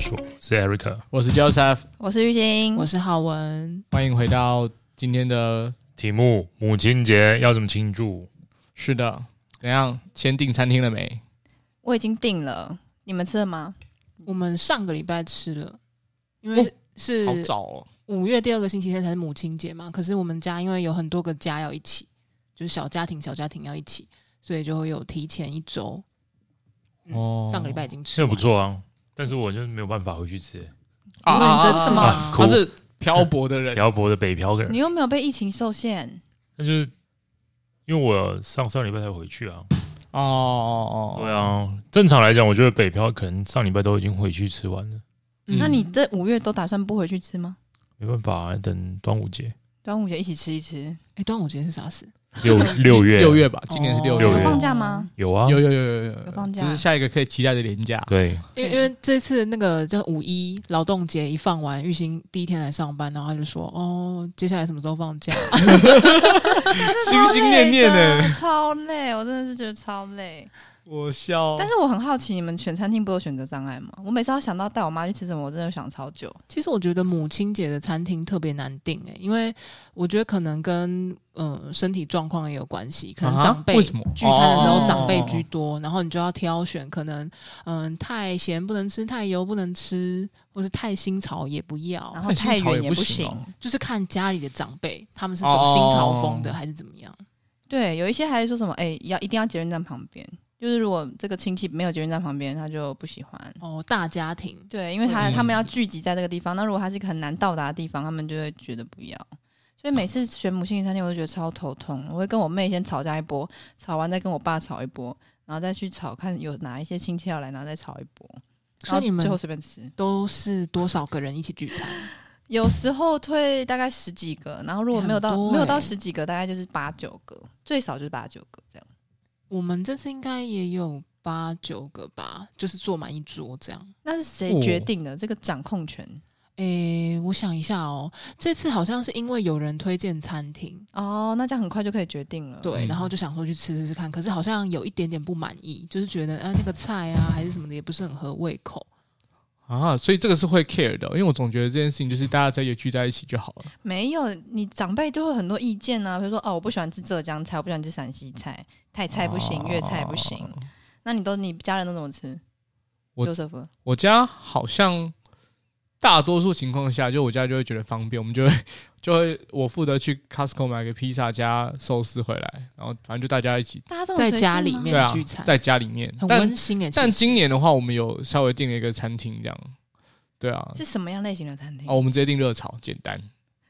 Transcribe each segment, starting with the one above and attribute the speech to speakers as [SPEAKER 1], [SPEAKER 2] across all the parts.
[SPEAKER 1] 是 Eric。
[SPEAKER 2] 我是 Joseph，
[SPEAKER 3] 我是玉兴，
[SPEAKER 4] 我是浩文，
[SPEAKER 2] 欢迎回到今天的。
[SPEAKER 1] 题目：母亲节要怎么庆祝？
[SPEAKER 2] 是的，怎样？先订餐厅了没？
[SPEAKER 3] 我已经订了，你们吃了吗？
[SPEAKER 4] 我们上个礼拜吃了，因为是
[SPEAKER 2] 好早哦，
[SPEAKER 4] 五月第二个星期天才是母亲节嘛。可是我们家因为有很多个家要一起，就是小家庭小家庭要一起，所以就会有提前一周。嗯
[SPEAKER 2] 哦
[SPEAKER 4] 上个礼拜已经吃
[SPEAKER 1] 这
[SPEAKER 4] 了，
[SPEAKER 1] 个不错啊，但是我就是没有办法回去吃。
[SPEAKER 3] 啊啊啊啊什么
[SPEAKER 1] 啊
[SPEAKER 2] 他是漂泊的人，
[SPEAKER 1] 漂泊的北漂的人
[SPEAKER 3] 你，又没有被疫情受限，
[SPEAKER 1] 那就是因为我上上礼拜才回去啊。
[SPEAKER 2] 哦哦
[SPEAKER 1] 对，啊，正常来讲，我觉得北漂可能上礼拜都已经回去吃完了，
[SPEAKER 4] 嗯
[SPEAKER 3] 那你这五月都打算不回去吃吗？
[SPEAKER 1] 没办法、啊，等端午节
[SPEAKER 3] 端午节一起吃一吃，
[SPEAKER 4] 哎，端午节是啥事？
[SPEAKER 1] 六六月
[SPEAKER 2] 六月吧，今年是六
[SPEAKER 1] 六
[SPEAKER 3] 有
[SPEAKER 1] 月
[SPEAKER 3] 放假吗？
[SPEAKER 1] 有啊，
[SPEAKER 2] 有有有有有
[SPEAKER 3] 有放假
[SPEAKER 2] 就是下一个可以期待的年假。
[SPEAKER 1] 对，
[SPEAKER 4] 因为因为这次那个叫五一劳动节一放完，玉兴第一天来上班，然后他就说：“哦，接下来什么时候放假
[SPEAKER 2] 心心念念呢
[SPEAKER 3] 超累，我真的是觉得超累。
[SPEAKER 2] 我笑
[SPEAKER 3] 但是我很好奇，你们选餐厅不会有选择障碍吗？我每次要想到带我妈去吃什么，我真的想超久。？”
[SPEAKER 4] 其实我觉得母亲节的餐厅特别难定诶、因为我觉得可能跟嗯、呃身体状况也有关系，可能
[SPEAKER 2] 啊
[SPEAKER 4] 长辈、
[SPEAKER 2] 为什么
[SPEAKER 4] 聚餐的时
[SPEAKER 3] 哦
[SPEAKER 4] 候长辈居多，然后你就要挑选可能嗯、太咸不能吃，太油不能吃，或是太新潮也不要
[SPEAKER 2] 啊
[SPEAKER 3] 然，后太
[SPEAKER 2] 新潮
[SPEAKER 3] 远
[SPEAKER 2] 也
[SPEAKER 3] 不
[SPEAKER 2] 不
[SPEAKER 3] 行
[SPEAKER 2] 行哦。
[SPEAKER 4] 就是看家里的长辈他们是走
[SPEAKER 2] 哦
[SPEAKER 4] 新潮风的还是怎么样。
[SPEAKER 3] 对，有一些还是说什么，哎、要一定要捷运站旁边，就是如果这个亲戚没有捷运站旁边，他就不喜欢。
[SPEAKER 4] 哦，大家庭
[SPEAKER 3] 对，因为他
[SPEAKER 2] 嗯
[SPEAKER 3] 他们要聚集在这个地方，那如果他是一个很难到达的地方，他们就会觉得不要。所以每次选母亲节餐厅，我就觉得超头痛。我会跟我妹先吵架一波，吵完再跟我爸吵一波，然后再去吵看有哪一些亲戚要来，然后再吵一波，然
[SPEAKER 4] 所
[SPEAKER 3] 后
[SPEAKER 4] 以你们
[SPEAKER 3] 最后随便吃。
[SPEAKER 4] 都是多少个人一起聚餐？
[SPEAKER 3] 有时候退大概十几个，然后如果没有到、
[SPEAKER 4] 很多欸
[SPEAKER 3] 没有到十几个，大概就是八九个，最少就是八九个这样。
[SPEAKER 4] 我们这次应该也有八九个吧，就是坐满一桌这样。
[SPEAKER 3] 那是谁
[SPEAKER 2] 哦
[SPEAKER 3] 决定的？这个掌控权
[SPEAKER 4] 诶，我想一下哦，这次好像是因为有人推荐餐厅，
[SPEAKER 3] 哦，那这样很快就可以决定了。
[SPEAKER 4] 对，
[SPEAKER 2] 嗯
[SPEAKER 4] 然后就想说去吃吃吃看，可是好像有一点点不满意，就是觉得啊、那个菜啊还是什么的也不是很合胃口。
[SPEAKER 2] 啊，所以这个是会 care 的，因为我总觉得这件事情就是大家在一起聚在一起就好了。
[SPEAKER 3] 没有，你长辈就会很多意见啊，比如说哦，我不喜欢吃浙江菜，我不喜欢吃陕西菜，泰菜不行，
[SPEAKER 2] 哦
[SPEAKER 3] 粤菜不行。那你都你家人都怎么吃？
[SPEAKER 2] 我
[SPEAKER 3] 就是福
[SPEAKER 2] 我家好像大多数情况下，就我家就会觉得方便，我们就会 就会我负责去 Costco 买个披萨加寿司回来，然后反正就大家一起
[SPEAKER 3] 大家这么
[SPEAKER 4] 在
[SPEAKER 3] 随性
[SPEAKER 4] 家
[SPEAKER 3] 吗
[SPEAKER 4] 里面
[SPEAKER 2] 对啊
[SPEAKER 4] 聚餐，
[SPEAKER 2] 在家里面。
[SPEAKER 4] 很
[SPEAKER 2] 但
[SPEAKER 4] 温馨诶。
[SPEAKER 2] 但
[SPEAKER 4] 其实
[SPEAKER 2] 今年的话，我们有稍微订了一个餐厅这样，对啊，
[SPEAKER 3] 是什么样类型的餐厅？
[SPEAKER 2] 哦，我们直接订热炒，简单，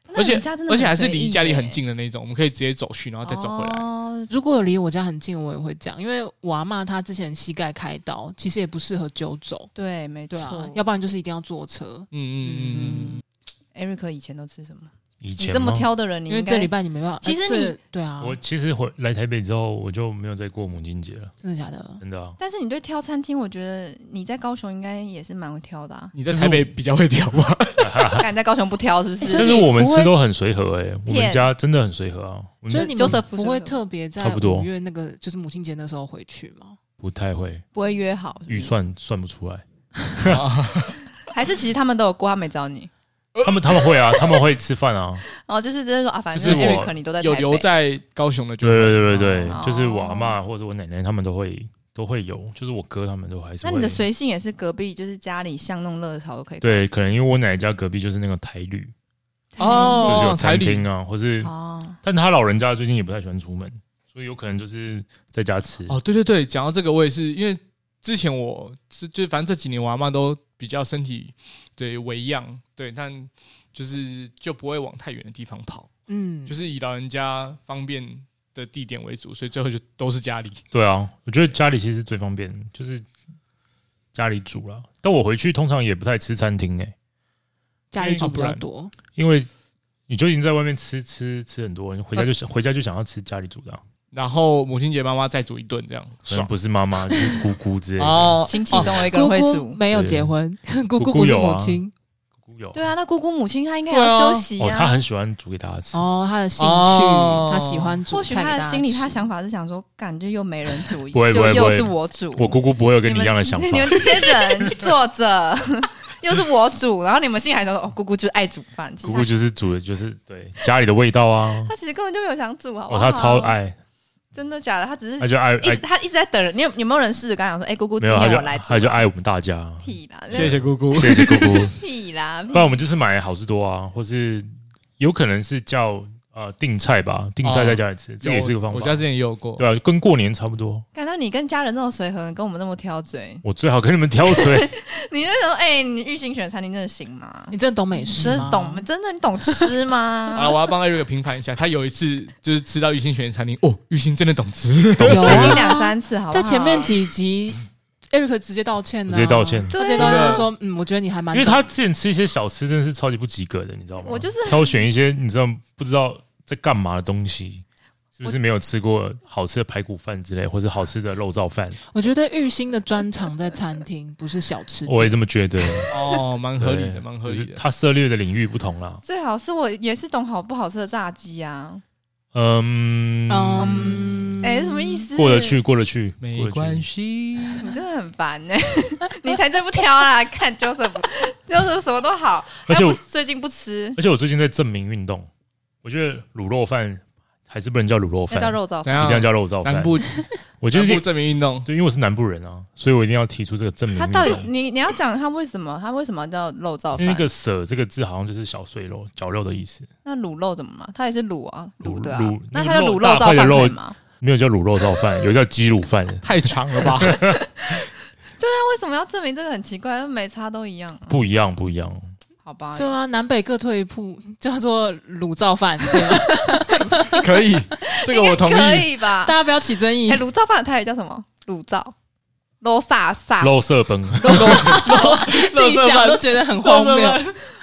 [SPEAKER 3] 那
[SPEAKER 2] 而且
[SPEAKER 3] 你家真的
[SPEAKER 2] 而且还是
[SPEAKER 3] 随意
[SPEAKER 2] 离家里
[SPEAKER 3] 耶
[SPEAKER 2] 很，近的那种，我们可以直接走去，然后再走回来。
[SPEAKER 3] 哦
[SPEAKER 4] 如果离我家很近，我也会这样，因为我阿妈她之前膝盖开刀，其实也不适合久走，
[SPEAKER 3] 对，没
[SPEAKER 4] 对
[SPEAKER 3] 错。
[SPEAKER 4] 啊，要不然就是一定要坐车。
[SPEAKER 2] 嗯嗯嗯嗯，
[SPEAKER 3] Eric 以前都吃什么？
[SPEAKER 1] 以
[SPEAKER 3] 你
[SPEAKER 1] 前
[SPEAKER 3] 这么
[SPEAKER 1] 吗，
[SPEAKER 3] 挑的人，你
[SPEAKER 4] 因为
[SPEAKER 3] 应
[SPEAKER 4] 这礼
[SPEAKER 3] 该
[SPEAKER 4] 拜你没办法，
[SPEAKER 3] 其实
[SPEAKER 4] 呃这
[SPEAKER 3] 你
[SPEAKER 4] 对啊，
[SPEAKER 1] 我其实回来台北之后，我就没有再过母亲节了，
[SPEAKER 4] 真的假的？
[SPEAKER 1] 真的啊。
[SPEAKER 3] 但是你对挑餐厅，我觉得你在高雄应该也是蛮会挑的啊
[SPEAKER 2] 。你在台北比较会挑 吧？
[SPEAKER 3] 敢在高雄不挑是不
[SPEAKER 4] 所以
[SPEAKER 1] 但
[SPEAKER 3] 是？
[SPEAKER 1] 是
[SPEAKER 4] 你
[SPEAKER 1] 我们
[SPEAKER 4] 不会
[SPEAKER 1] 吃都很随和哎、我
[SPEAKER 3] 骗
[SPEAKER 1] 们家真的很随和啊，我
[SPEAKER 4] 所以
[SPEAKER 1] 们
[SPEAKER 4] 你
[SPEAKER 3] 就是
[SPEAKER 4] 们
[SPEAKER 3] Joseph
[SPEAKER 4] 不会特别在
[SPEAKER 1] 差不多
[SPEAKER 4] 五月那个就是母亲节那时候回去吗？
[SPEAKER 1] 不太会
[SPEAKER 3] 不会约好是不是
[SPEAKER 1] 预，算算不出来。
[SPEAKER 3] 还是其实他们都有过，他没找你。
[SPEAKER 1] 他们他们 会啊，他们会吃饭啊，
[SPEAKER 3] 哦，就是就是说啊，反正
[SPEAKER 1] 就是我
[SPEAKER 3] Eric 你都在
[SPEAKER 2] 有
[SPEAKER 3] 台北
[SPEAKER 2] 留在高雄的就
[SPEAKER 1] 对
[SPEAKER 2] 好
[SPEAKER 1] 对对对
[SPEAKER 3] 哦
[SPEAKER 1] 对，就是我阿妈或者我奶奶他们都会都会有，就是我哥他们都还是
[SPEAKER 3] 那
[SPEAKER 1] 会。
[SPEAKER 3] 你的随性也是隔壁，就是家里巷弄热潮都可以。
[SPEAKER 1] 对，可能因为我奶奶家隔壁就是那个台旅，
[SPEAKER 2] 哦
[SPEAKER 1] 就是有餐
[SPEAKER 2] 台旅
[SPEAKER 1] 厅啊，或是，
[SPEAKER 3] 哦，
[SPEAKER 1] 但他老人家最近也不太喜欢出门，所以有可能就是在家吃。
[SPEAKER 2] 哦，对对对，讲到这个，我也是因为之前我是就反正这几年我阿妈都比较身体对微恙，对，但就是就不会往太远的地方跑，
[SPEAKER 4] 嗯，
[SPEAKER 2] 就是以老人家方便的地点为主，所以最后就都是家里。
[SPEAKER 1] 对啊，我觉得家里其实最方便，就是家里煮啦。但我回去通常也不太吃餐厅诶、欸
[SPEAKER 4] 家里煮比较多，
[SPEAKER 1] 因为你就已经在外面吃吃吃很多，你回家就想、回家就想要吃家里煮的、啊，
[SPEAKER 2] 然后母亲节妈妈再煮一顿这样，
[SPEAKER 1] 可能
[SPEAKER 2] 爽
[SPEAKER 1] 不是妈 妈就是姑姑之类的。
[SPEAKER 2] 哦
[SPEAKER 3] 亲戚中有一个
[SPEAKER 4] 姑
[SPEAKER 3] 人会
[SPEAKER 4] 哦姑
[SPEAKER 3] 煮。
[SPEAKER 4] 没有
[SPEAKER 1] 对
[SPEAKER 4] 结婚，
[SPEAKER 1] 姑
[SPEAKER 4] 姑姑
[SPEAKER 1] 姑
[SPEAKER 4] 不是
[SPEAKER 1] 有
[SPEAKER 4] 母
[SPEAKER 1] 啊
[SPEAKER 4] 亲
[SPEAKER 1] 姑姑有
[SPEAKER 3] 对啊，那姑姑母亲她应该也要休息
[SPEAKER 1] 哦，她
[SPEAKER 3] 啊。
[SPEAKER 1] 很喜欢煮给大家吃。
[SPEAKER 4] 哦，她的兴趣
[SPEAKER 2] 哦，
[SPEAKER 4] 她喜欢煮
[SPEAKER 3] 或许
[SPEAKER 4] 菜给
[SPEAKER 3] 她
[SPEAKER 4] 大
[SPEAKER 3] 的
[SPEAKER 4] 家
[SPEAKER 3] 心里，
[SPEAKER 4] 吃
[SPEAKER 3] 她想法是想说，感觉又没人煮，
[SPEAKER 1] 不会不
[SPEAKER 3] 就
[SPEAKER 1] 会
[SPEAKER 3] 又
[SPEAKER 1] 不会
[SPEAKER 3] 是我煮。
[SPEAKER 1] 我姑姑不会有跟
[SPEAKER 3] 你
[SPEAKER 1] 你
[SPEAKER 3] 们
[SPEAKER 1] 一 样的想法
[SPEAKER 3] 你，们这些人坐着， 又是我煮，然后你们进来的时候，哦，姑姑就是爱煮饭，
[SPEAKER 1] 姑
[SPEAKER 3] 其实
[SPEAKER 1] 姑
[SPEAKER 3] 她
[SPEAKER 1] 就是煮的，就是对家里的味道啊。
[SPEAKER 3] 她其实根本就没有想煮，好不
[SPEAKER 1] 哦，
[SPEAKER 3] 好？
[SPEAKER 1] 她超，爱，
[SPEAKER 3] 真的假的？她只是
[SPEAKER 1] 她就爱
[SPEAKER 3] 一直
[SPEAKER 1] 爱，
[SPEAKER 3] 她一直在等人，你有有没有人试着跟她讲说，哎，姑姑
[SPEAKER 1] 没
[SPEAKER 3] 今
[SPEAKER 1] 有，她
[SPEAKER 3] 天
[SPEAKER 1] 就
[SPEAKER 3] 我来煮
[SPEAKER 1] 她，就爱我们大家。
[SPEAKER 3] 屁啦，
[SPEAKER 2] 谢谢姑姑。
[SPEAKER 1] 谢谢姑 姑。
[SPEAKER 3] 屁啦，屁
[SPEAKER 1] 不然我们就是买好事多啊，或是有可能是叫呃订菜吧，订
[SPEAKER 3] 哦
[SPEAKER 1] 菜在家里吃，这个也是一个方
[SPEAKER 2] 我
[SPEAKER 1] 法
[SPEAKER 2] 家。之前也有过，
[SPEAKER 1] 对啊，跟过年差不多。
[SPEAKER 3] 感到你跟家人那么随和，跟我们那么挑嘴，
[SPEAKER 1] 我最好跟你们挑嘴，
[SPEAKER 3] 你那时候哎，你玉兴选的餐厅真的行吗？
[SPEAKER 4] 你真的懂美食
[SPEAKER 3] 真
[SPEAKER 4] 吗
[SPEAKER 3] 的懂，真的你懂吃
[SPEAKER 2] 啊，
[SPEAKER 3] 吗？
[SPEAKER 2] 我要帮艾瑞克平反一下，他有一次就是吃到玉兴选的餐厅，哦，玉兴真的懂吃，
[SPEAKER 1] 懂啊
[SPEAKER 4] 有啊
[SPEAKER 3] 曾经
[SPEAKER 1] 事，
[SPEAKER 3] 两三次，好不
[SPEAKER 4] 在
[SPEAKER 3] 好？
[SPEAKER 4] 前面几集，Eric 直接道歉
[SPEAKER 1] 我
[SPEAKER 4] 呢、
[SPEAKER 1] 直接道歉。
[SPEAKER 4] 他直
[SPEAKER 3] 对
[SPEAKER 4] 接
[SPEAKER 3] 啊
[SPEAKER 4] 道歉说，嗯，我觉得你还蛮
[SPEAKER 1] 因
[SPEAKER 4] 懂，
[SPEAKER 1] 为他之前吃一些小吃真的是超级不及格的，你知道吗？
[SPEAKER 3] 我就是
[SPEAKER 1] 挑选一些你知道不知道在干嘛的东西，是不是没有吃过好吃的排骨饭之类，或者好吃的肉燥 饭？
[SPEAKER 4] 我觉得玉兴的专长在餐厅，不是小吃店。
[SPEAKER 1] 我也这么觉得，
[SPEAKER 2] 哦，蛮 合理
[SPEAKER 1] 对
[SPEAKER 2] 的，蛮合理
[SPEAKER 1] 就是
[SPEAKER 2] 的。
[SPEAKER 1] 他涉猎的领域不同啦。
[SPEAKER 3] 最好是我也是懂好不好吃的炸鸡啊！
[SPEAKER 1] 嗯，
[SPEAKER 4] 嗯，
[SPEAKER 3] 哎、什么意思？
[SPEAKER 1] 过得，去，过得去，
[SPEAKER 2] 没关
[SPEAKER 1] 系。
[SPEAKER 2] 系，
[SPEAKER 3] 你真的很烦呢、 你才最不挑啦！看 Joseph，Joseph 什么都好，
[SPEAKER 1] 而且
[SPEAKER 3] 他
[SPEAKER 1] 我
[SPEAKER 3] 不是最近不吃，
[SPEAKER 1] 而且我最近在证明运动，我觉得卤肉饭还是不能叫卤肉
[SPEAKER 3] 要
[SPEAKER 1] 饭，
[SPEAKER 3] 叫肉燥
[SPEAKER 2] 怎
[SPEAKER 3] 饭。
[SPEAKER 1] 一定要
[SPEAKER 2] 样？
[SPEAKER 1] 叫肉燥
[SPEAKER 2] 南
[SPEAKER 1] 饭。
[SPEAKER 2] 部
[SPEAKER 1] 我 就
[SPEAKER 2] 南
[SPEAKER 1] 是
[SPEAKER 2] 部证明 运动，
[SPEAKER 1] 对，因为我是南部人啊，所以我一定要提出这个证明
[SPEAKER 3] 他
[SPEAKER 1] 运
[SPEAKER 3] 到底
[SPEAKER 1] 动。
[SPEAKER 3] 你你要讲他为什么他为什么叫肉燥
[SPEAKER 1] 因为那
[SPEAKER 3] 饭？
[SPEAKER 1] 个“舍”这个字好像就是小碎肉、绞肉的意思，
[SPEAKER 3] 那卤肉怎么嘛？他也是卤啊，
[SPEAKER 1] 卤
[SPEAKER 3] 卤的啊
[SPEAKER 1] 卤。
[SPEAKER 3] 那
[SPEAKER 1] 那
[SPEAKER 3] 他
[SPEAKER 1] 个
[SPEAKER 3] 叫
[SPEAKER 1] 肉
[SPEAKER 3] 卤肉
[SPEAKER 1] 大块
[SPEAKER 3] 燥
[SPEAKER 1] 的
[SPEAKER 3] 饭
[SPEAKER 1] 肉
[SPEAKER 3] 可以吗？
[SPEAKER 1] 没有叫卤肉燥饭，有叫鸡卤饭的，
[SPEAKER 2] 太长了吧？
[SPEAKER 3] 那为什么要证明这个很奇怪？每差都一样、啊，
[SPEAKER 1] 不一样，不一样。
[SPEAKER 3] 好吧
[SPEAKER 4] 对？啊，南北各退一步，叫做卤造饭，对啊吗
[SPEAKER 2] 可以，这个我同
[SPEAKER 3] 可
[SPEAKER 2] 意。
[SPEAKER 3] 以吧
[SPEAKER 4] 大？家不要起争 议
[SPEAKER 3] 哎、。卤燥饭它也叫什么？卤燥，肉萨萨，
[SPEAKER 1] 肉色崩，
[SPEAKER 4] 啊自己讲都觉得很荒
[SPEAKER 2] 垃圾
[SPEAKER 4] 谬。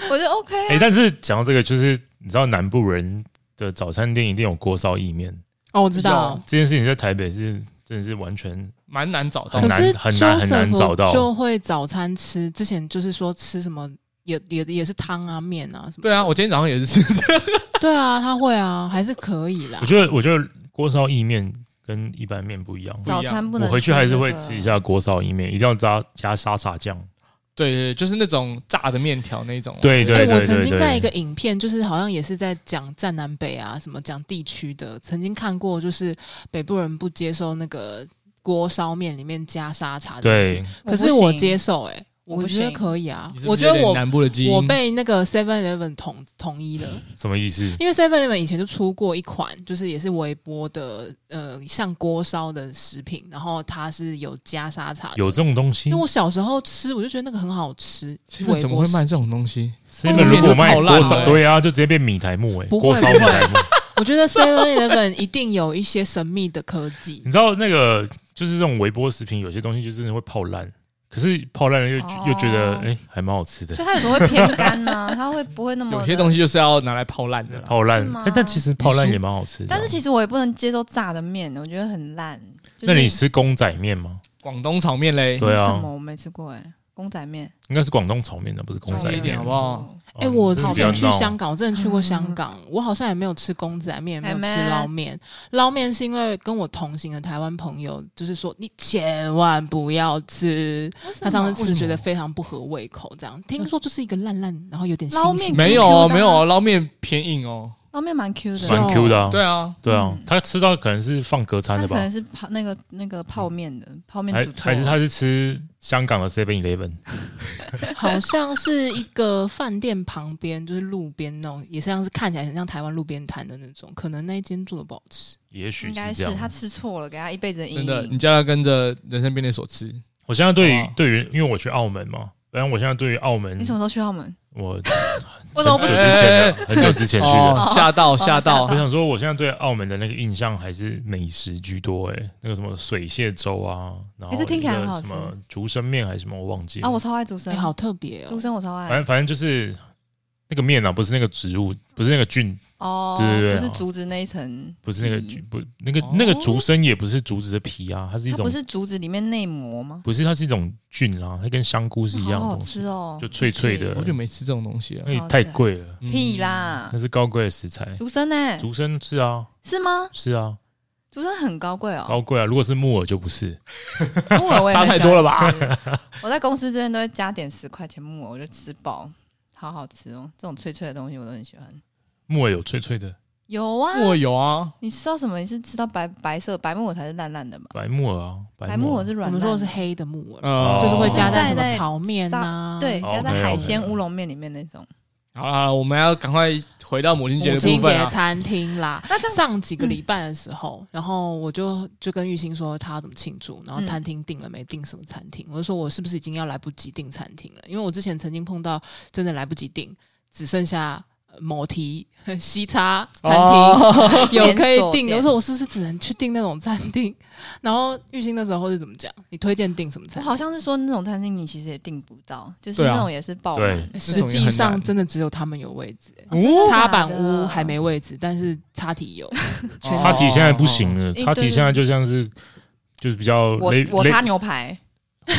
[SPEAKER 3] 我觉得 OK 啊。
[SPEAKER 1] 哎，但是讲到这个，就是你知道南部人的早餐店一定有锅烧意面，
[SPEAKER 4] 哦，我知道，
[SPEAKER 1] 这件事情在台北是真的是完全
[SPEAKER 2] 蛮难找到
[SPEAKER 1] 很
[SPEAKER 4] 可
[SPEAKER 1] 难
[SPEAKER 4] 是
[SPEAKER 1] 很难很难找到
[SPEAKER 4] Joseph 就会早餐吃，之前就是说吃什么。也也也是汤啊面啊什么
[SPEAKER 2] 对啊，我今天早上也是 吃这个。
[SPEAKER 4] 的，对啊，他会啊，还是可以啦
[SPEAKER 1] 我。觉得，我觉得锅烧意面跟一般面不一样。
[SPEAKER 3] 早餐不
[SPEAKER 1] 我
[SPEAKER 3] 能，
[SPEAKER 1] 回去还是会吃一。下锅烧意面，一定要加加沙茶酱。
[SPEAKER 4] 啊
[SPEAKER 2] 对对，对就是那种炸的面条那种啊。
[SPEAKER 1] 对对
[SPEAKER 4] 哎，
[SPEAKER 1] 对
[SPEAKER 4] 我
[SPEAKER 1] 对
[SPEAKER 4] 曾经在一
[SPEAKER 1] 对
[SPEAKER 4] 个影片，就是好像也是在讲站南北啊，什么讲地区的，曾经看过，就是北部人不接受那个锅烧面里面加沙茶的东西，
[SPEAKER 1] 对，
[SPEAKER 4] 可是我接
[SPEAKER 3] 接
[SPEAKER 4] 受，哎，
[SPEAKER 3] 我
[SPEAKER 4] 我
[SPEAKER 3] 不
[SPEAKER 4] 觉得
[SPEAKER 3] 行
[SPEAKER 4] 可以啊
[SPEAKER 2] 你是，不
[SPEAKER 4] 我
[SPEAKER 2] 是
[SPEAKER 4] 觉得
[SPEAKER 2] 有点
[SPEAKER 4] 我
[SPEAKER 2] 南部的基因，
[SPEAKER 4] 我被那个 Seven Eleven 统统一了，
[SPEAKER 1] 什么意思？
[SPEAKER 4] 因为 Seven Eleven 以前就出过一款，就是也是微波的，呃，像锅烧的食品，然后它是有加沙茶的。
[SPEAKER 1] 有这种东西
[SPEAKER 4] 因为我小时候吃，我就觉得那个很好吃。
[SPEAKER 2] 这个怎么会
[SPEAKER 4] 微
[SPEAKER 2] 卖
[SPEAKER 4] 波食？
[SPEAKER 2] 这种东西？
[SPEAKER 1] ？seven 如果卖锅烧，对啊，就直接变米苔木哎，
[SPEAKER 4] 欸不会
[SPEAKER 1] 锅烧米苔木。
[SPEAKER 4] 我觉得 Seven Eleven 一定有一些神秘的科技
[SPEAKER 1] 你。知道那个就是这种微波食品，有些东西就真的会泡烂，可是泡烂了又
[SPEAKER 3] 哦
[SPEAKER 1] 又觉得哎还蛮好吃的
[SPEAKER 3] 所，以它有时候会偏干呢、它会不会那么
[SPEAKER 2] 有些东
[SPEAKER 3] 西？
[SPEAKER 2] 西就是要拿来泡烂的啦。
[SPEAKER 1] 泡烂
[SPEAKER 3] 是吗。
[SPEAKER 1] 哎但其实泡烂也蛮好吃的。
[SPEAKER 3] 但是其实我也不能接受炸的面，我觉得很烂。就是、
[SPEAKER 1] 那你吃公仔面吗？
[SPEAKER 2] 广东炒面嘞，
[SPEAKER 1] 对啊
[SPEAKER 3] 什么我没吃过哎、公仔面，
[SPEAKER 1] 应该是广东炒面的，不是公仔
[SPEAKER 2] 注意一
[SPEAKER 1] 面
[SPEAKER 2] 点好不好？
[SPEAKER 1] 哦
[SPEAKER 4] 哎、我
[SPEAKER 1] 真
[SPEAKER 4] 之
[SPEAKER 1] 的不要
[SPEAKER 4] 前去
[SPEAKER 1] 闹
[SPEAKER 4] 香港，我真的去过香港，我好像也没有吃公仔面，也没有
[SPEAKER 3] 哎
[SPEAKER 4] 吃
[SPEAKER 3] 咩
[SPEAKER 4] 捞面。捞面是因为跟我同行的台湾朋友，就是说你千万不要吃，他上次吃觉得非常不合胃口，这样听说就是一个烂烂，然后有点
[SPEAKER 3] 捞面
[SPEAKER 4] 腥腥
[SPEAKER 2] 没有哦，没有
[SPEAKER 3] 啊
[SPEAKER 2] 哦，捞面偏硬哦。
[SPEAKER 3] 捞面蛮 Q 的，
[SPEAKER 1] 蛮 Q 的啊，
[SPEAKER 2] 对啊，
[SPEAKER 1] 对啊
[SPEAKER 3] 嗯，
[SPEAKER 1] 他吃到可能是放隔餐
[SPEAKER 3] 它
[SPEAKER 1] 的
[SPEAKER 3] 可
[SPEAKER 1] 吧，
[SPEAKER 3] 能是泡那个那个泡面的泡面
[SPEAKER 1] 还
[SPEAKER 3] 煮错
[SPEAKER 1] 还是他是吃香港的 Seven Eleven，
[SPEAKER 4] 好像是一个饭店旁边，就是路边那种，也像是看起来很像台湾路边摊的那种，可能那一间做的不好吃。
[SPEAKER 1] 也许
[SPEAKER 3] 应该
[SPEAKER 1] 是
[SPEAKER 3] 是
[SPEAKER 1] 这
[SPEAKER 3] 他
[SPEAKER 1] 样。啊嗯
[SPEAKER 3] 吃错了，给他一辈子的阴
[SPEAKER 2] 真的，你
[SPEAKER 3] 影。
[SPEAKER 2] 叫他跟着人生便利所吃，
[SPEAKER 1] 我现在对于
[SPEAKER 2] 哦
[SPEAKER 1] 对于，因为我去澳门嘛，反正我现在对于澳门
[SPEAKER 3] 你，什么时候去澳门？
[SPEAKER 1] 我
[SPEAKER 3] 我怎么不
[SPEAKER 1] 很久
[SPEAKER 3] 知道？
[SPEAKER 1] 之前
[SPEAKER 2] 哎
[SPEAKER 1] 的，很久之前去的。
[SPEAKER 2] 哦，吓到
[SPEAKER 3] 哦
[SPEAKER 2] 吓到
[SPEAKER 1] 我，想说，我现在对澳门的那个印象还是美食居多，哎，那个什么水蟹粥啊，然后
[SPEAKER 3] 哎这听起来很
[SPEAKER 1] 一个
[SPEAKER 3] 好吃
[SPEAKER 1] 什么竹升面还是什么，我忘记了
[SPEAKER 3] 啊，我超爱竹
[SPEAKER 4] 哎、
[SPEAKER 3] 笙，
[SPEAKER 4] 好特别
[SPEAKER 3] 竹
[SPEAKER 4] 哦！
[SPEAKER 3] 笙我超
[SPEAKER 1] 反
[SPEAKER 3] 爱
[SPEAKER 1] 正反正就是那个面啊，不是那个植物，不是那个菌，
[SPEAKER 3] 哦，
[SPEAKER 1] 对对对
[SPEAKER 3] 不是竹子那一层，
[SPEAKER 1] 不是那个
[SPEAKER 3] 嗯
[SPEAKER 1] 菌，不那个
[SPEAKER 4] 哦
[SPEAKER 1] 那个竹笙也不是竹子的皮啊，它是一
[SPEAKER 3] 它
[SPEAKER 1] 种
[SPEAKER 3] 不是竹子里面内膜吗？
[SPEAKER 1] 不是它是一种菌啊啦，它跟香菇是一样的
[SPEAKER 3] 好好哦
[SPEAKER 1] 东西
[SPEAKER 3] 吃，哦，
[SPEAKER 1] 就脆脆的
[SPEAKER 2] 我就没吃这种东西了。
[SPEAKER 1] 那也太贵了，
[SPEAKER 2] 嗯
[SPEAKER 3] 屁啦
[SPEAKER 1] 那，是高贵的食材。
[SPEAKER 3] 竹笙呢？
[SPEAKER 1] 竹笙是啊，
[SPEAKER 3] 是吗？
[SPEAKER 1] 是啊，
[SPEAKER 3] 竹笙很高贵哦，
[SPEAKER 1] 高贵啊！如果是木耳就不是，
[SPEAKER 3] 木 耳我也
[SPEAKER 1] 差
[SPEAKER 3] 很
[SPEAKER 1] 太
[SPEAKER 3] 喜
[SPEAKER 1] 多
[SPEAKER 3] 欢
[SPEAKER 1] 了吧
[SPEAKER 3] 吃？我在公司这边都会加点十块钱木耳，我就吃饱，好好吃哦。这种脆脆的东西我都很喜欢。
[SPEAKER 1] 木耳有脆脆的
[SPEAKER 3] 有啊，
[SPEAKER 2] 我有啊，
[SPEAKER 3] 你吃到什么？你是吃到白白色白木耳才是烂烂的吧？
[SPEAKER 1] 白木耳啊，
[SPEAKER 3] 白
[SPEAKER 1] 木
[SPEAKER 3] 木耳是
[SPEAKER 4] 我
[SPEAKER 3] 软
[SPEAKER 4] 们
[SPEAKER 3] 烂
[SPEAKER 4] 说的是黑的木耳，
[SPEAKER 1] 哦
[SPEAKER 2] 呃，
[SPEAKER 4] 就是会加
[SPEAKER 3] 在
[SPEAKER 4] 什么
[SPEAKER 3] 在
[SPEAKER 4] 炒面啊呐、
[SPEAKER 3] 对，加在
[SPEAKER 1] OK，OK
[SPEAKER 3] 海鲜乌龙面里面那 种。
[SPEAKER 2] 好了好了，我们要赶快回到母亲节
[SPEAKER 4] 母
[SPEAKER 2] 的部
[SPEAKER 4] 亲
[SPEAKER 2] 分
[SPEAKER 4] 节
[SPEAKER 2] 啊。
[SPEAKER 4] 餐厅啦。
[SPEAKER 3] 那这样
[SPEAKER 4] 上几个礼拜的时候，然后我就就跟玉兴说他要怎么庆祝，然后
[SPEAKER 3] 嗯
[SPEAKER 4] 餐厅定了没订什么餐厅，我就说我是不是已经要来不及订餐厅了？因为我之前曾经碰到真的来不及订，只剩下呃某题 西叉餐厅、
[SPEAKER 2] 哦
[SPEAKER 4] 有可以
[SPEAKER 3] 连锁
[SPEAKER 4] 订，
[SPEAKER 3] 店
[SPEAKER 4] 我说我是不是只能去订那种餐厅？然后玉兴那时候是怎么讲？你推荐订什么
[SPEAKER 3] 我
[SPEAKER 4] 餐厅？
[SPEAKER 3] 好像是说那种餐厅你其实也订不到，就是
[SPEAKER 2] 对啊
[SPEAKER 3] 那种也是爆满。
[SPEAKER 1] 对，
[SPEAKER 4] 实
[SPEAKER 2] 那种也
[SPEAKER 4] 际
[SPEAKER 2] 很
[SPEAKER 4] 上
[SPEAKER 2] 难
[SPEAKER 4] 真的只有他们有位置、欸
[SPEAKER 2] 哦，
[SPEAKER 4] 插
[SPEAKER 3] 假
[SPEAKER 4] 板
[SPEAKER 3] 的
[SPEAKER 4] 屋还没位置，但是插体 有，全
[SPEAKER 1] 插体现在
[SPEAKER 3] 哦
[SPEAKER 1] 不行了，
[SPEAKER 3] 对
[SPEAKER 1] 插体现在就像是就是比较
[SPEAKER 3] 我
[SPEAKER 1] 雷
[SPEAKER 3] 我擦
[SPEAKER 1] 雷
[SPEAKER 3] 牛排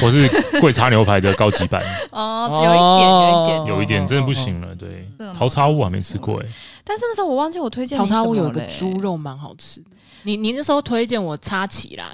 [SPEAKER 1] 我是贵插牛排的高级版，
[SPEAKER 3] 哦，有一点有一点。
[SPEAKER 1] 有一点真的
[SPEAKER 3] 哦
[SPEAKER 1] 不行了。对
[SPEAKER 3] 这个，
[SPEAKER 1] 桃叉屋还没吃过哎，
[SPEAKER 3] 但是那时候我忘记我推荐
[SPEAKER 4] 淘
[SPEAKER 3] 你什
[SPEAKER 4] 沙
[SPEAKER 3] 么
[SPEAKER 4] 屋有一个
[SPEAKER 3] 嘞
[SPEAKER 4] 猪肉蛮好吃的。你你那时候推荐我插旗啦，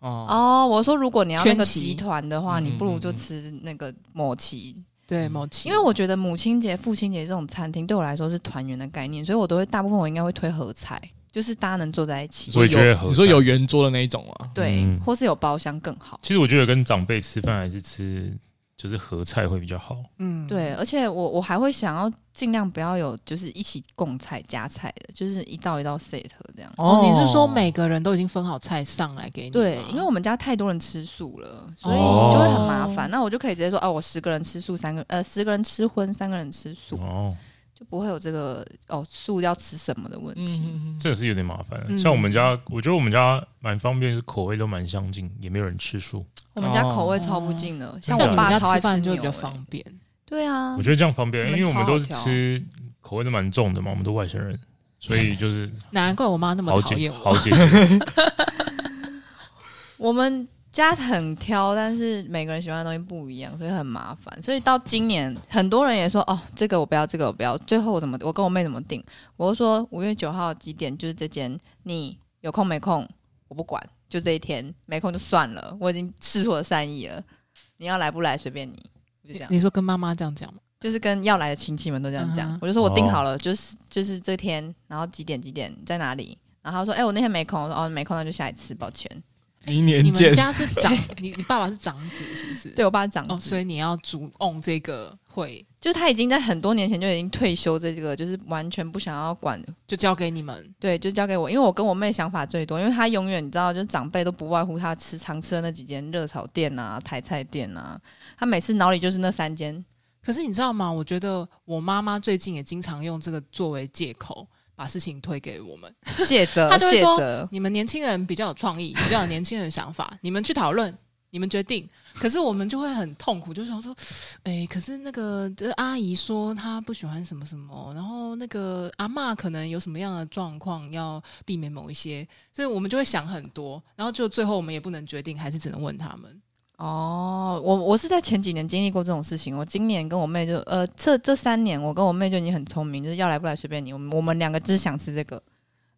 [SPEAKER 2] 哦，
[SPEAKER 3] 哦，我说如果你要那
[SPEAKER 4] 圈
[SPEAKER 3] 个
[SPEAKER 4] 旗
[SPEAKER 3] 集团的话，
[SPEAKER 2] 嗯
[SPEAKER 3] 你不如就
[SPEAKER 2] 嗯嗯
[SPEAKER 3] 吃那个抹旗，
[SPEAKER 4] 对某旗，
[SPEAKER 3] 因为我觉得母亲节、父亲节这种餐厅对我来说是团圆的概念，所以我都会大部分我应该会推合菜，就是大家能坐在一起，
[SPEAKER 1] 所以觉得合
[SPEAKER 2] 你说
[SPEAKER 1] 适啊
[SPEAKER 2] 有圆桌的那一种啊？
[SPEAKER 3] 对，
[SPEAKER 1] 嗯
[SPEAKER 3] 或是有包厢更好。
[SPEAKER 1] 其实我觉得跟长辈吃饭还是吃就是合菜会比较好。
[SPEAKER 4] 嗯
[SPEAKER 3] 对，而且我我还会想要尽量不要有就是一起共菜加菜的，就是一道一道 set 这样。
[SPEAKER 4] 哦，你是说
[SPEAKER 2] 嗯
[SPEAKER 4] 每个人都已经分好菜上来给你吗？
[SPEAKER 3] 对，因为我们家太多人吃素了，所以
[SPEAKER 1] 哦
[SPEAKER 3] 就会很麻烦。那我就可以直接说，哦、我十个人吃素，三个呃十个人吃荤，三个人吃素，
[SPEAKER 1] 哦，
[SPEAKER 3] 就不会有这个哦素要吃什么的问题。
[SPEAKER 2] 嗯，
[SPEAKER 1] 这也是有点麻烦。
[SPEAKER 4] 嗯
[SPEAKER 1] 像我们家，我觉得我们家蛮方便，口味都蛮相近，也没有人吃素。
[SPEAKER 3] 我们家
[SPEAKER 2] 哦
[SPEAKER 3] 口味超不近的，像
[SPEAKER 1] 这样
[SPEAKER 3] 我
[SPEAKER 4] 嗯在
[SPEAKER 1] 们
[SPEAKER 4] 你们
[SPEAKER 3] 爸
[SPEAKER 4] 家
[SPEAKER 3] 超爱
[SPEAKER 4] 吃
[SPEAKER 3] 吃
[SPEAKER 4] 饭就会
[SPEAKER 3] 牛
[SPEAKER 4] 比较
[SPEAKER 3] 欸
[SPEAKER 4] 方便。
[SPEAKER 3] 对啊，
[SPEAKER 1] 我觉得这样方便，
[SPEAKER 3] 你们
[SPEAKER 1] 因为我们都是
[SPEAKER 3] 超好挑啊
[SPEAKER 1] 吃口味都蛮重的嘛，我们都外省人，所以 就是
[SPEAKER 4] 难怪我妈那么
[SPEAKER 1] 好
[SPEAKER 4] 讨
[SPEAKER 1] 解
[SPEAKER 4] 厌我
[SPEAKER 1] 好。解决。
[SPEAKER 3] 我们家很挑，但是每个人喜欢的东西不一样，所以很麻烦。所以到今年，很多人也说哦，这个我不要，这个我不要。最后我怎么，我跟我妹怎么定？我就说五月九号几点就是这间，你有空没空我不管，就这一天，没空就算了，我已经试出我的善意了。你要来不来随便你，我就 这样。
[SPEAKER 4] 你说跟妈妈这样讲吗？
[SPEAKER 3] 就是跟要来的亲戚们都这样讲。
[SPEAKER 4] 嗯哼
[SPEAKER 3] 我就说我定好了，就是就是这天，然后几点几点在哪里。然后他说：“哎、我那天没空。”我说：“哦，没空，那就下一次，抱歉。
[SPEAKER 2] 明年
[SPEAKER 4] 你
[SPEAKER 2] 见
[SPEAKER 4] 们。家是 长，你你爸爸是长子是不”是？
[SPEAKER 3] 对我爸长子，
[SPEAKER 4] 哦，所以你要主 on 这个会，
[SPEAKER 3] 就他已经在很多年前就已经退休，这个就是完全不想要管，
[SPEAKER 4] 就交给你们。
[SPEAKER 3] 对，就交给我，因为我跟我妹想法最多，因为她永远你知道，就是长辈都不外乎她吃常吃的那几间热炒店啊、台菜店啊，她每次脑里就是那三间，
[SPEAKER 4] 可是你知道吗？我觉得我妈妈最近也经常用这个作为借口，把事情推给我们。
[SPEAKER 3] 谢泽
[SPEAKER 4] 她就会
[SPEAKER 3] 谢
[SPEAKER 4] 说
[SPEAKER 3] 泽，
[SPEAKER 4] 你们年轻人比较有创意， 比较有年轻人的想法，你们去讨论，你们决定。可是我们就会很痛苦，就想说，哎、可是那个这阿姨说她不喜欢什么什么，然后那个阿嬷可能有什么样的状况要避免某一些，所以我们就会想很多，然后就最后我们也不能决定，还是只能问他们。
[SPEAKER 3] 哦，我我是在前几年经历过这种事情，我今年跟我妹就呃这这三年，我跟我妹就已经很聪明，就是要来不来随便你，我们我们两个只是想吃这个，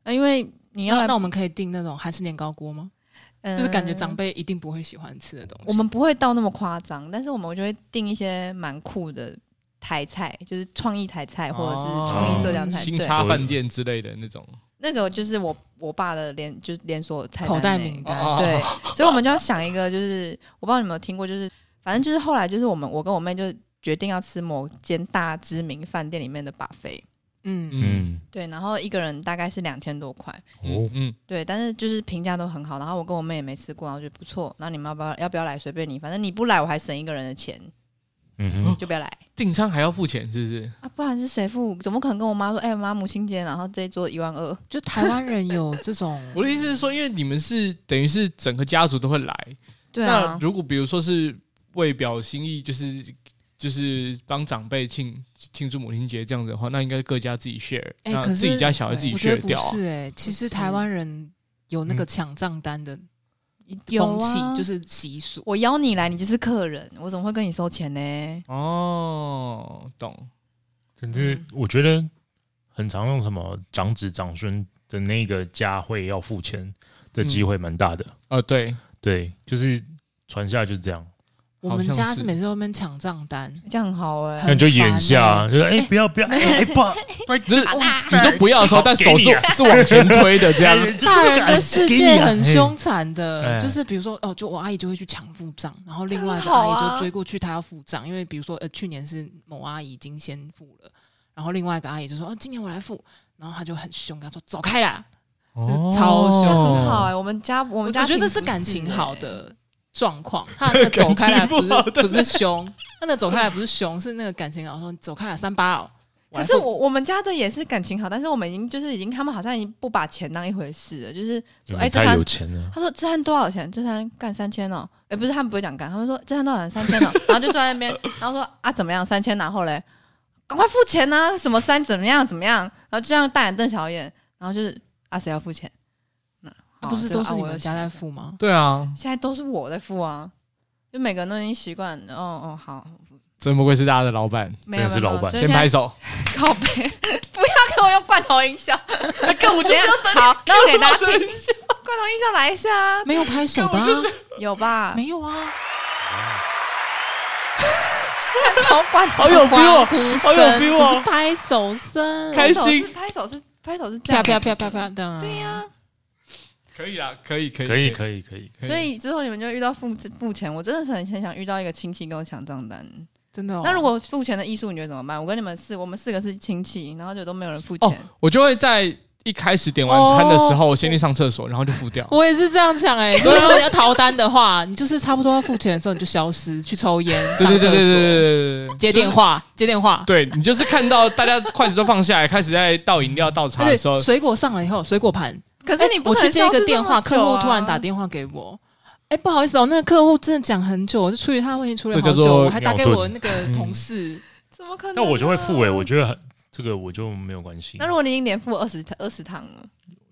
[SPEAKER 3] 呃、因为你要来，
[SPEAKER 4] 那那我们可以订那种韩式年糕锅吗？
[SPEAKER 3] 呃
[SPEAKER 4] 就是感觉长辈一定不会喜欢吃的东西。
[SPEAKER 3] 我们不会到那么夸张，但是我们就会定一些蛮酷的台菜，就是创意台菜或者是
[SPEAKER 4] 哦
[SPEAKER 3] 创意浙江菜。
[SPEAKER 2] 新
[SPEAKER 3] 对，
[SPEAKER 2] 茶饭店之类的那种，
[SPEAKER 3] 那个就是我我爸的连就是连锁菜单
[SPEAKER 4] 口袋
[SPEAKER 3] 内
[SPEAKER 4] 名单，
[SPEAKER 2] 哦
[SPEAKER 3] 对，所以我们就要想一个，就是我不知道你有没有听过，就是反正就是后来就是我们我跟我妹就决定要吃某间大知名饭店里面的把费，
[SPEAKER 4] 嗯，
[SPEAKER 2] 嗯
[SPEAKER 1] 嗯，
[SPEAKER 3] 对，然后一个人大概是两千多块。
[SPEAKER 1] 哦
[SPEAKER 2] 嗯，嗯，
[SPEAKER 3] 对，但是就是评价都很好，然后我跟我妹也没吃过，然后觉得不错。那你们要不要要不要来？随便你，反正你不来我还省一个人的钱，
[SPEAKER 1] 嗯哼，
[SPEAKER 3] 就不要来。
[SPEAKER 2] 订餐还要付钱是不是？
[SPEAKER 3] 啊，不然是谁付？怎么可能跟我妈说？哎、妈，母亲节，然后这一桌一万二。
[SPEAKER 4] 就台湾人有这种
[SPEAKER 2] 我的意思是说，因为你们是等于是整个家族都会来，
[SPEAKER 3] 对
[SPEAKER 2] 那
[SPEAKER 3] 啊，
[SPEAKER 2] 如果比如说是为表心意，就是就是帮长辈庆庆祝母亲节这样子的话，那应该各家自己 share，
[SPEAKER 4] 哎
[SPEAKER 2] 那
[SPEAKER 4] 可是
[SPEAKER 2] 自己家小孩自己
[SPEAKER 4] 我觉
[SPEAKER 2] share
[SPEAKER 4] 得不
[SPEAKER 2] 掉啊。
[SPEAKER 4] 是哎、其实台湾人有
[SPEAKER 2] 嗯
[SPEAKER 4] 那个抢账单的
[SPEAKER 3] 有
[SPEAKER 4] 风气，
[SPEAKER 3] 啊
[SPEAKER 4] 就是习俗。
[SPEAKER 3] 我邀你来，你就是客人，我怎么会跟你收钱呢？
[SPEAKER 2] 哦，懂。
[SPEAKER 1] 可是我觉得。很常用什么长子长孙的那个家会要付钱的机会蛮大的。
[SPEAKER 2] 呃，对，
[SPEAKER 1] 对，就是传下来就是这样，
[SPEAKER 4] 我们
[SPEAKER 2] 好像
[SPEAKER 4] 家
[SPEAKER 2] 是
[SPEAKER 4] 是每次都在那边抢账单，
[SPEAKER 3] 这样很好哎、
[SPEAKER 1] 那你就演一下啊，就是哎、
[SPEAKER 4] 欸
[SPEAKER 1] 不要不要，哎、哎爸，不然
[SPEAKER 2] 就是
[SPEAKER 4] 啊
[SPEAKER 2] 你说不要的时候，但手是
[SPEAKER 1] 给你啊
[SPEAKER 2] 是往前推的， 这样
[SPEAKER 4] 大人的世界
[SPEAKER 2] 啊
[SPEAKER 4] 很。
[SPEAKER 1] 哎
[SPEAKER 4] 凶残的，
[SPEAKER 1] 哎
[SPEAKER 4] 就是比如说哦，就我阿姨就会去抢付账，然后另外的
[SPEAKER 3] 真好啊
[SPEAKER 4] 阿姨就追过去，她要付账，因为比如说呃去年是某阿姨已经先付了，然后另外一个阿姨就说哦今年我来付，然后她就很凶，跟她说走开啦，就是超凶
[SPEAKER 3] 这样很
[SPEAKER 2] 哦
[SPEAKER 3] 好哎、我们家我
[SPEAKER 4] 我
[SPEAKER 3] 们家
[SPEAKER 4] 觉得
[SPEAKER 3] 挺
[SPEAKER 4] 是
[SPEAKER 3] 不
[SPEAKER 4] 感情
[SPEAKER 3] 欸
[SPEAKER 4] 好，的状况，他那个走开来不
[SPEAKER 2] 感情
[SPEAKER 4] 是
[SPEAKER 2] 不好的
[SPEAKER 4] 不是凶， 他那个走开来不是凶，是那个感情好说你走开来三八哦。
[SPEAKER 3] 可
[SPEAKER 4] 来
[SPEAKER 3] 是
[SPEAKER 4] 付
[SPEAKER 3] 我我们家的也是感情好，但是我们已经就是已经他们好像已经不把钱当一回事了，就是
[SPEAKER 1] 你
[SPEAKER 3] 说哎、
[SPEAKER 1] 们
[SPEAKER 3] 这
[SPEAKER 1] 太
[SPEAKER 3] 餐
[SPEAKER 1] 有钱了，
[SPEAKER 3] 他说这餐多少钱？这餐干三千哦，哎、不是他们不会讲干，他们说这餐多少钱？三千哦，然后就坐在那边，然后说啊怎么样？三千，然后嘞，赶快付钱呐、什么三怎么样怎么样？然后就这样大眼瞪小眼，然后就是啊谁要付钱？那、
[SPEAKER 4] 那
[SPEAKER 3] 好
[SPEAKER 4] 不是
[SPEAKER 3] 这
[SPEAKER 4] 都
[SPEAKER 3] 个
[SPEAKER 4] 是
[SPEAKER 3] 啊
[SPEAKER 4] 你
[SPEAKER 3] 我
[SPEAKER 4] 们
[SPEAKER 3] 有
[SPEAKER 4] 家
[SPEAKER 3] 钱
[SPEAKER 4] 在付吗？
[SPEAKER 2] 对啊，
[SPEAKER 3] 现在都是我在付啊，就每个人都已经习惯。哦哦，好，
[SPEAKER 2] 真不愧是大家的老板，啊
[SPEAKER 3] 没有
[SPEAKER 1] 真的是
[SPEAKER 3] 没有
[SPEAKER 1] 老板
[SPEAKER 3] 所以
[SPEAKER 2] 先
[SPEAKER 3] 现在
[SPEAKER 2] 拍手。
[SPEAKER 3] 靠背， 不要给我用罐头音效，
[SPEAKER 2] 看我
[SPEAKER 3] 我就是好，那 我给大家听一下，罐头音效来一下啊，
[SPEAKER 4] 没有拍手的啊，
[SPEAKER 3] 有吧？
[SPEAKER 4] 没有 啊，
[SPEAKER 3] 超罐头，
[SPEAKER 2] 好有 feel，
[SPEAKER 4] 欢
[SPEAKER 2] 哦
[SPEAKER 4] 呼声
[SPEAKER 2] 好有 feel
[SPEAKER 4] 不
[SPEAKER 2] 哦
[SPEAKER 4] 是拍手声，
[SPEAKER 2] 开心
[SPEAKER 3] 拍手是拍手是拍手是这
[SPEAKER 4] 啪
[SPEAKER 3] 样，
[SPEAKER 4] 啪啪啪啪的。啊
[SPEAKER 3] 对呀。
[SPEAKER 2] 可以啦，可以可以
[SPEAKER 1] 可以可以可以，
[SPEAKER 2] 可
[SPEAKER 3] 所以之后你们就遇到付付钱，我真的是很很想遇到一个亲戚跟我抢账单。
[SPEAKER 4] 真的哦。
[SPEAKER 3] 那如果付钱的艺术，你觉得怎么办？我跟你们四，我们四个是亲戚，然后就都没有人付
[SPEAKER 2] 哦
[SPEAKER 3] 钱。，
[SPEAKER 2] 我就会在一开始点完餐的时候，先去上厕所，然后就付掉。
[SPEAKER 4] 我也是这样想哎，如果你要逃单的话，你就是差不多要付钱的时候你就消失去抽烟，
[SPEAKER 2] 对对对对
[SPEAKER 4] 上
[SPEAKER 2] 对
[SPEAKER 4] 厕所
[SPEAKER 2] 对对对对，
[SPEAKER 4] 接电话，接电话。
[SPEAKER 2] 对你就是看到大家筷子都放下来，开始在倒饮料、倒茶
[SPEAKER 4] 而
[SPEAKER 2] 的
[SPEAKER 4] 且
[SPEAKER 2] 时候，
[SPEAKER 4] 水果上来以后，水果盘
[SPEAKER 3] 可是你
[SPEAKER 4] 欸
[SPEAKER 3] 不
[SPEAKER 4] 我
[SPEAKER 3] 可
[SPEAKER 4] 去
[SPEAKER 3] 能
[SPEAKER 4] 接一
[SPEAKER 3] 消失
[SPEAKER 4] 个
[SPEAKER 3] 这
[SPEAKER 4] 电
[SPEAKER 3] 么
[SPEAKER 4] 话，客
[SPEAKER 3] 久
[SPEAKER 4] 户
[SPEAKER 3] 啊
[SPEAKER 4] 突然打电话给我，哎、不好意思哦，那个客户真的讲很久，就处理他的问题处
[SPEAKER 2] 这
[SPEAKER 4] 理好
[SPEAKER 2] 叫
[SPEAKER 4] 久，
[SPEAKER 2] 做
[SPEAKER 4] 我还打给
[SPEAKER 1] 尿遁
[SPEAKER 4] 我那个同事，
[SPEAKER 3] 怎么可能啊？
[SPEAKER 1] 但我就会付哎、
[SPEAKER 4] 欸
[SPEAKER 1] 我觉得很这个我就没有关系
[SPEAKER 3] 那，如果你已经连付二十二十趟了，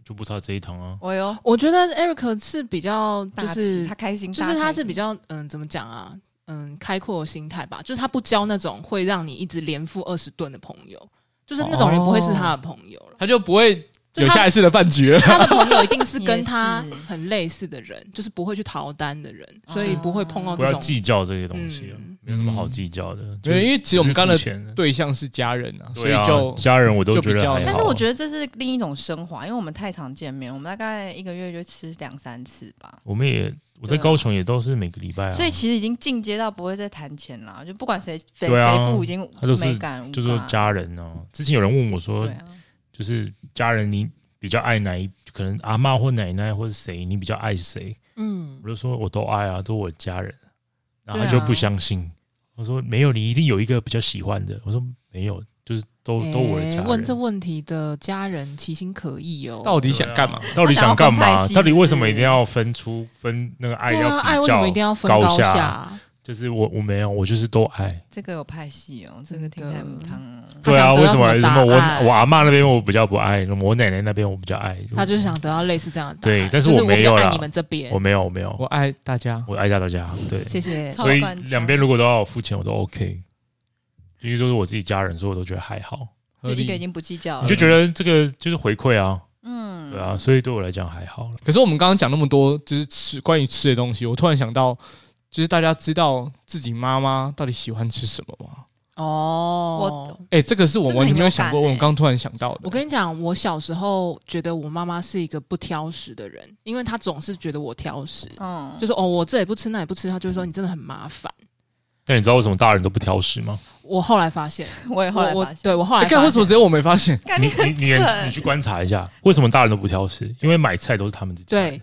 [SPEAKER 1] 就不差这一趟啊。
[SPEAKER 3] 我有
[SPEAKER 4] 我觉得 Eric 是比较
[SPEAKER 3] 大气，
[SPEAKER 4] 就是
[SPEAKER 3] 他开心，
[SPEAKER 4] 就是
[SPEAKER 3] 大
[SPEAKER 4] 他
[SPEAKER 3] 开
[SPEAKER 4] 是
[SPEAKER 3] 心
[SPEAKER 4] 比较嗯怎么讲啊嗯开阔的心态吧，就是他不交那种会让你一直连付二十顿的朋友，就是那种人不会是他的朋友了。
[SPEAKER 2] 他就不会
[SPEAKER 4] 就
[SPEAKER 2] 有
[SPEAKER 4] 他
[SPEAKER 2] 下一次的饭局了。
[SPEAKER 4] 他的朋友一定是
[SPEAKER 3] 也
[SPEAKER 4] 跟他
[SPEAKER 3] 是哦
[SPEAKER 4] 很类似的人，就是不会去逃单的人，所以不会碰到
[SPEAKER 1] 不
[SPEAKER 4] 这
[SPEAKER 1] 要
[SPEAKER 4] 种
[SPEAKER 1] 计较这些东西啊，
[SPEAKER 4] 嗯
[SPEAKER 1] 没有什么好计较的。就
[SPEAKER 2] 因为
[SPEAKER 1] 是
[SPEAKER 2] 嗯因为其实我们刚刚
[SPEAKER 1] 就是
[SPEAKER 2] 的
[SPEAKER 1] 付钱
[SPEAKER 2] 对象是家人啊，所以
[SPEAKER 1] 对啊
[SPEAKER 2] 就
[SPEAKER 1] 家人我都觉
[SPEAKER 2] 就比
[SPEAKER 1] 得
[SPEAKER 2] 较
[SPEAKER 1] 还好，
[SPEAKER 3] 但是我觉得这是另一种升华，因为我们太常见面，我们大概一个月就吃两三次吧，
[SPEAKER 1] 我们也我在
[SPEAKER 3] 对啊
[SPEAKER 1] 高雄也都是每个礼拜啊，
[SPEAKER 3] 所以其实已经进阶到不会再谈钱了，就不管谁谁
[SPEAKER 1] 对啊
[SPEAKER 3] 谁付已经
[SPEAKER 1] 他就是
[SPEAKER 3] 没感无
[SPEAKER 1] 就说
[SPEAKER 3] 感
[SPEAKER 1] 家人哦、之前有人问我说
[SPEAKER 3] 对，啊，
[SPEAKER 1] 就是家人你比较爱哪一？可能阿嬷或奶奶或者谁，你比较爱谁？
[SPEAKER 4] 嗯
[SPEAKER 1] 我就说我都爱啊，都我家人。然后
[SPEAKER 3] 对啊
[SPEAKER 1] 他就不相信，我说没有，你一定有一个比较喜欢的。我说没有，就是都、都我的家
[SPEAKER 4] 欸
[SPEAKER 1] 人。
[SPEAKER 4] 问这问题的家人其心可意哦。
[SPEAKER 2] 到底想干嘛？
[SPEAKER 1] 对啊？到底想干
[SPEAKER 3] 他想
[SPEAKER 1] 嘛
[SPEAKER 3] 要分派？系
[SPEAKER 1] 到底为什么
[SPEAKER 3] 是
[SPEAKER 1] 一
[SPEAKER 3] 不是
[SPEAKER 1] 定要分出分那个爱
[SPEAKER 4] 对
[SPEAKER 1] 要比
[SPEAKER 4] 啊，
[SPEAKER 1] 较？
[SPEAKER 4] 爱为什么一定要分
[SPEAKER 1] 高
[SPEAKER 4] 下？
[SPEAKER 1] 就是我我没有，我就是都爱。
[SPEAKER 3] 这个有派系哦，这个
[SPEAKER 4] 真
[SPEAKER 3] 听
[SPEAKER 4] 的
[SPEAKER 3] 起来很烫哦。
[SPEAKER 4] 他
[SPEAKER 1] 对啊，
[SPEAKER 4] 想得
[SPEAKER 1] 为
[SPEAKER 4] 到
[SPEAKER 1] 什么什
[SPEAKER 4] 什么答
[SPEAKER 1] 么我
[SPEAKER 4] 案
[SPEAKER 1] 我阿嬷那边我比较不爱，我奶奶那边我比较爱。
[SPEAKER 4] 他就是想得到类似这样的答案。
[SPEAKER 1] 对但是
[SPEAKER 4] 就是
[SPEAKER 1] 我
[SPEAKER 4] 比
[SPEAKER 1] 没
[SPEAKER 4] 较
[SPEAKER 1] 有
[SPEAKER 4] 爱
[SPEAKER 1] 啦
[SPEAKER 4] 你们这边
[SPEAKER 1] 我，没有我没有，我
[SPEAKER 2] 我爱大家，
[SPEAKER 1] 爱大家。对，
[SPEAKER 4] 谢谢。
[SPEAKER 3] 超
[SPEAKER 1] 所以
[SPEAKER 3] 管家
[SPEAKER 1] 两边如果都要我付钱，我都 OK，因为都是我自己家人，所以我都觉得还好。
[SPEAKER 2] 合
[SPEAKER 3] 就一个已
[SPEAKER 2] 理。
[SPEAKER 3] 经不计较
[SPEAKER 1] 你
[SPEAKER 3] 了
[SPEAKER 1] 就，觉得这个就是回馈啊，
[SPEAKER 3] 嗯，
[SPEAKER 1] 对啊，所以对我来讲还好了。
[SPEAKER 2] 可是我们刚刚讲那么多，就是吃关于吃的东西，我突然想到，就是大家知道自己妈妈到底喜欢吃什么吗？
[SPEAKER 4] 哦，我
[SPEAKER 2] 哎、这个是我
[SPEAKER 3] 这个
[SPEAKER 2] 完全没有
[SPEAKER 3] 很有
[SPEAKER 2] 想
[SPEAKER 3] 感
[SPEAKER 2] 过，我
[SPEAKER 3] 欸
[SPEAKER 2] 刚突然想到的。
[SPEAKER 4] 我跟你讲，我小时候觉得我妈妈是一个不挑食的人，因为她总是觉得我挑食，
[SPEAKER 3] 嗯，
[SPEAKER 4] 就是哦，我这也不吃，那也不吃，她就会说你真的很麻烦。
[SPEAKER 1] 但你知道为什么大人都不挑食吗？我
[SPEAKER 4] 我后来发现，
[SPEAKER 3] 我 也后来
[SPEAKER 4] 我
[SPEAKER 3] 发
[SPEAKER 4] 我
[SPEAKER 3] 现，
[SPEAKER 4] 对我后
[SPEAKER 2] 哎
[SPEAKER 4] 来发现，
[SPEAKER 2] 干为什么只有我没发现？
[SPEAKER 3] 干
[SPEAKER 1] 你你
[SPEAKER 3] 很
[SPEAKER 1] 你你
[SPEAKER 3] 蠢，
[SPEAKER 1] 去观察一下，为什么大人都不挑食？因为买菜都是他们自己。，
[SPEAKER 4] 对，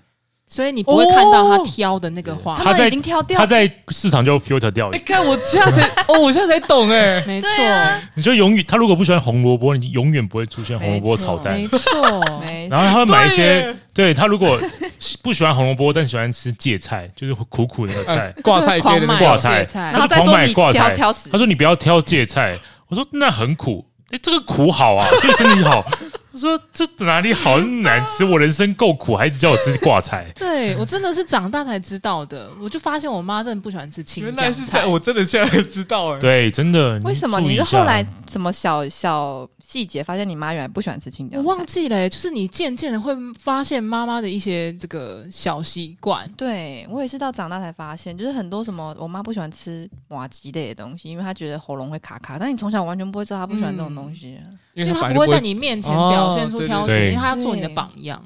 [SPEAKER 4] 所以你不会看到
[SPEAKER 1] 哦
[SPEAKER 4] 她挑的那 个话，
[SPEAKER 1] 他
[SPEAKER 3] 他
[SPEAKER 1] 在
[SPEAKER 3] 们已经挑掉
[SPEAKER 1] 他，在市场就 filter 掉
[SPEAKER 2] 哎、，看我现在才，哦，我现在才懂哎、
[SPEAKER 4] 没错，
[SPEAKER 3] 对啊
[SPEAKER 1] 你就永远他如果不喜欢红萝卜，你永远不会出现红萝卜炒蛋
[SPEAKER 4] 没。错，
[SPEAKER 3] 没
[SPEAKER 1] 然后他会买一些，
[SPEAKER 2] 对
[SPEAKER 1] 对他如果不喜欢红萝卜，但喜欢吃芥菜，就是苦苦的那个
[SPEAKER 2] 哎
[SPEAKER 1] 菜，
[SPEAKER 2] 挂菜
[SPEAKER 4] 狂
[SPEAKER 2] 贴的那
[SPEAKER 4] 买
[SPEAKER 2] 个
[SPEAKER 1] 挂
[SPEAKER 4] 芥
[SPEAKER 1] 菜
[SPEAKER 4] 菜。
[SPEAKER 3] 然后再
[SPEAKER 1] 他就
[SPEAKER 3] 说
[SPEAKER 1] 狂买
[SPEAKER 3] 你
[SPEAKER 1] 挂
[SPEAKER 3] 挑
[SPEAKER 1] 菜
[SPEAKER 3] 挑食
[SPEAKER 1] 他，说你不要挑芥菜，我说那很苦，哎、这个苦好啊，对身体好。我说这哪里好难吃？我人生够苦，还一直叫我吃挂菜
[SPEAKER 4] 对我真的是长大才知道的，我就发现我妈真的不喜欢吃青
[SPEAKER 2] 原
[SPEAKER 4] 江
[SPEAKER 2] 来是这
[SPEAKER 4] 菜
[SPEAKER 2] 样，。我真的现在才知道哎、
[SPEAKER 1] 对，真的。
[SPEAKER 3] 为什么
[SPEAKER 1] 注意
[SPEAKER 3] 你
[SPEAKER 1] 一
[SPEAKER 3] 是
[SPEAKER 1] 下
[SPEAKER 3] 后来什么小小细节发现你妈原来不喜欢吃青
[SPEAKER 4] 我
[SPEAKER 3] 椒
[SPEAKER 4] 忘
[SPEAKER 3] 菜？
[SPEAKER 4] 记了、欸就是你渐渐的会发现妈妈的一些这个小习惯，
[SPEAKER 3] 对我也是到长大才发现，就是很多什么我妈不喜欢吃麻吉类的东西，因为她觉得喉咙会卡卡。但你从小完全不会知道她不喜欢这种东西。
[SPEAKER 2] 因
[SPEAKER 4] 因为
[SPEAKER 2] 她
[SPEAKER 4] 她
[SPEAKER 2] 本
[SPEAKER 4] 不
[SPEAKER 2] 来
[SPEAKER 4] 会
[SPEAKER 2] 就
[SPEAKER 4] 在你面前表现出挑
[SPEAKER 1] 哦对对
[SPEAKER 4] 食，
[SPEAKER 1] 对
[SPEAKER 4] 因为她要做你的榜样。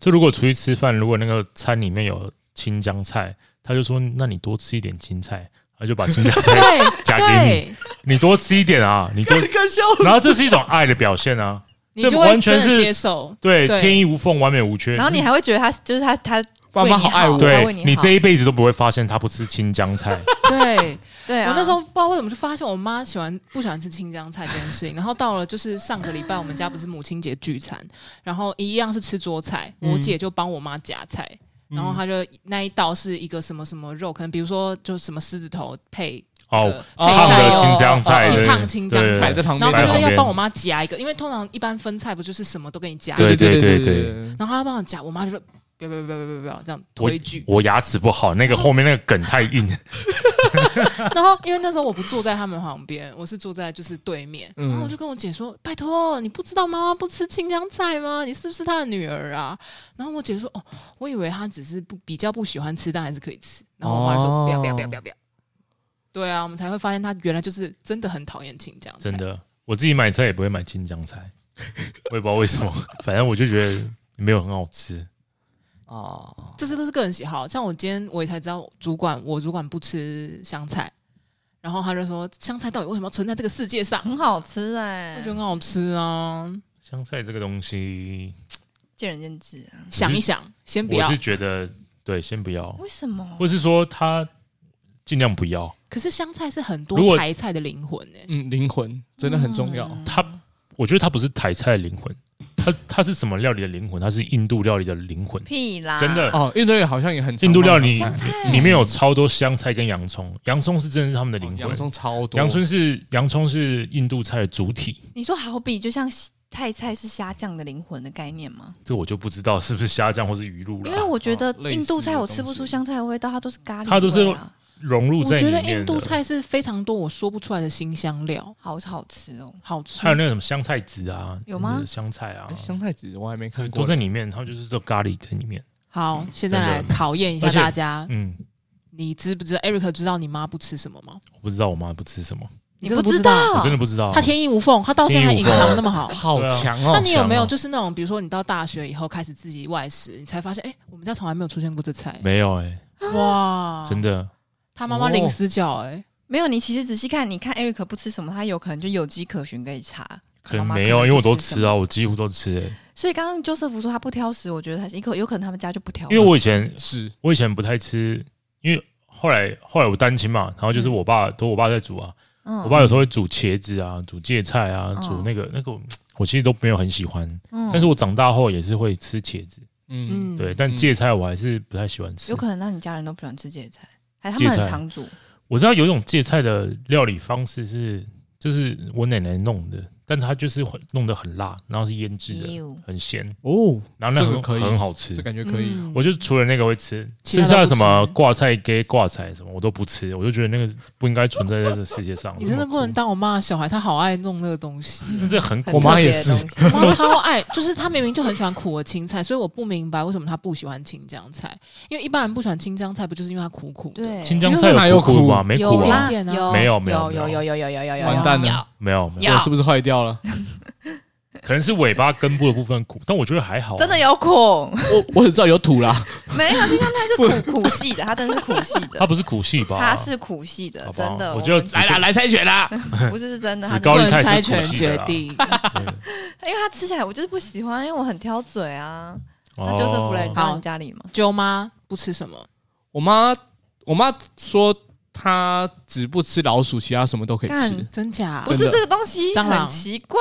[SPEAKER 1] 就如果出去吃饭，如果那个餐里面有青江菜，他就说：“那你多吃一点青菜。”他就把青江菜，
[SPEAKER 4] 对
[SPEAKER 1] 嫁给
[SPEAKER 4] 对，
[SPEAKER 1] 你多吃一点啊， 你多。
[SPEAKER 2] 个笑
[SPEAKER 1] 然后这是一种爱的表现啊，
[SPEAKER 4] 你就
[SPEAKER 1] 这
[SPEAKER 4] 会
[SPEAKER 1] 完
[SPEAKER 4] 真
[SPEAKER 1] 全
[SPEAKER 4] 的
[SPEAKER 1] 是
[SPEAKER 4] 接受。
[SPEAKER 1] 对，
[SPEAKER 4] 对
[SPEAKER 1] 天衣无缝，完美无缺。
[SPEAKER 3] 然后你还会觉得她就是她她
[SPEAKER 2] 爸妈好爱我，
[SPEAKER 3] 对
[SPEAKER 1] 对
[SPEAKER 3] 为你
[SPEAKER 1] 你
[SPEAKER 3] 好
[SPEAKER 1] 这一辈子都不会发现他不吃青江菜，
[SPEAKER 4] 对，
[SPEAKER 3] 对啊，
[SPEAKER 4] 我那时候不知道为什么就发现我妈喜欢不喜欢吃青江菜这件事情， 然后到了就是上个礼拜我们家不是母亲节聚餐，然后一样是吃桌菜，我
[SPEAKER 3] 嗯
[SPEAKER 4] 姐就帮我妈夹菜，然后她就那一道是一个什么什么肉，可能比如说就什么狮子头配
[SPEAKER 1] 哦，
[SPEAKER 4] 呃配
[SPEAKER 1] 胖
[SPEAKER 4] 菜
[SPEAKER 1] 的
[SPEAKER 4] 哦
[SPEAKER 1] 青江菜，
[SPEAKER 4] 清
[SPEAKER 1] 对
[SPEAKER 4] 烫青江
[SPEAKER 1] 对
[SPEAKER 2] 摆
[SPEAKER 4] 菜
[SPEAKER 2] 在旁
[SPEAKER 4] 然后
[SPEAKER 2] 边，
[SPEAKER 4] 她
[SPEAKER 1] 旁
[SPEAKER 4] 就
[SPEAKER 1] 边
[SPEAKER 4] 要帮我妈夹一个，因为通常一般分菜不就是什么都给你夹，
[SPEAKER 1] 对对
[SPEAKER 2] 对
[SPEAKER 1] 对
[SPEAKER 2] 对
[SPEAKER 1] 对
[SPEAKER 4] 然后她帮我夹，我妈就说不要不要不要不要不要这样
[SPEAKER 1] 我
[SPEAKER 4] 推举，
[SPEAKER 1] 我牙齿不好，那个后面那个梗太硬，
[SPEAKER 4] 然后因为那时候我不坐在他们旁边，我是坐在就是对面，
[SPEAKER 2] 嗯
[SPEAKER 4] 然后我就跟我姐说：“拜托，你不知道妈妈不吃青江菜吗？你是不是她的女儿啊？”然后我姐说：“哦，我以为她只是不比较不喜欢吃，但还是可以吃。”然后我妈就说：“
[SPEAKER 2] 哦
[SPEAKER 4] 不要不要不要不要不要。”对啊，我们才会发现她原来就是真的很讨厌青江 菜。
[SPEAKER 1] 真的。我自己买菜也不会买青江菜， 我也不知道为什么，反正我就觉得没有很好吃。
[SPEAKER 2] 哦，
[SPEAKER 4] 这些都是个人喜好。像我今天我也才知道，主管我主管不吃香菜，然后他就说：“香菜到底为什么要存在这个世界上？”
[SPEAKER 3] 很好吃哎、
[SPEAKER 4] 我觉得很好吃啊！
[SPEAKER 1] 香菜这个东西，
[SPEAKER 3] 见仁见智啊。
[SPEAKER 4] 想一想，先不
[SPEAKER 1] 我
[SPEAKER 4] 要
[SPEAKER 1] 是。觉得对，先不要，
[SPEAKER 3] 为什么？
[SPEAKER 1] 或是说他尽量不要。
[SPEAKER 4] 可是香菜是很
[SPEAKER 1] 如
[SPEAKER 4] 多
[SPEAKER 1] 果
[SPEAKER 4] 台菜的灵魂欸呢、
[SPEAKER 2] 嗯，灵魂真的很重要，
[SPEAKER 1] 它，我觉得它不是台菜的灵魂，它它是什么料理的灵魂？它是印度料理的灵魂，
[SPEAKER 3] 屁啦！
[SPEAKER 1] 真的。
[SPEAKER 2] 哦，印度料理好像也很常
[SPEAKER 1] 印度料理
[SPEAKER 2] 放
[SPEAKER 1] 里面有超多香菜跟洋葱，洋葱是真的是他们的
[SPEAKER 2] 哦
[SPEAKER 1] 灵魂
[SPEAKER 2] 洋。葱超多，
[SPEAKER 1] 洋葱是洋葱是印度菜的主体，
[SPEAKER 3] 你说好比就像泰菜是虾酱的灵魂的概念吗？
[SPEAKER 1] 这我就不知道是不是虾酱或是鱼露
[SPEAKER 3] 因为
[SPEAKER 1] 了，
[SPEAKER 3] 我觉得
[SPEAKER 2] 哦类似
[SPEAKER 3] 印度菜
[SPEAKER 2] 的
[SPEAKER 3] 我吃不
[SPEAKER 2] 东西
[SPEAKER 3] 出香菜的味道，它都是咖喱、啊，
[SPEAKER 1] 它都是融入
[SPEAKER 4] 我
[SPEAKER 1] 在里
[SPEAKER 4] 觉得
[SPEAKER 1] 面
[SPEAKER 4] 印
[SPEAKER 1] 的
[SPEAKER 4] 度菜是非常多我说不出来的新香料，
[SPEAKER 3] 好好吃哦。
[SPEAKER 4] 好吃
[SPEAKER 1] 还。有那个什么香菜籽啊，
[SPEAKER 3] 有吗
[SPEAKER 1] 就是香菜啊
[SPEAKER 2] 哎，香菜籽我还没看过
[SPEAKER 1] 都，在里面，它就是做咖喱在里面。
[SPEAKER 4] 好，现在来
[SPEAKER 1] 真
[SPEAKER 4] 考验一下
[SPEAKER 1] 而且
[SPEAKER 4] 大家，
[SPEAKER 1] 嗯，
[SPEAKER 4] 你知不知道 Eric 知道你妈不吃什么吗？
[SPEAKER 1] 我不知道我妈不吃什么，
[SPEAKER 4] 你真
[SPEAKER 3] 不
[SPEAKER 4] 的不
[SPEAKER 3] 知
[SPEAKER 4] 知道
[SPEAKER 1] 我真的不知道。
[SPEAKER 4] 她天衣无缝，她到现在还隐藏得那 么好。
[SPEAKER 2] 好强
[SPEAKER 4] 那
[SPEAKER 2] 哦，
[SPEAKER 4] 你有没
[SPEAKER 1] 强
[SPEAKER 4] 有
[SPEAKER 1] 哦
[SPEAKER 4] 就是那种，比如说你到大学以后开始自己外食，你才发现，哎，我们家从来没有出现过这菜。
[SPEAKER 1] 没有哎，
[SPEAKER 3] 哦
[SPEAKER 4] 哇，
[SPEAKER 1] 真的哦
[SPEAKER 4] 他妈妈零死角哎，
[SPEAKER 3] 没有，你其实仔细看，你看 Eric 不吃什么，他有可能就有迹可循可以查。
[SPEAKER 1] 可能
[SPEAKER 3] 妈妈
[SPEAKER 1] 没有，
[SPEAKER 3] 可能不
[SPEAKER 1] 因为我都
[SPEAKER 3] 吃哦
[SPEAKER 1] 吃啊，我几乎都吃哎，
[SPEAKER 3] 所以刚刚纠瑟夫说他不挑食，我觉得他是有有可能他们家就不挑食，
[SPEAKER 1] 因为我以前
[SPEAKER 2] 是
[SPEAKER 1] 我以前不太吃，因为后来后来我单亲嘛，然后就是我爸、都我爸在煮啊，
[SPEAKER 3] 嗯
[SPEAKER 1] 我爸有时候会煮茄子啊，煮芥菜啊，
[SPEAKER 3] 嗯
[SPEAKER 1] 煮那个那个我，我其实都没有很喜欢，
[SPEAKER 3] 嗯
[SPEAKER 1] 但是我长大后也是会吃茄子，
[SPEAKER 2] 嗯，
[SPEAKER 4] 嗯，
[SPEAKER 1] 对，但芥菜我还是不太喜欢吃
[SPEAKER 3] 有。可能让你家人都不喜欢吃芥菜，还是他们
[SPEAKER 1] 芥
[SPEAKER 3] 很
[SPEAKER 1] 菜
[SPEAKER 3] 常煮。
[SPEAKER 1] 我知道有一种芥菜的料理方式是，就是我奶奶弄的，但她就是会弄得很辣，然后是腌制的，
[SPEAKER 3] Ew
[SPEAKER 1] 很咸，
[SPEAKER 2] 哦，
[SPEAKER 1] 然后那
[SPEAKER 2] 这个
[SPEAKER 1] 很
[SPEAKER 2] 可以
[SPEAKER 1] 很好
[SPEAKER 2] 这
[SPEAKER 1] 吃。
[SPEAKER 2] 感觉
[SPEAKER 4] 嗯
[SPEAKER 2] 可以，
[SPEAKER 1] 我就除了那个会吃，
[SPEAKER 4] 其
[SPEAKER 1] 剩
[SPEAKER 4] 他都
[SPEAKER 1] 下的什
[SPEAKER 4] 不
[SPEAKER 1] 么
[SPEAKER 4] 吃
[SPEAKER 1] 挂菜、给挂菜什么我都不吃，我就觉得那个不应该存在在这世界 上。
[SPEAKER 4] 你真的不能当我妈的小孩，她好爱弄那个东西。
[SPEAKER 1] 这很
[SPEAKER 3] 很
[SPEAKER 1] 苦
[SPEAKER 2] 我妈
[SPEAKER 3] 特别
[SPEAKER 2] 也
[SPEAKER 3] 的
[SPEAKER 2] 是
[SPEAKER 3] 东西
[SPEAKER 4] 我妈超爱，就是她明明就很喜欢苦的青菜，所以我不明白为什么她不喜欢青江菜，因为一般人不喜欢青江菜，不就是因为它苦苦的？
[SPEAKER 3] 对，
[SPEAKER 1] 青
[SPEAKER 2] 江
[SPEAKER 1] 江
[SPEAKER 2] 菜哪
[SPEAKER 1] 菜
[SPEAKER 2] 有
[SPEAKER 1] 苦
[SPEAKER 2] 苦
[SPEAKER 1] 吗？没
[SPEAKER 3] 有
[SPEAKER 1] 苦
[SPEAKER 3] 啦
[SPEAKER 1] 啊，
[SPEAKER 4] 一点啊
[SPEAKER 3] 有
[SPEAKER 1] 没有没有
[SPEAKER 3] 有有有
[SPEAKER 1] 没
[SPEAKER 3] 有有有有有
[SPEAKER 2] 完蛋了，
[SPEAKER 1] 没有没有，
[SPEAKER 3] 有
[SPEAKER 2] 我是不是坏掉 了？
[SPEAKER 1] 可能是尾巴根部的部分苦，但我觉得还好啊。
[SPEAKER 3] 真的有苦，
[SPEAKER 2] 我我只知道有土啦，
[SPEAKER 3] 没有青江菜是苦 苦系的，它真的是苦系
[SPEAKER 1] 它
[SPEAKER 3] 的，
[SPEAKER 1] 不是苦系吧？
[SPEAKER 3] 它是苦系的，
[SPEAKER 1] 好吧
[SPEAKER 3] 真的。
[SPEAKER 1] 我觉得
[SPEAKER 3] 们
[SPEAKER 1] 来啦
[SPEAKER 2] 来猜拳啦！
[SPEAKER 3] 不是是真的，
[SPEAKER 1] 紫
[SPEAKER 3] 它
[SPEAKER 1] 高
[SPEAKER 4] 不
[SPEAKER 1] 丽
[SPEAKER 4] 能
[SPEAKER 1] 菜
[SPEAKER 4] 猜
[SPEAKER 1] 是苦
[SPEAKER 4] 拳
[SPEAKER 1] 系
[SPEAKER 4] 决
[SPEAKER 1] 的啦
[SPEAKER 4] 定。
[SPEAKER 3] 因为它吃起来我就是不喜欢，因为我很挑嘴啊。那
[SPEAKER 1] 哦
[SPEAKER 3] 就是弗雷到
[SPEAKER 4] 好
[SPEAKER 3] 你家里吗？
[SPEAKER 4] 舅妈不吃什么？
[SPEAKER 2] 我妈我妈说她只不吃老鼠，其他什么都可以吃
[SPEAKER 3] 干。
[SPEAKER 4] 真假
[SPEAKER 3] 不？是这个东西
[SPEAKER 4] 蟑螂
[SPEAKER 3] 很奇怪，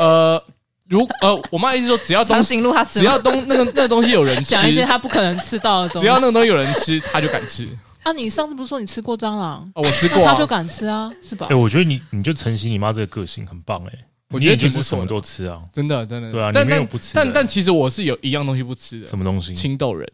[SPEAKER 2] 呃，如呃，我妈意思说只 要东
[SPEAKER 3] 长
[SPEAKER 2] 西
[SPEAKER 3] 颈鹿它吃
[SPEAKER 2] 只
[SPEAKER 3] 吗
[SPEAKER 2] 要东那个那个东西有人吃，
[SPEAKER 4] 讲一些她不可能吃到的东西。
[SPEAKER 2] 只要那个东西有人吃，她就敢吃。
[SPEAKER 4] 啊，你上次不是说你吃过蟑螂？
[SPEAKER 2] 哦，我吃
[SPEAKER 4] 那
[SPEAKER 2] 过
[SPEAKER 4] 她
[SPEAKER 2] 啊
[SPEAKER 4] 就，敢吃啊，是吧
[SPEAKER 1] 哎，？我觉得你你就承袭你妈这个个性，很棒哎。
[SPEAKER 2] 我
[SPEAKER 1] 你
[SPEAKER 2] 觉得
[SPEAKER 1] 也
[SPEAKER 2] 挺
[SPEAKER 1] 就
[SPEAKER 2] 不
[SPEAKER 1] 是什
[SPEAKER 2] 错
[SPEAKER 1] 么
[SPEAKER 2] 的，
[SPEAKER 1] 都吃啊，
[SPEAKER 2] 真的真的。
[SPEAKER 1] 对啊，你
[SPEAKER 2] 但
[SPEAKER 1] 没有
[SPEAKER 2] 但
[SPEAKER 1] 不吃的，
[SPEAKER 2] 但但其实我是有一样东西不吃的，
[SPEAKER 1] 什么东西？
[SPEAKER 2] 青豆仁。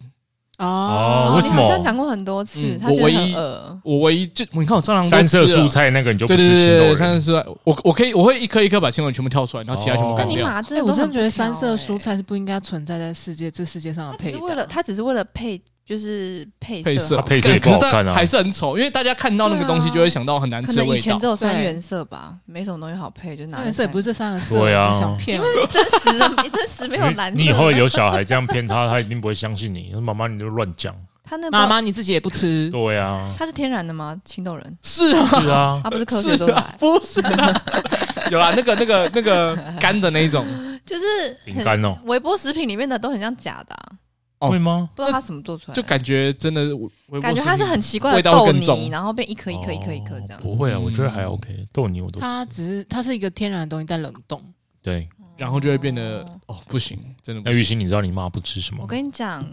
[SPEAKER 1] 哦为
[SPEAKER 3] 你
[SPEAKER 1] 什
[SPEAKER 3] 好
[SPEAKER 1] 么
[SPEAKER 3] 像讲过很多次，
[SPEAKER 2] 嗯
[SPEAKER 3] 他觉
[SPEAKER 2] 我
[SPEAKER 3] 得
[SPEAKER 2] 唯
[SPEAKER 3] 很
[SPEAKER 2] 一
[SPEAKER 3] 饿。
[SPEAKER 2] 我唯一就你看我蟑螂都
[SPEAKER 1] 三色
[SPEAKER 2] 吃了啊
[SPEAKER 1] 蔬菜那个你就不
[SPEAKER 2] 对
[SPEAKER 1] 吃
[SPEAKER 2] 对
[SPEAKER 1] 青
[SPEAKER 2] 对
[SPEAKER 1] 豆
[SPEAKER 2] 对，
[SPEAKER 1] 仁，
[SPEAKER 2] 三色蔬菜，我我可以我会一颗一颗把青豆全部挑出来，然后其他全部
[SPEAKER 1] 哦
[SPEAKER 3] 那
[SPEAKER 2] 干
[SPEAKER 3] 你
[SPEAKER 2] 掉。
[SPEAKER 3] 马真
[SPEAKER 4] 哎，
[SPEAKER 3] 的
[SPEAKER 4] 我
[SPEAKER 3] 都
[SPEAKER 4] 真
[SPEAKER 3] 很
[SPEAKER 4] 的觉
[SPEAKER 3] 不挑
[SPEAKER 4] 得三色
[SPEAKER 3] 欸
[SPEAKER 4] 蔬菜是不应该存在在世界这世界上的
[SPEAKER 3] 只
[SPEAKER 4] 配
[SPEAKER 3] 是
[SPEAKER 4] 搭。
[SPEAKER 3] 为了他只是为了配，就是配
[SPEAKER 2] 配色
[SPEAKER 1] 它
[SPEAKER 3] 好
[SPEAKER 1] 配色
[SPEAKER 2] 对
[SPEAKER 1] 也不好
[SPEAKER 2] 可是
[SPEAKER 1] 看
[SPEAKER 2] 但
[SPEAKER 1] 啊。
[SPEAKER 2] 还是很丑，因为大家看到那个东西就会想到很难
[SPEAKER 3] 可
[SPEAKER 2] 吃的
[SPEAKER 3] 能
[SPEAKER 2] 味
[SPEAKER 3] 以
[SPEAKER 2] 道
[SPEAKER 3] 前只。有三
[SPEAKER 4] 对
[SPEAKER 3] 原色吧，没什么东西好配，就拿
[SPEAKER 4] 三颜色也不是
[SPEAKER 3] 是
[SPEAKER 4] 这三个色，
[SPEAKER 1] 对啊
[SPEAKER 4] 你想骗我？
[SPEAKER 3] 真实的，真实没有蓝色。
[SPEAKER 1] 你你以后有小孩这样骗他，他一定不会相信你。妈妈，你就乱讲。
[SPEAKER 3] 他那
[SPEAKER 4] 妈
[SPEAKER 3] 包
[SPEAKER 4] 妈你自己也不吃，
[SPEAKER 1] 对啊，
[SPEAKER 3] 它是天然的吗？青豆仁，
[SPEAKER 2] 是啊，
[SPEAKER 1] 是啊，
[SPEAKER 3] 它不是科学
[SPEAKER 2] 是
[SPEAKER 3] 做的
[SPEAKER 2] 啊
[SPEAKER 3] 啊，，
[SPEAKER 2] 不是啊， 有啦，那个那个那个干的那一种，
[SPEAKER 3] 就是
[SPEAKER 1] 饼
[SPEAKER 3] 很
[SPEAKER 1] 干哦，
[SPEAKER 3] 微波食品里面的都很像假的啊，
[SPEAKER 2] 哦
[SPEAKER 1] 会吗？
[SPEAKER 3] 不知道它什么做出来的，
[SPEAKER 2] 就感觉真的微微波
[SPEAKER 3] 感觉
[SPEAKER 2] 食
[SPEAKER 3] 它是
[SPEAKER 2] 品
[SPEAKER 3] 很奇怪
[SPEAKER 2] 味
[SPEAKER 3] 的
[SPEAKER 2] 道
[SPEAKER 3] 豆
[SPEAKER 2] 更重
[SPEAKER 3] 泥，然后被一颗一颗一颗一颗这样
[SPEAKER 1] 哦。不会啊，
[SPEAKER 2] 嗯
[SPEAKER 1] 我觉得还 OK。豆泥我都
[SPEAKER 4] 它
[SPEAKER 1] 吃。
[SPEAKER 4] 只是它是一个天然的东西，但冷冻。
[SPEAKER 1] 对，
[SPEAKER 2] 然后就会变得
[SPEAKER 3] 嗯
[SPEAKER 2] 哦不行，真的不
[SPEAKER 1] 那玉
[SPEAKER 2] 行。
[SPEAKER 1] 鑫，你知道你妈不吃
[SPEAKER 2] 嗯
[SPEAKER 1] 什么
[SPEAKER 3] 我
[SPEAKER 1] 吗？
[SPEAKER 3] 跟你讲，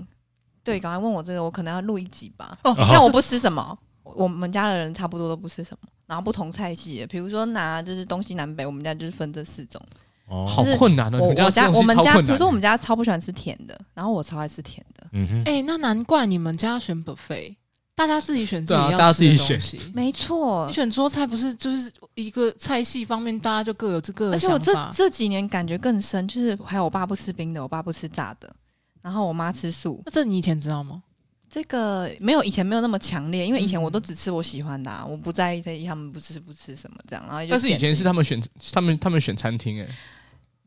[SPEAKER 3] 对，赶快问我这个，我可能要录一集吧。
[SPEAKER 4] 哦
[SPEAKER 2] 啊
[SPEAKER 3] 像我不吃什么，我们家的人差不多都不吃什么，然后不同菜系的，比如说拿就是东西南北，我们家就是分这四种。
[SPEAKER 1] 哦，
[SPEAKER 2] 好困难哦，
[SPEAKER 3] 我
[SPEAKER 2] 你们家
[SPEAKER 3] 我
[SPEAKER 2] 吃
[SPEAKER 3] 家
[SPEAKER 2] 东西
[SPEAKER 3] 我们
[SPEAKER 2] 超
[SPEAKER 3] 家，
[SPEAKER 2] 困
[SPEAKER 3] 比如
[SPEAKER 2] 难
[SPEAKER 3] 说我们家超不喜欢吃甜的，然后我超爱吃甜的，
[SPEAKER 1] 嗯哼，
[SPEAKER 4] 哎、那难怪你们家选 buffet，大家自己选自己
[SPEAKER 2] 对啊
[SPEAKER 4] 要
[SPEAKER 2] 大家自
[SPEAKER 4] 吃
[SPEAKER 2] 己
[SPEAKER 4] 的
[SPEAKER 2] 选
[SPEAKER 4] 东西。
[SPEAKER 3] 没错
[SPEAKER 4] 你。选桌菜不是就是一个菜系方面，大家就各有这个
[SPEAKER 3] 而且我这
[SPEAKER 4] 想法
[SPEAKER 3] 这几年感觉更深，就是还有我爸不吃冰的，我爸不吃炸的，然后我妈吃素。
[SPEAKER 4] 那这你以前知道吗？
[SPEAKER 3] 这个没有以前没有那么强烈，因为以前
[SPEAKER 4] 嗯
[SPEAKER 3] 我都只吃我喜欢的、啊，我不在意他们不吃不吃什么这样。然后就
[SPEAKER 2] 但是以
[SPEAKER 3] 点
[SPEAKER 2] 前
[SPEAKER 3] 自
[SPEAKER 2] 是
[SPEAKER 3] 己
[SPEAKER 2] 他们选他们他们选餐厅哎，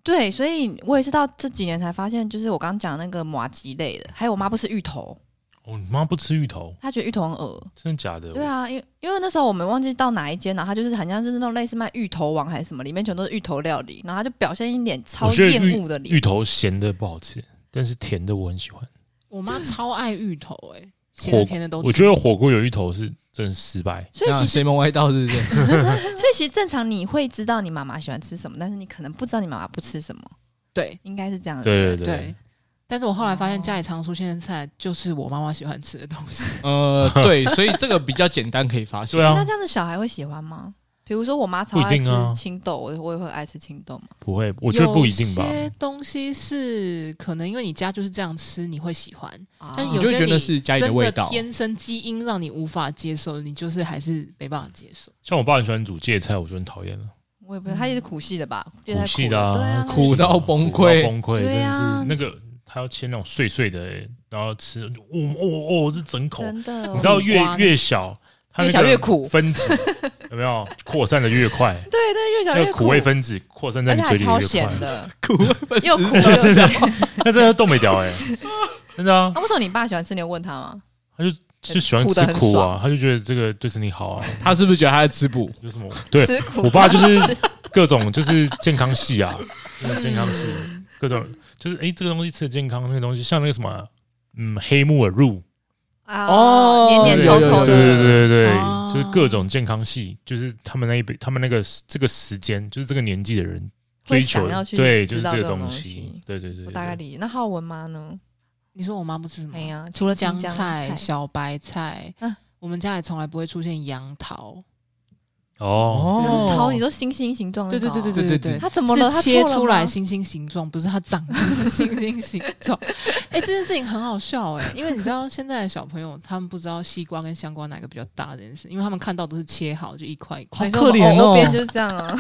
[SPEAKER 3] 对，所以我也是到这几年才发现，就是我刚讲那个麻吉类的，还有我妈不吃芋头，
[SPEAKER 1] 哦，你妈不吃芋头，
[SPEAKER 3] 她觉得芋头很恶。
[SPEAKER 1] 真的假的？
[SPEAKER 3] 对啊，因为因为那时候我们忘记到哪一间，然后她就是很像是那种类似卖芋头王还是什么，里面全都是芋头料理，然后她就表现一脸超
[SPEAKER 1] 我觉得
[SPEAKER 3] 厌恶的
[SPEAKER 1] 芋
[SPEAKER 3] 脸。
[SPEAKER 1] 头咸的不好吃，但是甜的我很喜欢。
[SPEAKER 4] 我妈超爱芋头、哎，咸
[SPEAKER 1] 火
[SPEAKER 4] 的甜的都吃。
[SPEAKER 1] 我觉得火锅有芋头是真的失败。
[SPEAKER 3] 所以
[SPEAKER 2] 那
[SPEAKER 3] 其实，
[SPEAKER 2] 邪门歪道是不是？
[SPEAKER 3] 所以其实正常你会知道你妈妈喜欢吃什么，但是你可能不知道你妈妈不吃什么，
[SPEAKER 4] 对
[SPEAKER 3] 应该是这样的。
[SPEAKER 1] 对对啊
[SPEAKER 4] 对
[SPEAKER 1] 对，，
[SPEAKER 4] 但是我后来发现
[SPEAKER 3] 哦
[SPEAKER 4] 家里常出现的菜就是我妈妈喜欢吃的东 西。
[SPEAKER 2] 呃，对，所以这个比较简单可以发现
[SPEAKER 1] 对。啊
[SPEAKER 3] 那，这样子小孩会喜欢吗？比如说我妈超
[SPEAKER 1] 不一
[SPEAKER 3] 爱
[SPEAKER 1] 定啊
[SPEAKER 3] 吃青豆，我我也会爱吃青豆嘛。
[SPEAKER 1] 不会，我觉得不一定吧
[SPEAKER 4] 有。些东西是可能因为你家就是这样吃，你会喜欢。
[SPEAKER 3] 啊
[SPEAKER 4] 但
[SPEAKER 2] 你
[SPEAKER 4] 有
[SPEAKER 2] 就
[SPEAKER 4] 些
[SPEAKER 2] 会觉得是家里的
[SPEAKER 4] 真
[SPEAKER 2] 味
[SPEAKER 4] 的
[SPEAKER 2] 道
[SPEAKER 4] 天生基因让你无法接受，你就是还是没办法接受。
[SPEAKER 1] 像我爸很喜欢煮芥菜，我就很讨厌了，
[SPEAKER 3] 我也不知道，他也是苦系的吧？芥菜
[SPEAKER 1] 苦系的
[SPEAKER 3] 的，对
[SPEAKER 1] 啊
[SPEAKER 3] 啊，，
[SPEAKER 2] 苦到崩溃
[SPEAKER 1] 苦到崩溃，真
[SPEAKER 3] 对
[SPEAKER 1] 的
[SPEAKER 3] 啊
[SPEAKER 1] 是那个他要切那种碎碎的，然后吃，哦哦哦，这整口，
[SPEAKER 3] 真的，
[SPEAKER 1] 你知道越
[SPEAKER 4] 苦瓜那
[SPEAKER 1] 越小，它那
[SPEAKER 3] 越小
[SPEAKER 1] 个
[SPEAKER 3] 越苦
[SPEAKER 1] 分 子有没有扩散的越快？
[SPEAKER 3] 对，那越小
[SPEAKER 1] 那
[SPEAKER 3] 越
[SPEAKER 1] 个苦味，分子扩散在
[SPEAKER 3] 而
[SPEAKER 1] 你
[SPEAKER 3] 且
[SPEAKER 1] 嘴
[SPEAKER 3] 还
[SPEAKER 1] 里
[SPEAKER 3] 超
[SPEAKER 1] 越
[SPEAKER 3] 咸
[SPEAKER 1] 快，
[SPEAKER 3] 的，
[SPEAKER 2] 苦味
[SPEAKER 1] 啊
[SPEAKER 2] 分
[SPEAKER 3] 又苦
[SPEAKER 2] 子
[SPEAKER 3] 又
[SPEAKER 1] 真的
[SPEAKER 3] 咸。
[SPEAKER 1] 那真的冻没掉 哎，真的啊，
[SPEAKER 3] 那为什么你爸喜欢吃？你有问他吗？
[SPEAKER 1] 就喜欢
[SPEAKER 3] 苦得
[SPEAKER 1] 吃
[SPEAKER 3] 很
[SPEAKER 1] 苦啊
[SPEAKER 3] 爽，
[SPEAKER 1] 他就觉得这个对身体好啊，
[SPEAKER 2] 他是不是觉得他在吃补？
[SPEAKER 1] 有什么对
[SPEAKER 3] 吃苦，
[SPEAKER 1] 我爸就是各种就是健康系啊，真的健康系，各种就是哎、诶这个东西吃的健康，那个东西像那个什么啊，嗯，黑木耳露，
[SPEAKER 3] 啊
[SPEAKER 2] 哦
[SPEAKER 3] 黏黏稠稠
[SPEAKER 2] 有有有有
[SPEAKER 1] 对对
[SPEAKER 3] 的，
[SPEAKER 1] 对对对，
[SPEAKER 4] 哦
[SPEAKER 1] 就是各种健康系，就是他们那一辈，他们那个这个时间，就是这个年纪的人追
[SPEAKER 3] 会
[SPEAKER 1] 求
[SPEAKER 3] 想
[SPEAKER 1] 的
[SPEAKER 3] 要去
[SPEAKER 1] 对，就
[SPEAKER 3] 知
[SPEAKER 1] 是
[SPEAKER 3] 道
[SPEAKER 1] 这
[SPEAKER 3] 这
[SPEAKER 1] 个
[SPEAKER 3] 种
[SPEAKER 1] 东
[SPEAKER 3] 东
[SPEAKER 1] 西
[SPEAKER 3] 西，。
[SPEAKER 1] 对对对
[SPEAKER 3] 我
[SPEAKER 1] 对
[SPEAKER 3] 大概
[SPEAKER 1] 对，
[SPEAKER 3] 理解。那浩文妈呢？
[SPEAKER 4] 你说我妈不吃什么
[SPEAKER 3] 哎？呀，除了
[SPEAKER 4] 江
[SPEAKER 3] 青江
[SPEAKER 4] 菜、小白菜，
[SPEAKER 3] 嗯
[SPEAKER 4] 我们家也从来不会出现杨桃。
[SPEAKER 1] 哦，
[SPEAKER 3] 杨桃，你说星星形状那
[SPEAKER 4] 对
[SPEAKER 3] 个
[SPEAKER 4] 对
[SPEAKER 3] 哦，
[SPEAKER 4] 对对
[SPEAKER 2] 对
[SPEAKER 4] 对
[SPEAKER 2] 对
[SPEAKER 4] 对，
[SPEAKER 3] 他怎么了？他
[SPEAKER 4] 是切
[SPEAKER 3] 错了
[SPEAKER 4] 出来
[SPEAKER 3] 吗
[SPEAKER 4] 星星形状，不是它长的是星星形状。 哎、这件事情很好笑哎、因为你知道现在的小朋友他们不知道西瓜跟香瓜哪个比较大这件事，因为他们看到都是切好就一块一块。
[SPEAKER 3] 没错
[SPEAKER 2] 可怜
[SPEAKER 3] 我们
[SPEAKER 2] 哦
[SPEAKER 3] 欧边就是这样啊，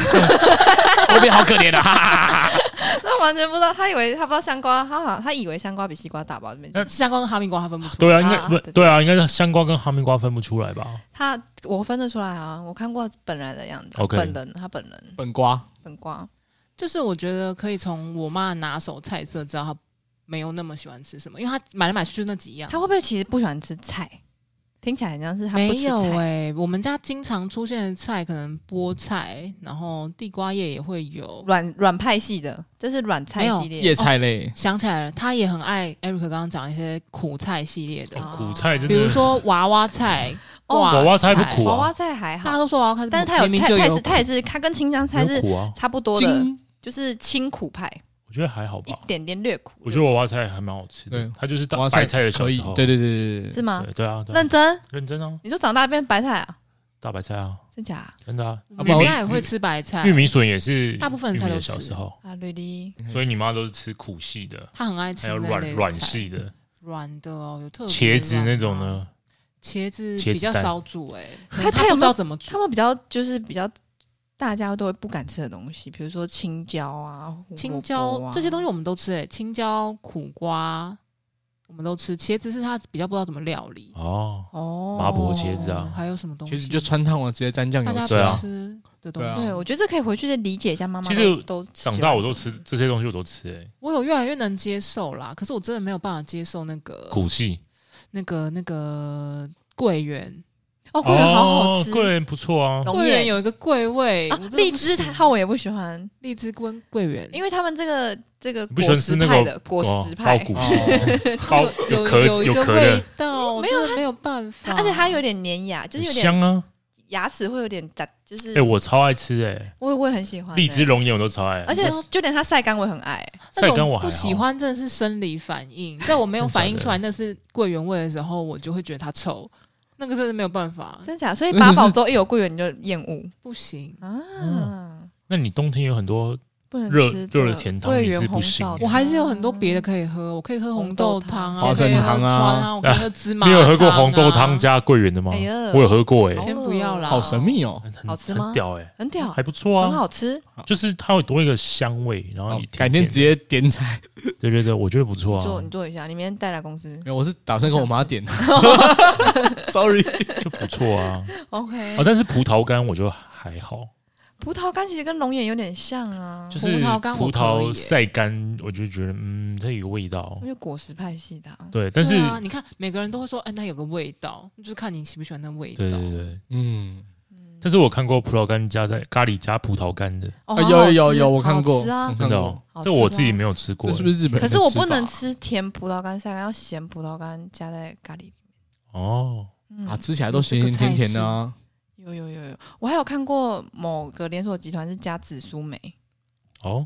[SPEAKER 2] 欧边好可怜啊！哈哈哈哈
[SPEAKER 3] 他完全不知道，他以为他不知道香瓜，他好像他以为香瓜比西瓜大吧？没
[SPEAKER 1] 那
[SPEAKER 4] 香瓜跟哈密瓜它分不出来。
[SPEAKER 1] 对啊，
[SPEAKER 3] 啊
[SPEAKER 1] 应该
[SPEAKER 3] 啊
[SPEAKER 1] 不
[SPEAKER 3] 对对
[SPEAKER 1] 对啊，应该是香瓜跟哈密瓜分不出来吧？
[SPEAKER 3] 他我分得出来啊，我看过本来的样子
[SPEAKER 1] OK
[SPEAKER 3] 本人他本人
[SPEAKER 2] 本瓜
[SPEAKER 3] 本瓜，
[SPEAKER 4] 就是我觉得可以从我妈拿手菜色知道她没有那么喜欢吃什么，因为她买来买去就那几样。
[SPEAKER 3] 他会不会其实不喜欢吃菜？听起来很像是他不
[SPEAKER 4] 没
[SPEAKER 3] 吃
[SPEAKER 4] 有
[SPEAKER 3] 菜，
[SPEAKER 4] 哎、我们家经常出现的菜可能菠菜，然后地瓜叶也会有。
[SPEAKER 3] 软软派系的，这是软菜系
[SPEAKER 2] 叶
[SPEAKER 3] 列。
[SPEAKER 2] 菜类，
[SPEAKER 4] 想起来了，她也很爱 Eric 刚刚讲一些苦菜系列的，
[SPEAKER 3] 哦
[SPEAKER 1] 苦菜真
[SPEAKER 4] 比如
[SPEAKER 1] 的，
[SPEAKER 4] 说娃娃菜、
[SPEAKER 3] 哦
[SPEAKER 4] 挂
[SPEAKER 1] 娃娃菜不苦
[SPEAKER 3] 娃
[SPEAKER 1] 啊
[SPEAKER 3] 娃菜还
[SPEAKER 4] 大家
[SPEAKER 3] 好，
[SPEAKER 4] 都说娃娃菜不苦，
[SPEAKER 3] 但是它有
[SPEAKER 4] 明明
[SPEAKER 3] 它
[SPEAKER 4] 就
[SPEAKER 3] 它也
[SPEAKER 4] 有
[SPEAKER 3] 是它也是它跟清江菜
[SPEAKER 1] 没有
[SPEAKER 3] 是
[SPEAKER 1] 苦啊，
[SPEAKER 3] 差不多的，
[SPEAKER 2] 金
[SPEAKER 3] 就是清苦派，
[SPEAKER 1] 我觉得还好
[SPEAKER 3] 一
[SPEAKER 1] 吧。
[SPEAKER 3] 点点略苦。
[SPEAKER 1] 我觉得娃娃菜还蛮好吃的
[SPEAKER 2] 对，
[SPEAKER 1] 它就是大
[SPEAKER 2] 娃娃菜
[SPEAKER 1] 白菜的小
[SPEAKER 2] 可以
[SPEAKER 1] 时候，，
[SPEAKER 2] 对对对对对
[SPEAKER 3] 是
[SPEAKER 2] 对，
[SPEAKER 3] 吗？
[SPEAKER 1] 对对啊，对啊
[SPEAKER 3] 认真，
[SPEAKER 1] 认真啊，
[SPEAKER 3] 你说长大变白菜啊？
[SPEAKER 1] 大白菜啊，
[SPEAKER 3] 真假
[SPEAKER 1] 真的啊，
[SPEAKER 4] 我
[SPEAKER 1] 玉
[SPEAKER 4] 们
[SPEAKER 1] 米
[SPEAKER 4] 家也会吃白菜
[SPEAKER 1] 玉，米笋也是
[SPEAKER 4] 哎大部分
[SPEAKER 1] 玉
[SPEAKER 4] 菜
[SPEAKER 1] 米
[SPEAKER 4] 都
[SPEAKER 1] 的小
[SPEAKER 4] 吃
[SPEAKER 1] 时候，
[SPEAKER 3] 啊？绿的
[SPEAKER 2] 嗯
[SPEAKER 1] 所以你妈都是吃苦系的，
[SPEAKER 4] 他很爱吃
[SPEAKER 1] 还有
[SPEAKER 4] 那
[SPEAKER 1] 软
[SPEAKER 4] 类的
[SPEAKER 1] 软
[SPEAKER 4] 菜
[SPEAKER 1] 系的
[SPEAKER 4] 软的哦，有特别
[SPEAKER 1] 茄子
[SPEAKER 4] 软
[SPEAKER 1] 那种
[SPEAKER 4] 啊，
[SPEAKER 1] 呢，
[SPEAKER 4] 茄子
[SPEAKER 1] 茄
[SPEAKER 4] 比
[SPEAKER 1] 子
[SPEAKER 4] 较
[SPEAKER 1] 蛋
[SPEAKER 4] 少煮哎，可
[SPEAKER 3] 它
[SPEAKER 4] 能
[SPEAKER 3] 它有
[SPEAKER 4] 不知
[SPEAKER 3] 没有
[SPEAKER 4] 道怎么
[SPEAKER 3] 他
[SPEAKER 4] 煮。
[SPEAKER 3] 们比较就是比较大家都会不敢吃的东西，比如说青椒啊、胡萝卜啊
[SPEAKER 4] 青椒这些东西我们都吃哎，青椒、苦瓜我们都吃，茄子是他比较不知道怎么料理。
[SPEAKER 1] 哦，
[SPEAKER 3] 哦，
[SPEAKER 1] 麻婆茄子啊
[SPEAKER 4] 嗯还有什么东西？
[SPEAKER 2] 其实就穿烫了，直接沾酱
[SPEAKER 4] 大
[SPEAKER 2] 油
[SPEAKER 4] 家
[SPEAKER 2] 吃
[SPEAKER 1] 对啊
[SPEAKER 4] 不吃的东
[SPEAKER 2] 对啊
[SPEAKER 4] 西
[SPEAKER 3] 对，。我觉得这可以回去再理解一下妈妈都。
[SPEAKER 1] 其实
[SPEAKER 3] 都喜欢
[SPEAKER 1] 长大我
[SPEAKER 3] 什
[SPEAKER 1] 都
[SPEAKER 3] 么
[SPEAKER 1] 吃这些东西，我都吃哎，
[SPEAKER 4] 我有越来越能接受啦，可是我真的没有办法接受那个
[SPEAKER 1] 苦系
[SPEAKER 4] 那个那个桂圆，
[SPEAKER 3] 哦，桂圆好好吃，
[SPEAKER 1] 哦桂圆不错啊，
[SPEAKER 3] 龙
[SPEAKER 4] 桂圆
[SPEAKER 3] 眼
[SPEAKER 4] 有一个桂味，
[SPEAKER 3] 啊
[SPEAKER 4] 我真的，
[SPEAKER 3] 荔
[SPEAKER 4] 不
[SPEAKER 3] 枝
[SPEAKER 4] 行
[SPEAKER 3] 它我也不喜欢，
[SPEAKER 4] 荔枝跟桂圆，
[SPEAKER 3] 因为他们这个这个
[SPEAKER 1] 你不喜
[SPEAKER 3] 果
[SPEAKER 1] 欢吃
[SPEAKER 3] 实
[SPEAKER 1] 那
[SPEAKER 3] 派
[SPEAKER 1] 个
[SPEAKER 3] 的果
[SPEAKER 1] 哦
[SPEAKER 3] 实
[SPEAKER 1] 包
[SPEAKER 3] 派，
[SPEAKER 1] 谷系
[SPEAKER 2] 哦
[SPEAKER 1] 包
[SPEAKER 4] 有
[SPEAKER 1] 壳
[SPEAKER 4] 有一
[SPEAKER 1] 有
[SPEAKER 4] 个
[SPEAKER 1] 壳
[SPEAKER 4] 味
[SPEAKER 1] 的，
[SPEAKER 4] 道，我
[SPEAKER 3] 没
[SPEAKER 4] 真的没有办
[SPEAKER 3] 它
[SPEAKER 4] 法，
[SPEAKER 3] 而且它有点粘牙，就是有点
[SPEAKER 1] 香啊，
[SPEAKER 3] 牙齿会有点杂，就是
[SPEAKER 1] 哎，我超爱吃哎，
[SPEAKER 3] 我也我也很喜欢
[SPEAKER 1] 荔
[SPEAKER 3] 欸
[SPEAKER 1] 枝龙眼我都超爱，
[SPEAKER 3] 而且就连它晒干我也很爱，
[SPEAKER 4] 那
[SPEAKER 1] 晒干
[SPEAKER 4] 种
[SPEAKER 1] 我
[SPEAKER 4] 不
[SPEAKER 1] 还
[SPEAKER 4] 喜
[SPEAKER 1] 好。
[SPEAKER 4] 欢真的是生理反应，在我 没有
[SPEAKER 1] 真假
[SPEAKER 4] 反应
[SPEAKER 1] 的
[SPEAKER 4] 出来那是桂圆味的时候，我就会觉得它臭，那个真的没有办法，
[SPEAKER 3] 真假？所以
[SPEAKER 2] 真的
[SPEAKER 3] 八
[SPEAKER 2] 是
[SPEAKER 3] 宝粥一有桂圆你就厌恶
[SPEAKER 4] 不行。
[SPEAKER 3] 啊，
[SPEAKER 1] 那你冬天有很多
[SPEAKER 3] 不能
[SPEAKER 1] 热
[SPEAKER 3] 吃
[SPEAKER 1] 热的
[SPEAKER 3] 的
[SPEAKER 1] 甜汤
[SPEAKER 3] 桂
[SPEAKER 1] 你
[SPEAKER 3] 圆
[SPEAKER 1] 是不
[SPEAKER 3] 红
[SPEAKER 1] 行
[SPEAKER 3] 枣
[SPEAKER 1] 的
[SPEAKER 4] 我还是有很多
[SPEAKER 3] 汤
[SPEAKER 4] 别的可以喝，我可以喝
[SPEAKER 3] 红
[SPEAKER 4] 红
[SPEAKER 3] 豆
[SPEAKER 4] 豆
[SPEAKER 3] 汤
[SPEAKER 4] 汤啊，
[SPEAKER 2] 花
[SPEAKER 4] 我可以
[SPEAKER 2] 生
[SPEAKER 4] 喝
[SPEAKER 2] 糖啊
[SPEAKER 4] 川啊，我可以喝芝麻。
[SPEAKER 1] 你有喝过红豆汤？加桂圆的吗？
[SPEAKER 3] 哎呀
[SPEAKER 1] 我有喝过哎，
[SPEAKER 4] 先不要啦
[SPEAKER 2] 好神秘哦。
[SPEAKER 1] 很很
[SPEAKER 3] 好吃吗
[SPEAKER 1] 很屌哎，
[SPEAKER 3] 很屌
[SPEAKER 1] 还，不错
[SPEAKER 3] 很
[SPEAKER 1] 啊，
[SPEAKER 3] 好吃。
[SPEAKER 1] 就是它会多一个香味，然后
[SPEAKER 2] 哦
[SPEAKER 1] 你
[SPEAKER 2] 改
[SPEAKER 1] 天
[SPEAKER 2] 天直接点 菜，
[SPEAKER 1] 对对对，我觉得不错
[SPEAKER 3] 你做
[SPEAKER 1] 啊
[SPEAKER 3] 你，做一下，你明天带来公司
[SPEAKER 2] 没有，我是打算跟我妈 点的。Sorry，
[SPEAKER 1] 就不错啊。
[SPEAKER 3] ，OK
[SPEAKER 1] 啊，。但是葡萄干我觉得还好，
[SPEAKER 3] 葡萄干其实跟龙眼有点像啊，
[SPEAKER 1] 就是
[SPEAKER 4] 葡萄干我
[SPEAKER 1] 葡
[SPEAKER 4] 可以
[SPEAKER 1] 萄
[SPEAKER 4] 耶
[SPEAKER 1] 晒干，我就觉得嗯，它有个味道
[SPEAKER 3] 我。就果实派系的啊。
[SPEAKER 1] 对，但是
[SPEAKER 4] 对啊，你看每个人都会说，哎，它有个味道，就是看你喜不喜欢那味
[SPEAKER 1] 对对
[SPEAKER 4] 道。
[SPEAKER 1] 对对，
[SPEAKER 2] 嗯，
[SPEAKER 3] 嗯
[SPEAKER 1] 但是我看过葡萄干加在咖喱加葡萄干的，
[SPEAKER 3] 哦
[SPEAKER 2] 啊
[SPEAKER 3] 好
[SPEAKER 2] 有有
[SPEAKER 3] 好
[SPEAKER 2] 有
[SPEAKER 3] 吃
[SPEAKER 2] 有，我看
[SPEAKER 3] 好
[SPEAKER 2] 过，
[SPEAKER 3] 吃啊
[SPEAKER 2] 我。
[SPEAKER 1] 真
[SPEAKER 2] 看
[SPEAKER 1] 的
[SPEAKER 2] 过
[SPEAKER 1] 哦，，
[SPEAKER 3] 好吃
[SPEAKER 1] 这我自己
[SPEAKER 3] 啊
[SPEAKER 1] 没有吃过
[SPEAKER 2] 这是不是日本人的
[SPEAKER 3] 可
[SPEAKER 2] 吃
[SPEAKER 3] 是
[SPEAKER 2] 法？
[SPEAKER 3] 我不能吃甜葡萄干晒干，要咸葡萄干加在咖喱里。
[SPEAKER 1] 哦。
[SPEAKER 3] 嗯
[SPEAKER 2] 啊，，吃起来都咸咸甜甜的啊。
[SPEAKER 3] 有有有有，我还有看过某个连锁集团是加紫苏梅，
[SPEAKER 1] 哦，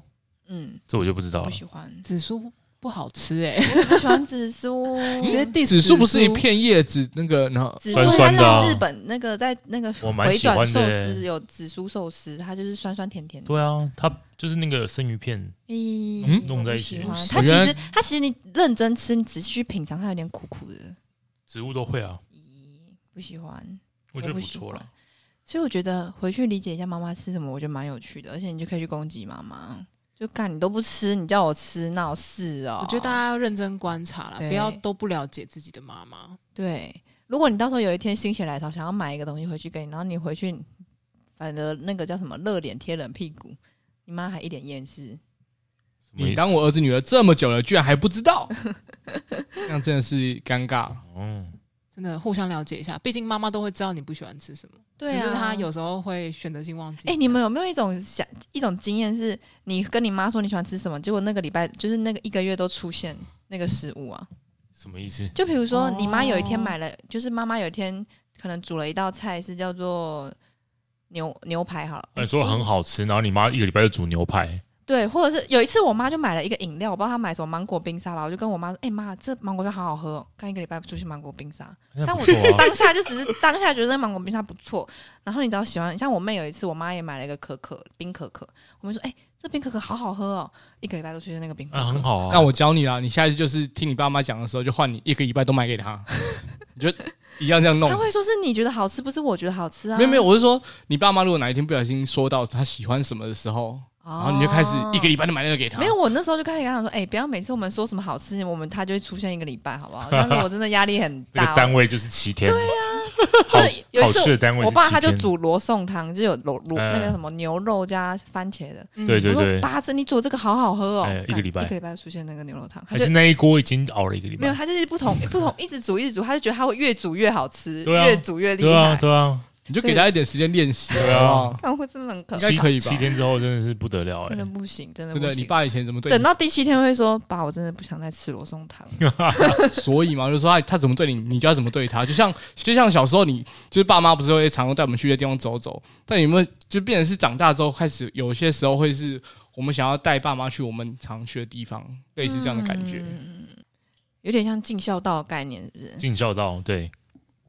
[SPEAKER 3] 嗯，
[SPEAKER 1] 这我就不知道
[SPEAKER 3] 不
[SPEAKER 1] 了。
[SPEAKER 3] 喜欢，
[SPEAKER 4] 紫苏不好吃哎，
[SPEAKER 3] 不喜欢紫 苏。
[SPEAKER 4] 直接
[SPEAKER 3] 嗯
[SPEAKER 4] 地
[SPEAKER 2] 紫苏不是一片叶子那个，然后
[SPEAKER 3] 紫
[SPEAKER 1] 酸
[SPEAKER 3] 苏它
[SPEAKER 1] 酸的啊
[SPEAKER 3] 在日本那个在那个
[SPEAKER 1] 我蛮
[SPEAKER 3] 回
[SPEAKER 1] 喜欢
[SPEAKER 3] 转
[SPEAKER 1] 的
[SPEAKER 3] 寿司
[SPEAKER 1] 欸
[SPEAKER 3] 有紫苏寿司，它就是酸酸甜甜的。
[SPEAKER 1] 对啊，它就是那个生鱼片，
[SPEAKER 3] 咦
[SPEAKER 1] 嗯
[SPEAKER 3] 我
[SPEAKER 1] 弄
[SPEAKER 3] 不
[SPEAKER 1] 在一
[SPEAKER 3] 喜
[SPEAKER 1] 起
[SPEAKER 3] 欢
[SPEAKER 1] 我
[SPEAKER 3] 它其
[SPEAKER 2] 原来
[SPEAKER 3] 实它其实你认真吃，你仔细去品尝，它有点苦苦的。
[SPEAKER 1] 植物都会啊，
[SPEAKER 3] 咦，不喜欢。
[SPEAKER 1] 我觉得
[SPEAKER 3] 不
[SPEAKER 1] 不
[SPEAKER 3] 喜
[SPEAKER 1] 错
[SPEAKER 3] 欢
[SPEAKER 1] 了。
[SPEAKER 3] 所以我觉得回去理解一下妈妈吃什么，我觉得蛮有趣的，而且你就可以去攻击妈妈，就干你都不吃，你叫我吃，闹事哦。
[SPEAKER 4] 我觉得大家要认真观察啦，
[SPEAKER 3] 对
[SPEAKER 4] 不要都不了解自己的妈妈。
[SPEAKER 3] 对，如果你到时候有一天心血来潮想要买一个东西回去给你，然后你回去，反而那个叫什么热脸贴冷屁股，你妈还一脸厌世。
[SPEAKER 1] 什么意
[SPEAKER 2] 你
[SPEAKER 1] 思
[SPEAKER 2] 当我儿子女儿这么久了，居然还不知 道，那真的是尴尬。
[SPEAKER 1] 嗯，
[SPEAKER 4] 真的互相了解一下，毕竟妈妈都会知道你不喜欢吃什么，
[SPEAKER 3] 对
[SPEAKER 4] 只
[SPEAKER 3] 啊，
[SPEAKER 4] 是她有时候会选择性忘记。
[SPEAKER 3] 哎、你们有没有一种想一种经验是，你跟你妈说你喜欢吃什么，结果那个礼拜就是那个一个月都出现那个食物啊？
[SPEAKER 1] 什么意思？
[SPEAKER 3] 就比如说，你妈有一天
[SPEAKER 4] 哦
[SPEAKER 3] 买了，就是妈妈有一天可能煮了一道菜是叫做牛牛排好了，
[SPEAKER 2] 哎
[SPEAKER 1] 你说很好吃，然后你妈一个礼拜就煮牛排，
[SPEAKER 3] 对，或者是有一次我妈就买了一个饮料，我不知道她买什么芒果冰沙吧，我就跟我妈说：“哎、妈，这芒果冰沙好好喝、哦，干一个礼拜不出去芒果冰 沙。”
[SPEAKER 1] 那
[SPEAKER 3] 但
[SPEAKER 1] 不
[SPEAKER 3] 我
[SPEAKER 1] 错啊。
[SPEAKER 3] 当下就只是当下觉得那芒果冰沙不错，然后你知道喜欢，像我妹有一次，我妈也买了一个可可冰可可，我们说：“哎、这冰可可好好喝哦，一个礼拜都出去那个冰可可。
[SPEAKER 1] 啊，很好啊。
[SPEAKER 2] 那我教你啦，你下一次就是听你爸妈讲的时候，就换你一个礼拜都买给 他，你就一样这样弄
[SPEAKER 3] 她。会说是你觉得好吃，不是我觉得好吃啊。
[SPEAKER 2] 没有没有，我是说你爸妈如果哪一天不小心说到他喜欢什么的时候，
[SPEAKER 3] 哦，
[SPEAKER 2] 然啊后你就开始一个礼拜都买那个给他。
[SPEAKER 3] 没有，，我那时候就开始跟他讲说，哎、不要每次我们说什么好吃，我们他就会出现一个礼拜，好 不好？这样子我真的压力很
[SPEAKER 1] 这个
[SPEAKER 3] 大、
[SPEAKER 1] 单
[SPEAKER 3] 哦。
[SPEAKER 1] 位就是七天，对啊，好
[SPEAKER 3] 就是有一
[SPEAKER 1] 好
[SPEAKER 3] 次
[SPEAKER 1] 吃的单位是
[SPEAKER 3] 我爸他
[SPEAKER 1] 七
[SPEAKER 3] 就
[SPEAKER 1] 天
[SPEAKER 3] 煮罗宋汤，就有罗罗、
[SPEAKER 1] 嗯
[SPEAKER 3] 那个什么牛肉加番茄的。
[SPEAKER 4] 嗯
[SPEAKER 1] 对对
[SPEAKER 3] 我说爸，这你煮这个好好喝哦，
[SPEAKER 1] 哎一个
[SPEAKER 3] 干
[SPEAKER 1] 礼拜
[SPEAKER 3] 一个礼拜出现那个牛肉汤，他
[SPEAKER 1] 还
[SPEAKER 3] 就是
[SPEAKER 1] 那一锅已经熬了一个礼
[SPEAKER 3] 没有，
[SPEAKER 1] 拜。
[SPEAKER 3] 他就是不同不同一直煮一直煮，他就觉得他会越煮越好吃，
[SPEAKER 1] 对啊
[SPEAKER 3] 越煮越厉
[SPEAKER 1] 对啊，
[SPEAKER 3] 害。
[SPEAKER 1] 对啊，
[SPEAKER 2] 你就给他一点时间练习，
[SPEAKER 1] 对啊
[SPEAKER 2] 好不好
[SPEAKER 3] 看会真的很可
[SPEAKER 2] 应
[SPEAKER 3] 怕
[SPEAKER 2] 该，可以吧
[SPEAKER 1] 七？天之后真的是不得了
[SPEAKER 3] 真的
[SPEAKER 1] 哎。
[SPEAKER 3] 不行，真的
[SPEAKER 2] 真
[SPEAKER 3] 不
[SPEAKER 2] 的，你
[SPEAKER 3] 行。
[SPEAKER 2] 爸以前怎么对
[SPEAKER 3] 等
[SPEAKER 2] 你？
[SPEAKER 3] 到第七天会说，爸，我真的不想再吃罗宋汤了。
[SPEAKER 2] 所以嘛，就说哎他他怎么对你，你就要怎么对他。就像就像小时候你，就是爸妈不是会常常带我们去一些地方走走，但有没有就变成是长大之后开始，有些时候会是我们想要带爸妈去我们常去的地方，类似这样的感觉。
[SPEAKER 3] 嗯有点像尽孝道的概念，是不是？
[SPEAKER 1] 尽孝道，对，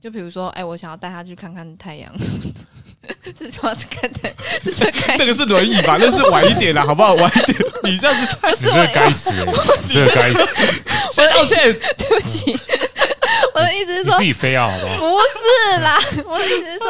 [SPEAKER 3] 就比如说，哎、我想要带他去看看太阳，什么的 这主要是看太，这是看
[SPEAKER 2] 哎那个是轮椅吧？那是晚一点啦，好不 好？晚一点，你这样子太
[SPEAKER 3] 不
[SPEAKER 1] 你
[SPEAKER 3] 是
[SPEAKER 1] 这
[SPEAKER 3] 我
[SPEAKER 1] 个该死，哎你这个该死，
[SPEAKER 2] 先道歉。
[SPEAKER 3] 对不起， 我的意思是
[SPEAKER 1] 你
[SPEAKER 3] 说
[SPEAKER 1] 自，己非要好不好？
[SPEAKER 3] 不是啦，我的意思是说，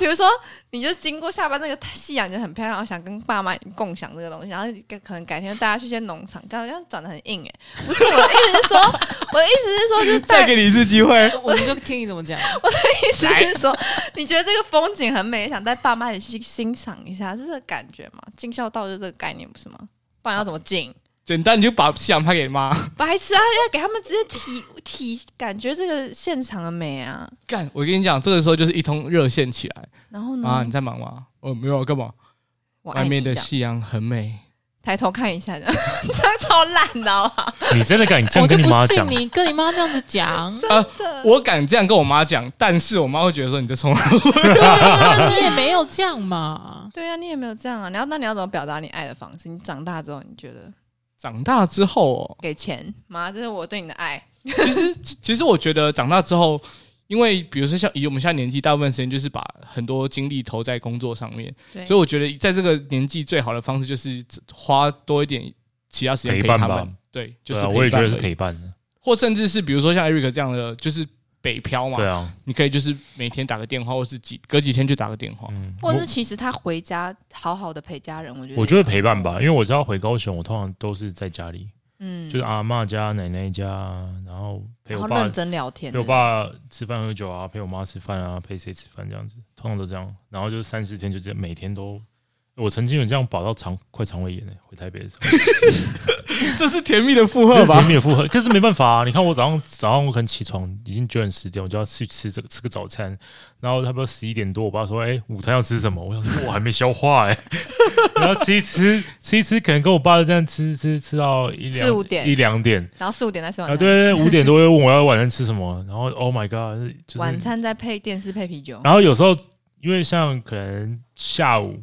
[SPEAKER 3] 比如说，你就经过下班那个夕阳就很漂亮，我想跟爸妈共享这个东西，然后可能改天大家去一些农场，刚好像转的很硬哎、不是我的意思是说， 我的意思是说，就是
[SPEAKER 2] 再
[SPEAKER 3] 带
[SPEAKER 2] 给你一次机会，
[SPEAKER 4] 我们就听你怎 么讲。
[SPEAKER 3] 意思是说，你觉得这个风景很美，想带爸妈也去欣赏一下，是这个感觉嘛？尽孝道就是这个概念，不是吗？不然要怎么尽？
[SPEAKER 2] 简单你就把夕阳拍给妈。
[SPEAKER 3] 白痴啊！要给他们直接体体感觉这个现场的美啊！
[SPEAKER 2] 干，我跟你讲，这个时候就是一通热线起来
[SPEAKER 3] 然后呢，
[SPEAKER 2] 啊！你在忙吗？哦，没有啊，干嘛？
[SPEAKER 3] 嗯我爱
[SPEAKER 2] 外面
[SPEAKER 3] 你
[SPEAKER 2] 的
[SPEAKER 3] 这样
[SPEAKER 2] 夕阳很美。
[SPEAKER 3] 抬头看一 下，这样这样超烂的好不好，
[SPEAKER 1] 你真的敢这
[SPEAKER 4] 我
[SPEAKER 1] 样
[SPEAKER 4] 就
[SPEAKER 1] 跟你
[SPEAKER 4] 不
[SPEAKER 1] 妈
[SPEAKER 4] 信
[SPEAKER 1] 讲？
[SPEAKER 4] 你跟你妈这样子讲
[SPEAKER 3] 真的、
[SPEAKER 2] 我敢这样跟我妈讲，但是我妈会觉得说你在冲浪。
[SPEAKER 4] 对啊，你也没有这样嘛。
[SPEAKER 3] 对啊，你也没有这样啊！你要那你要怎么表达你爱的方式？你长大之后，你觉得
[SPEAKER 2] 长大之后、哦，
[SPEAKER 3] 给钱妈，这是我对你的爱。
[SPEAKER 2] 其实其实我觉得长大之后，因为比如说像以我们现在年纪，大部分时间就是把很多精力投在工作上面，
[SPEAKER 3] 对，
[SPEAKER 2] 所以我觉得在这个年纪最好的方式就是花多一点其他时间
[SPEAKER 1] 陪
[SPEAKER 2] 陪他
[SPEAKER 1] 伴吧
[SPEAKER 2] 们。对，就
[SPEAKER 1] 对
[SPEAKER 2] 是
[SPEAKER 1] 啊，我也觉得是
[SPEAKER 2] 陪伴而已，
[SPEAKER 1] 陪伴的。
[SPEAKER 2] 或甚至是比如说像 Eric 这样的，就是北漂嘛，
[SPEAKER 1] 对啊，
[SPEAKER 2] 你可以就是每天打个电话，或是几隔几天就打个电话。
[SPEAKER 1] 嗯，
[SPEAKER 3] 或者是其实他回家好好的陪家人，我觉得
[SPEAKER 1] 我觉得陪伴吧，因为我知道回高雄，我通常都是在家里，
[SPEAKER 3] 嗯，
[SPEAKER 1] 就是阿嬷家、奶奶家，然后陪
[SPEAKER 3] 然
[SPEAKER 1] 我
[SPEAKER 3] 后
[SPEAKER 1] 爸
[SPEAKER 3] 认真聊天，
[SPEAKER 1] 陪我爸吃饭喝酒啊，陪我妈吃饭啊，陪谁吃饭这样子，通常都这样。然后就三四天就这样，每天都。我曾经有这样饱到肠快肠胃炎呢、回台北的时候，
[SPEAKER 2] 这是甜蜜的负
[SPEAKER 1] 这
[SPEAKER 2] 荷
[SPEAKER 1] 是甜
[SPEAKER 2] 吧？
[SPEAKER 1] 蜜的负荷，可是没办法啊！你看我早上早上我可能起床已经九点十点，我就要去吃这个吃个早餐，然后差不多十一点多，我爸说：“哎、午餐要吃什么？”我想说我还没消化哎、 然后吃一吃吃一吃，可能跟我爸就这样吃吃吃到一两
[SPEAKER 3] 四五点
[SPEAKER 1] 一两点
[SPEAKER 3] 然后四五点再吃晚
[SPEAKER 1] 啊，对
[SPEAKER 3] 餐，
[SPEAKER 1] 对，对五点多会问我要晚餐吃什 么，然后 Oh my God，就是
[SPEAKER 3] 晚餐再配电视配啤酒，
[SPEAKER 1] 然后有时候因为像可能下午，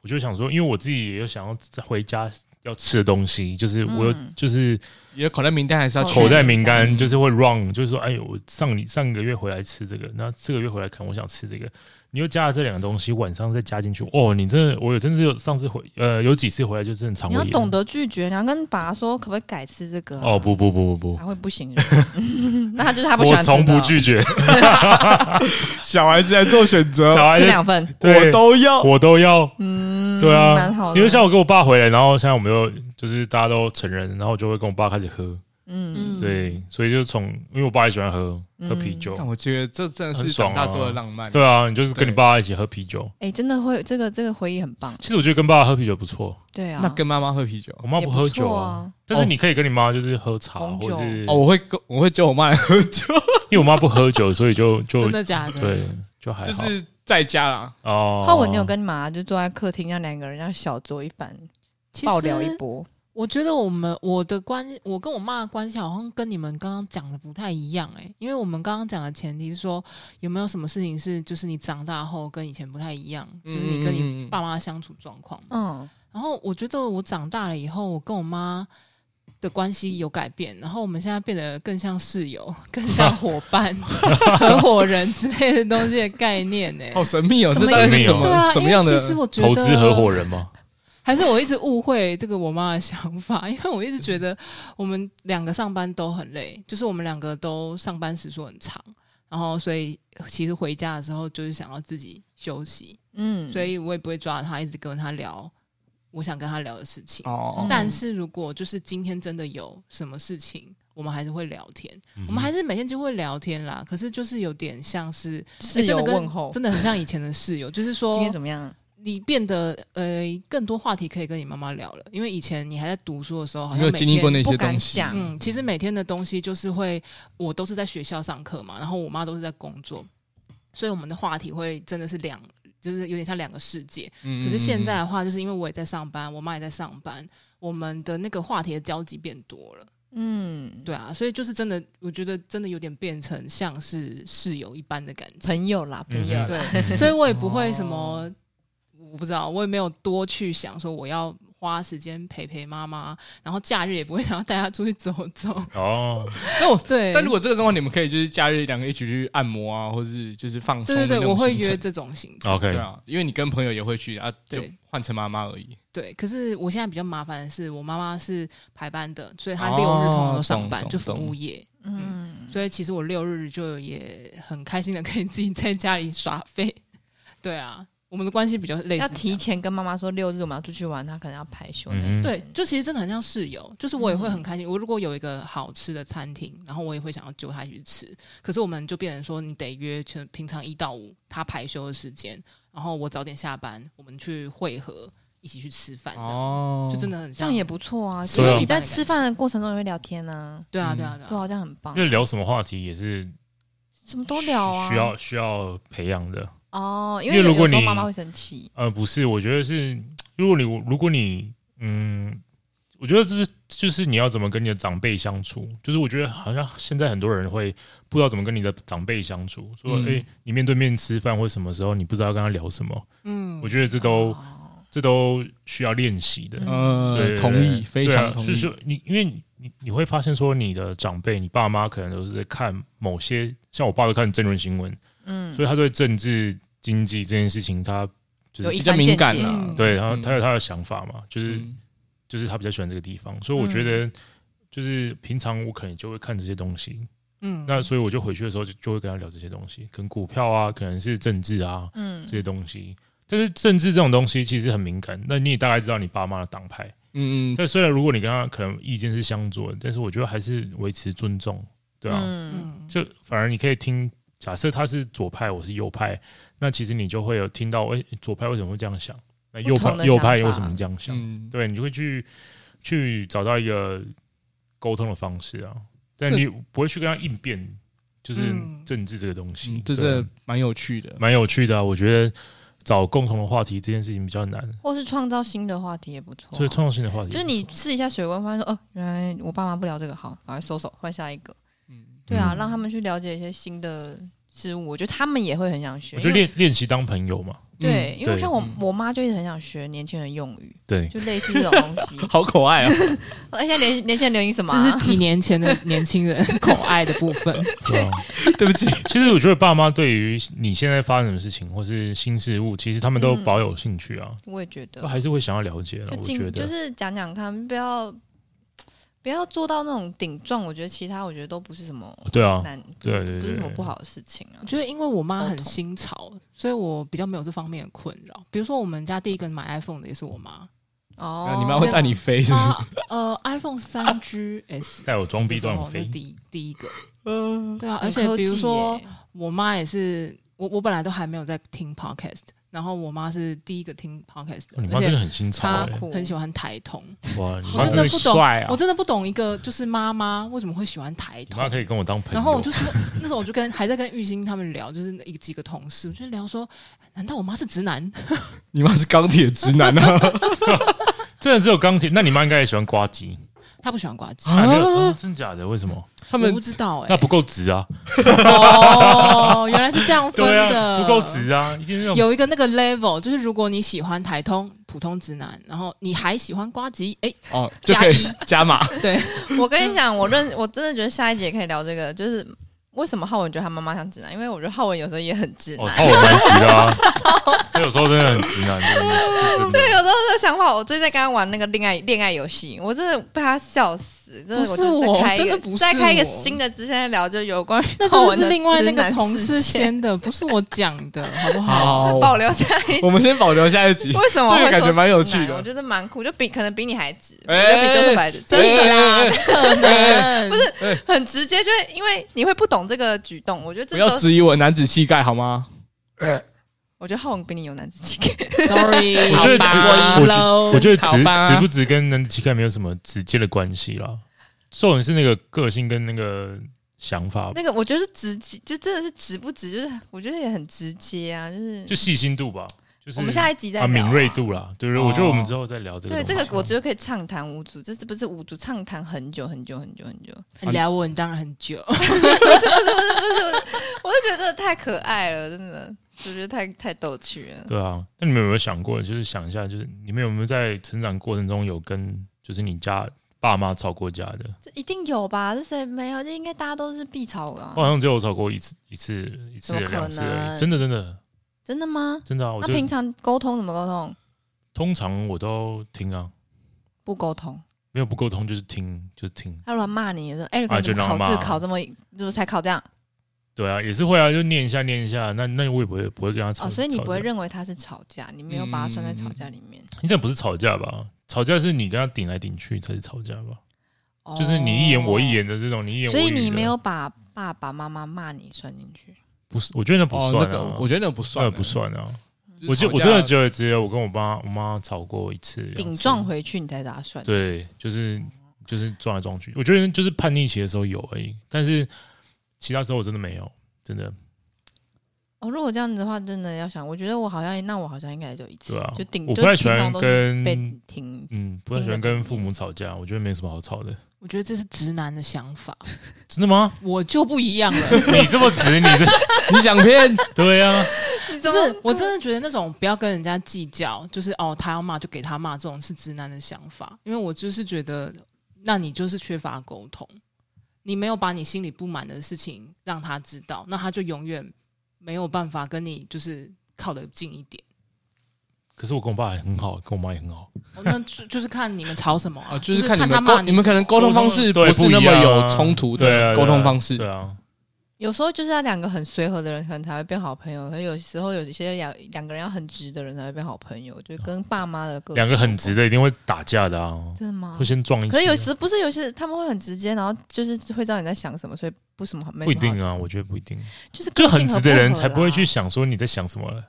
[SPEAKER 1] 我就想说，因为我自己也有想要回家要吃的东西，就是我有、
[SPEAKER 3] 嗯哦
[SPEAKER 1] 就是
[SPEAKER 2] 你的口袋名单还是要
[SPEAKER 3] 口
[SPEAKER 2] 去
[SPEAKER 1] 口袋名
[SPEAKER 2] 嗯
[SPEAKER 1] 单，就是会 run，就是说，哎呦，我上你上个月回来吃这个，那这个月回来可能我想吃这个，你又加了这两个东西，晚上再加进去，哦，你真的，我有真的有上次回呃有几次回来就真的肠
[SPEAKER 3] 你
[SPEAKER 1] 胃
[SPEAKER 3] 要
[SPEAKER 1] 炎
[SPEAKER 3] 懂得拒绝，你要跟爸说可不可以改吃这个啊、
[SPEAKER 1] 哦，不不不不不
[SPEAKER 3] 他。会不行的， 那他就是他不喜
[SPEAKER 1] 我
[SPEAKER 3] 欢吃的
[SPEAKER 1] 从不
[SPEAKER 3] 哦
[SPEAKER 1] 拒绝，
[SPEAKER 2] 小孩子来做选择，哦
[SPEAKER 1] 小孩
[SPEAKER 3] 吃
[SPEAKER 1] 子
[SPEAKER 3] 两份，
[SPEAKER 1] 对
[SPEAKER 2] 我都要。
[SPEAKER 1] 我都要，
[SPEAKER 3] 嗯，
[SPEAKER 1] 对啊
[SPEAKER 3] 蛮好的，
[SPEAKER 1] 因为像我跟我爸回来，然后现在我们又就是大家都成人，然后就会跟我爸开始喝，
[SPEAKER 3] 嗯
[SPEAKER 4] 嗯，，
[SPEAKER 1] 对，所以就从因为我爸也喜欢喝喝啤酒，
[SPEAKER 2] 但我觉得这真的是
[SPEAKER 1] 很爽
[SPEAKER 2] 长
[SPEAKER 1] 啊
[SPEAKER 2] 大之后的浪漫。
[SPEAKER 1] 对啊，你就是跟你爸一起喝啤酒。
[SPEAKER 3] 哎、真的会这个这个回忆很棒，
[SPEAKER 1] 其实我觉得跟爸爸喝啤酒不错，
[SPEAKER 3] 对啊，
[SPEAKER 2] 那跟妈妈喝啤酒
[SPEAKER 1] 我妈
[SPEAKER 3] 也
[SPEAKER 1] 不
[SPEAKER 3] 不
[SPEAKER 1] 喝酒
[SPEAKER 3] 错
[SPEAKER 1] 啊，
[SPEAKER 3] 啊
[SPEAKER 1] 但是你可以跟你妈就是喝茶，
[SPEAKER 3] 红
[SPEAKER 1] 或
[SPEAKER 3] 酒
[SPEAKER 1] 者是
[SPEAKER 2] 哦，我会跟我会叫我妈来喝酒，
[SPEAKER 1] 因为我妈不喝酒，所以 就就
[SPEAKER 4] 真的假的？
[SPEAKER 1] 对就还好
[SPEAKER 2] 就是在家啦。
[SPEAKER 1] 哦。
[SPEAKER 3] 浩文，你有跟你妈就坐在客厅，让两个人要小酌一番，
[SPEAKER 4] 其
[SPEAKER 3] 爆聊一
[SPEAKER 4] 实
[SPEAKER 3] 波。
[SPEAKER 4] 我觉得我们我的关，我跟我妈的关系好像跟你们刚刚讲的不太一样哎、因为我们刚刚讲的前提是说有没有什么事情是就是你长大后跟以前不太一样，就是你跟你
[SPEAKER 2] 嗯嗯嗯
[SPEAKER 4] 爸妈相处状况。
[SPEAKER 3] 嗯，
[SPEAKER 4] 然后我觉得我长大了以后，我跟我妈的关系有改变，然后我们现在变得更像室友、更像伙 伴、合伙人之类的东西的概念呢、
[SPEAKER 2] 好神秘哦，
[SPEAKER 4] 什
[SPEAKER 2] 这
[SPEAKER 4] 么
[SPEAKER 2] 大概是
[SPEAKER 1] 哎意思
[SPEAKER 2] 什
[SPEAKER 4] 对
[SPEAKER 2] 么
[SPEAKER 4] 啊，
[SPEAKER 2] 什
[SPEAKER 4] 因
[SPEAKER 2] 么
[SPEAKER 4] 为
[SPEAKER 2] 样
[SPEAKER 4] 其实
[SPEAKER 2] 的？
[SPEAKER 4] 我觉得
[SPEAKER 1] 投资合伙人嘛，
[SPEAKER 4] 还是我一直误会这个我妈的想法，因为我一直觉得我们两个上班都很累，就是我们两个都上班时数很长，然后所以其实回家的时候就是想要自己休息，
[SPEAKER 3] 嗯，
[SPEAKER 4] 所以我也不会抓她，一直跟她聊我想跟她聊的事情。
[SPEAKER 2] 哦，
[SPEAKER 4] 但是如果就是今天真的有什么事情，我们还是会聊天，
[SPEAKER 2] 嗯
[SPEAKER 4] 我
[SPEAKER 1] 嗯
[SPEAKER 4] 们还是每天就会聊天啦。可是就是有点像是
[SPEAKER 3] 室友
[SPEAKER 4] 真的跟
[SPEAKER 3] 问候，
[SPEAKER 4] 真的很像以前的室友，就是说
[SPEAKER 3] 今天怎么样？
[SPEAKER 4] 你变得呃更多话题可以跟你妈妈聊了，因为以前你还在读书的时候，好
[SPEAKER 2] 没
[SPEAKER 4] 像
[SPEAKER 2] 有
[SPEAKER 4] 每
[SPEAKER 2] 经历过
[SPEAKER 4] 天
[SPEAKER 2] 那些
[SPEAKER 3] 不敢
[SPEAKER 2] 东西，
[SPEAKER 3] 想
[SPEAKER 4] 嗯，其实每天的东西就是会，我都是在学校上课嘛，然后我妈都是在工作，所以我们的话题会真的是两，就是有点像两个世界。
[SPEAKER 2] 嗯
[SPEAKER 4] 可是现在
[SPEAKER 2] 嗯
[SPEAKER 4] 的话，就是因为我也在上班，我妈也在上班，我们的那个话题的交集变多了，
[SPEAKER 3] 嗯，
[SPEAKER 4] 对啊，所以就是真的，我觉得真的有点变成像是室友一般的感情，
[SPEAKER 3] 朋友啦，朋
[SPEAKER 1] 嗯
[SPEAKER 3] 友 啦，
[SPEAKER 2] 哦
[SPEAKER 4] 对，所以我也不会什么，我不知道，我也没有多去想说我要花时间陪陪妈妈，然后假日也不会想要带她出去走走。
[SPEAKER 1] 哦，
[SPEAKER 2] 但我
[SPEAKER 3] 对，
[SPEAKER 2] 但如果这个状况，你们可以就是假日两个一起去按摩啊，或是就是放松
[SPEAKER 4] 对
[SPEAKER 2] 的那
[SPEAKER 4] 对对，
[SPEAKER 2] 种
[SPEAKER 4] 我会
[SPEAKER 2] 行程
[SPEAKER 4] 约这种行程。
[SPEAKER 1] 哦 OK，
[SPEAKER 2] 对啊，因为你跟朋友也会去啊，就
[SPEAKER 4] 对
[SPEAKER 2] 换成妈妈而已。
[SPEAKER 4] 对，可是我现在比较麻烦的是，我妈妈是排班的，所以她
[SPEAKER 2] 哦
[SPEAKER 4] 六日通常都上班，
[SPEAKER 2] 懂
[SPEAKER 4] 就服
[SPEAKER 2] 懂
[SPEAKER 4] 务业。
[SPEAKER 3] 嗯，
[SPEAKER 4] 所以其实我六日就也很开心的可以自己在家里耍废。 对啊，我们的关系比较类似这
[SPEAKER 3] 要
[SPEAKER 4] 样。
[SPEAKER 3] 提前跟妈妈说六日我们要出去玩，她可能要排休那一
[SPEAKER 1] 嗯哼，
[SPEAKER 4] 对，就其实真的很像室友，就是我也会
[SPEAKER 3] 嗯
[SPEAKER 4] 很开心。我如果有一个好吃的餐厅，然后我也会想要揪他一起去吃。可是我们就变成说，你得约全平常一到五他排休的时间，然后我早点下班，我们去汇合，一起去吃饭，这样、
[SPEAKER 2] 哦
[SPEAKER 4] 就真的很
[SPEAKER 3] 这
[SPEAKER 4] 像。
[SPEAKER 3] 样也不错啊，
[SPEAKER 1] 是
[SPEAKER 3] 因
[SPEAKER 1] 啊
[SPEAKER 3] 为你在吃饭的过程中也会聊天呢、
[SPEAKER 4] 对啊，
[SPEAKER 2] 嗯
[SPEAKER 4] 对啊，对
[SPEAKER 3] 啊，
[SPEAKER 4] 啊。
[SPEAKER 3] 对啊，这样很棒
[SPEAKER 1] 因，为聊什么话题也是
[SPEAKER 3] 什么都聊啊，
[SPEAKER 1] 需需要需要培养的。
[SPEAKER 3] 哦，因
[SPEAKER 1] 因为如
[SPEAKER 3] 有
[SPEAKER 1] 果
[SPEAKER 3] 时候
[SPEAKER 1] 你
[SPEAKER 3] 妈妈会生气，
[SPEAKER 1] 呃，不是，我觉得是，如果你如果你嗯，我觉得这是就是你要怎么跟你的长辈相处，就是我觉得好像现在很多人会不知道怎么跟你的长辈相处，说哎、
[SPEAKER 2] 嗯
[SPEAKER 1] 诶你面对面吃饭或什么时候你不知道跟他聊什么，
[SPEAKER 4] 嗯，
[SPEAKER 1] 我觉得这都、
[SPEAKER 3] 哦
[SPEAKER 1] 这都需要练习的。
[SPEAKER 2] 嗯，
[SPEAKER 1] 对，
[SPEAKER 2] 同意，非常
[SPEAKER 1] 同
[SPEAKER 2] 同
[SPEAKER 1] 意。
[SPEAKER 2] 意。
[SPEAKER 1] 是说你，因为你你你会发现说，你的长辈，你爸妈可能都是在看某些，像我爸都看政论新闻，
[SPEAKER 3] 嗯，
[SPEAKER 1] 所以他对政治经济这件事情，他就是
[SPEAKER 3] 有一
[SPEAKER 2] 比较
[SPEAKER 3] 番
[SPEAKER 2] 敏
[SPEAKER 3] 见
[SPEAKER 2] 感
[SPEAKER 3] 解，
[SPEAKER 2] 啦
[SPEAKER 4] 嗯，
[SPEAKER 1] 对，然后
[SPEAKER 2] 嗯
[SPEAKER 1] 他有他的想法嘛，就是、
[SPEAKER 2] 嗯
[SPEAKER 1] 就是他比较喜欢这个地方，所以我觉
[SPEAKER 3] 嗯
[SPEAKER 1] 得就是平常我可能就会看这些东西，
[SPEAKER 4] 嗯
[SPEAKER 1] 那所以我就回去的时候就就会跟他聊这些东西，跟股票啊，可能是政治啊
[SPEAKER 3] 嗯
[SPEAKER 1] 这些东西。但是政治这种东西其实很敏感，那你也大概知道你爸妈的党派。
[SPEAKER 2] 嗯嗯，
[SPEAKER 1] 但虽然如果你跟他可能意见是相左的，但是我觉得还是维持尊重，对啊。
[SPEAKER 3] 嗯
[SPEAKER 4] 嗯，
[SPEAKER 1] 就反而你可以听，假设他是左派，我是右派，那其实你就会有听到，哎、左派为什么会这样想？那右
[SPEAKER 3] 不
[SPEAKER 1] 派
[SPEAKER 3] 同的
[SPEAKER 1] 右派
[SPEAKER 3] 想法
[SPEAKER 1] 为什么这样想？
[SPEAKER 2] 嗯
[SPEAKER 1] 对你就会去去找到一个沟通的方式啊，但
[SPEAKER 2] 这
[SPEAKER 1] 你不会去跟他应变，就是
[SPEAKER 4] 嗯
[SPEAKER 1] 政治这个东西，
[SPEAKER 2] 嗯这
[SPEAKER 1] 对啊
[SPEAKER 2] 是蛮有趣的。
[SPEAKER 1] 蛮有趣的啊、我觉得找共同的话题这件事情比较难，
[SPEAKER 3] 或是创造新的话题也不错、啊
[SPEAKER 1] 所以创造性的话题，
[SPEAKER 3] 就是你试一下水温，发现说哦，原来我爸妈不聊这个，好，赶快收手，换下一个。
[SPEAKER 2] 嗯
[SPEAKER 3] 对啊，
[SPEAKER 1] 嗯
[SPEAKER 3] 让他们去了解一些新的事物，我觉得他们也会很想学。
[SPEAKER 1] 我就
[SPEAKER 3] 因为
[SPEAKER 1] 练练习当朋友嘛，
[SPEAKER 3] 对，
[SPEAKER 2] 嗯
[SPEAKER 3] 因为像我
[SPEAKER 2] 嗯
[SPEAKER 3] 我妈就一直很想学年轻人用 语，
[SPEAKER 1] 对，
[SPEAKER 3] 就类似这种东西。
[SPEAKER 2] 好可爱啊！
[SPEAKER 3] 而且年年轻人流行什么、
[SPEAKER 4] 这
[SPEAKER 3] 啊
[SPEAKER 4] 是？几年前的年轻人 口爱的部 分。
[SPEAKER 1] 对啊。
[SPEAKER 2] 对不起，
[SPEAKER 1] 其实我觉得爸妈对于你现在发生的事情或是新事物，其实他们都
[SPEAKER 3] 嗯
[SPEAKER 1] 保有兴趣啊，
[SPEAKER 3] 我也觉得
[SPEAKER 1] 都，还是会想要了解的。
[SPEAKER 3] 就
[SPEAKER 1] 我觉
[SPEAKER 3] 尽就
[SPEAKER 1] 得，
[SPEAKER 3] 是讲讲看，不要不要做到那种顶撞。我觉得其他我觉得都不是什么
[SPEAKER 1] 对啊，
[SPEAKER 3] 难，
[SPEAKER 1] 对
[SPEAKER 3] 不是
[SPEAKER 1] 对
[SPEAKER 3] 不是什么
[SPEAKER 1] 对
[SPEAKER 3] 不好的事情啊。
[SPEAKER 4] 我觉得因为我妈很
[SPEAKER 3] 头痛
[SPEAKER 4] 新潮，所以我比较没有这方面的困扰。比如说，我们家第一个买 iPhone 的也是我妈，
[SPEAKER 3] 哦
[SPEAKER 2] 那，你妈会带你飞是不是？
[SPEAKER 4] 它呃 iPhone 三 GS
[SPEAKER 1] 带我装逼
[SPEAKER 4] 这
[SPEAKER 1] 都
[SPEAKER 4] 种
[SPEAKER 1] 很
[SPEAKER 4] 就
[SPEAKER 1] 飞，
[SPEAKER 4] 第一第一个，
[SPEAKER 2] 嗯
[SPEAKER 4] 对啊，而
[SPEAKER 3] 很
[SPEAKER 4] 且
[SPEAKER 3] 科
[SPEAKER 4] 比如
[SPEAKER 3] 技
[SPEAKER 4] 说
[SPEAKER 3] 耶
[SPEAKER 4] 我妈也是，我我本来都还没有在听 podcast，然后我妈是第一个听 podcast，
[SPEAKER 1] 哦你
[SPEAKER 4] 的
[SPEAKER 1] 妈
[SPEAKER 4] 而
[SPEAKER 1] 真的
[SPEAKER 4] 且
[SPEAKER 1] 很新潮
[SPEAKER 4] 她
[SPEAKER 1] 哎、
[SPEAKER 3] 酷
[SPEAKER 4] 很喜欢台通，
[SPEAKER 1] 哇，你
[SPEAKER 4] 我
[SPEAKER 1] 妈
[SPEAKER 4] 真
[SPEAKER 1] 真
[SPEAKER 4] 的
[SPEAKER 1] 的，
[SPEAKER 4] 不懂
[SPEAKER 2] 帅啊
[SPEAKER 4] 我！真的不懂一个就是妈妈为什么会喜欢台
[SPEAKER 1] 你
[SPEAKER 4] 通
[SPEAKER 1] 妈，可以跟我当朋友。
[SPEAKER 4] 然后我就说，那时候我就跟还在跟玉兴他们聊，就是一几个同事，我就聊说，难道我妈是直男？
[SPEAKER 2] 你妈是钢铁直男啊！
[SPEAKER 1] 真的只有钢铁，那你妈应该也喜欢瓜吉，
[SPEAKER 4] 她不喜欢瓜子，
[SPEAKER 1] 啊没有啊真假的？为什么？
[SPEAKER 2] 他
[SPEAKER 4] 我
[SPEAKER 2] 们
[SPEAKER 4] 不知道 哎、
[SPEAKER 1] 那不够直啊，
[SPEAKER 4] 哦，原来是这样分
[SPEAKER 1] 对
[SPEAKER 4] 的，
[SPEAKER 1] 啊，不够直啊，一定是那种
[SPEAKER 4] 有一个那个 level，就是如果你喜欢台通普通直男，然后你还喜欢瓜吉， 哎、
[SPEAKER 2] 哦就可以
[SPEAKER 4] 加
[SPEAKER 2] 加码。
[SPEAKER 4] 对，
[SPEAKER 3] 我跟你讲，我认我真的觉得下一节可以聊这个，就是为什么浩文觉得他妈妈像直男，因为我觉得浩文有时候也很直
[SPEAKER 1] 哦，
[SPEAKER 3] 男。
[SPEAKER 1] 浩文蛮直的啊，这有时候真的很直男，真的。
[SPEAKER 3] 对，有时候这个想法，我最近在跟他玩那个恋爱恋爱游戏，我真的被他笑死。真的，
[SPEAKER 4] 不
[SPEAKER 3] 我觉
[SPEAKER 4] 是
[SPEAKER 3] 得
[SPEAKER 4] 我
[SPEAKER 3] 再开一
[SPEAKER 4] 真
[SPEAKER 3] 个
[SPEAKER 4] 的不是
[SPEAKER 3] 再开一个
[SPEAKER 4] 我
[SPEAKER 3] 新的支线来聊，就有关于
[SPEAKER 4] 那
[SPEAKER 3] 浩
[SPEAKER 4] 真的
[SPEAKER 3] 文
[SPEAKER 4] 是
[SPEAKER 3] 的
[SPEAKER 4] 另外那
[SPEAKER 3] 直
[SPEAKER 4] 个
[SPEAKER 3] 男
[SPEAKER 4] 同
[SPEAKER 3] 事
[SPEAKER 4] 事
[SPEAKER 3] 件，
[SPEAKER 4] 先的，不是我讲的，好不好？
[SPEAKER 2] 好，
[SPEAKER 3] 保留下一。
[SPEAKER 2] 我们先保留下一集。
[SPEAKER 3] 哦 为什么
[SPEAKER 2] 哦这
[SPEAKER 3] 会
[SPEAKER 2] 个感
[SPEAKER 3] 说
[SPEAKER 2] 觉蛮有
[SPEAKER 3] 直男
[SPEAKER 2] 趣的
[SPEAKER 3] 我觉得蛮酷，就比可能比你还直，我
[SPEAKER 2] 哎
[SPEAKER 3] 觉得比 Joseph 还直，真的啊
[SPEAKER 2] 哎哎哎
[SPEAKER 4] 啦，不 可能，不是
[SPEAKER 3] 很直接，就会因为你会不懂这个举动。我觉得
[SPEAKER 2] 不
[SPEAKER 3] 这
[SPEAKER 2] 要
[SPEAKER 3] 都是，
[SPEAKER 2] 质疑我的男子气概好吗？
[SPEAKER 3] 我觉得浩文比你有男子 气概。
[SPEAKER 4] ，sorry，
[SPEAKER 1] 我觉得
[SPEAKER 4] 好吧
[SPEAKER 1] 直
[SPEAKER 4] 我
[SPEAKER 1] 我
[SPEAKER 4] 赢
[SPEAKER 1] 觉
[SPEAKER 4] 喽
[SPEAKER 1] 我觉得
[SPEAKER 2] 好
[SPEAKER 1] 直
[SPEAKER 2] 吧
[SPEAKER 1] 直不直跟男子气概没有什么直接的关系啦，重点是那个个性跟那个想法，
[SPEAKER 3] 那个我觉得是直接，就真的是直不直，就是我觉得也很直接啊，就是
[SPEAKER 1] 就细心度吧，就是
[SPEAKER 3] 我们下一集再
[SPEAKER 1] 啊
[SPEAKER 3] 聊
[SPEAKER 1] 敏锐。度啦，对不对？
[SPEAKER 2] 哦
[SPEAKER 1] 我觉得我们之后再聊这个
[SPEAKER 3] 对
[SPEAKER 1] 东西。
[SPEAKER 3] 这个，我觉得可以畅谈无阻，这是不是无阻畅谈很久很久很久很久？
[SPEAKER 4] 聊我当然很久，
[SPEAKER 3] 我就觉得真的太可爱了，真的。我觉得太太逗趣 了。
[SPEAKER 1] 对啊，那你们有没有想过，就是想一下，就是你们有没有在成长过程中有跟就是你家爸妈吵过架的？
[SPEAKER 3] 这一定有吧？这谁没有？这应该大家都是必吵的、
[SPEAKER 1] 我好像只有吵过一次、一次、一次
[SPEAKER 3] 哦怎么、可
[SPEAKER 1] 两次而
[SPEAKER 3] 能
[SPEAKER 1] 已。真的，真的，
[SPEAKER 3] 真的吗？
[SPEAKER 1] 真的啊！我
[SPEAKER 3] 那
[SPEAKER 1] 就
[SPEAKER 3] 平常沟通怎么沟通？
[SPEAKER 1] 通常我都听啊，
[SPEAKER 3] 不沟通。
[SPEAKER 1] 没有不沟通就是听，啊就是听。
[SPEAKER 3] 他如果骂你，说：“哎、
[SPEAKER 1] 啊
[SPEAKER 3] 你
[SPEAKER 1] 就
[SPEAKER 3] 怎么
[SPEAKER 1] 让他
[SPEAKER 3] 考试
[SPEAKER 1] 骂
[SPEAKER 3] 考这么，就是才考这样哦
[SPEAKER 1] 对啊，也是会啊，就念一下念一下。那那我也不会不会跟他吵。
[SPEAKER 3] 哦。”所以你
[SPEAKER 1] 吵
[SPEAKER 3] 不会
[SPEAKER 1] 架
[SPEAKER 3] 认为他是吵架，你没有把他算在吵架里面。
[SPEAKER 1] 应该不是吵架吧？吵架是你跟他顶来顶去才是吵架吧？
[SPEAKER 3] 哦
[SPEAKER 1] 就是你一言我一言的这种，你一言我
[SPEAKER 3] 所
[SPEAKER 1] 一
[SPEAKER 3] 以
[SPEAKER 1] 语的。
[SPEAKER 3] 你没有把爸爸妈妈骂你算进去。
[SPEAKER 1] 不是？我觉得那不
[SPEAKER 2] 哦，
[SPEAKER 1] 算
[SPEAKER 2] 那
[SPEAKER 1] 啊，
[SPEAKER 2] 个我觉得那个不
[SPEAKER 1] 那
[SPEAKER 2] 算
[SPEAKER 1] 个
[SPEAKER 2] 欸，
[SPEAKER 1] 不算啊。
[SPEAKER 2] 就
[SPEAKER 1] 我
[SPEAKER 2] 是
[SPEAKER 1] 就
[SPEAKER 2] 吵架。
[SPEAKER 1] 我真的觉得只有我跟我爸我妈吵过一次，两
[SPEAKER 3] 顶
[SPEAKER 1] 次
[SPEAKER 3] 撞回去，你才打算。
[SPEAKER 1] 对，就是就是撞来撞去。我觉得就是叛逆期的时候有而已，但是其他时候我真的没有，真的
[SPEAKER 3] 哦，如果这样子的话，真的要想，我觉觉得我好像，那我好像应该也就一次
[SPEAKER 1] 对，啊
[SPEAKER 3] 就顶。
[SPEAKER 1] 我不
[SPEAKER 3] 就
[SPEAKER 1] 太
[SPEAKER 3] 平
[SPEAKER 1] 喜欢
[SPEAKER 3] 常都是被
[SPEAKER 1] 跟
[SPEAKER 3] 听。
[SPEAKER 1] 嗯不太喜欢跟父母吵架，我觉得没什么好吵的。
[SPEAKER 4] 我觉得这是直男的想法，
[SPEAKER 1] 真的吗？
[SPEAKER 4] 我就不一样了。
[SPEAKER 1] 你这么直，你这
[SPEAKER 2] 你想 骗
[SPEAKER 1] 对呀、啊，
[SPEAKER 3] 你怎
[SPEAKER 4] 不
[SPEAKER 3] 么
[SPEAKER 4] 是，我
[SPEAKER 2] 嗯
[SPEAKER 4] 真的觉得那种不要跟人家计较，就是哦，他要骂就给他骂，这种是直男的想法。因为我就是觉得，那你就是缺乏沟通，你没有把你心里不满的事情让他知道，那他就永远没有办法跟你就是靠得近一 点。
[SPEAKER 1] 可是我跟我爸也很好，跟我妈也很好，
[SPEAKER 4] 哦、那就就是看你们吵什么啊，
[SPEAKER 2] 啊，就是是看你
[SPEAKER 4] 他
[SPEAKER 2] 们
[SPEAKER 4] 骂
[SPEAKER 2] 沟，你们
[SPEAKER 4] 什
[SPEAKER 2] 可
[SPEAKER 4] 么
[SPEAKER 2] 能沟通方式
[SPEAKER 1] 对
[SPEAKER 2] 是那
[SPEAKER 1] 一
[SPEAKER 2] 么
[SPEAKER 1] 样
[SPEAKER 2] 有
[SPEAKER 1] 啊
[SPEAKER 2] 冲突
[SPEAKER 1] 对啊
[SPEAKER 2] 的
[SPEAKER 1] 对啊
[SPEAKER 2] 沟通方式
[SPEAKER 1] 对。啊，
[SPEAKER 3] 有时候就是要两个很随和的人，可能才会变好朋友。可是有时候有一些两两个人要很直的人才会变好朋友，就跟爸妈的个性
[SPEAKER 1] 两个很直的一定会打架的啊，
[SPEAKER 3] 啊真的吗
[SPEAKER 1] 会？先撞一起啊。
[SPEAKER 3] 可是有时不是有些他们会很直接，然后就是会知道你在想什么，所以不什么好没
[SPEAKER 1] 不一
[SPEAKER 3] 什么好
[SPEAKER 1] 定啊，
[SPEAKER 3] 讲，
[SPEAKER 1] 我觉得不一定，
[SPEAKER 3] 就是
[SPEAKER 1] 就
[SPEAKER 3] 个性
[SPEAKER 1] 很
[SPEAKER 3] 合
[SPEAKER 1] 直的人
[SPEAKER 3] 合啦
[SPEAKER 1] 才不会去想说你在想什么了，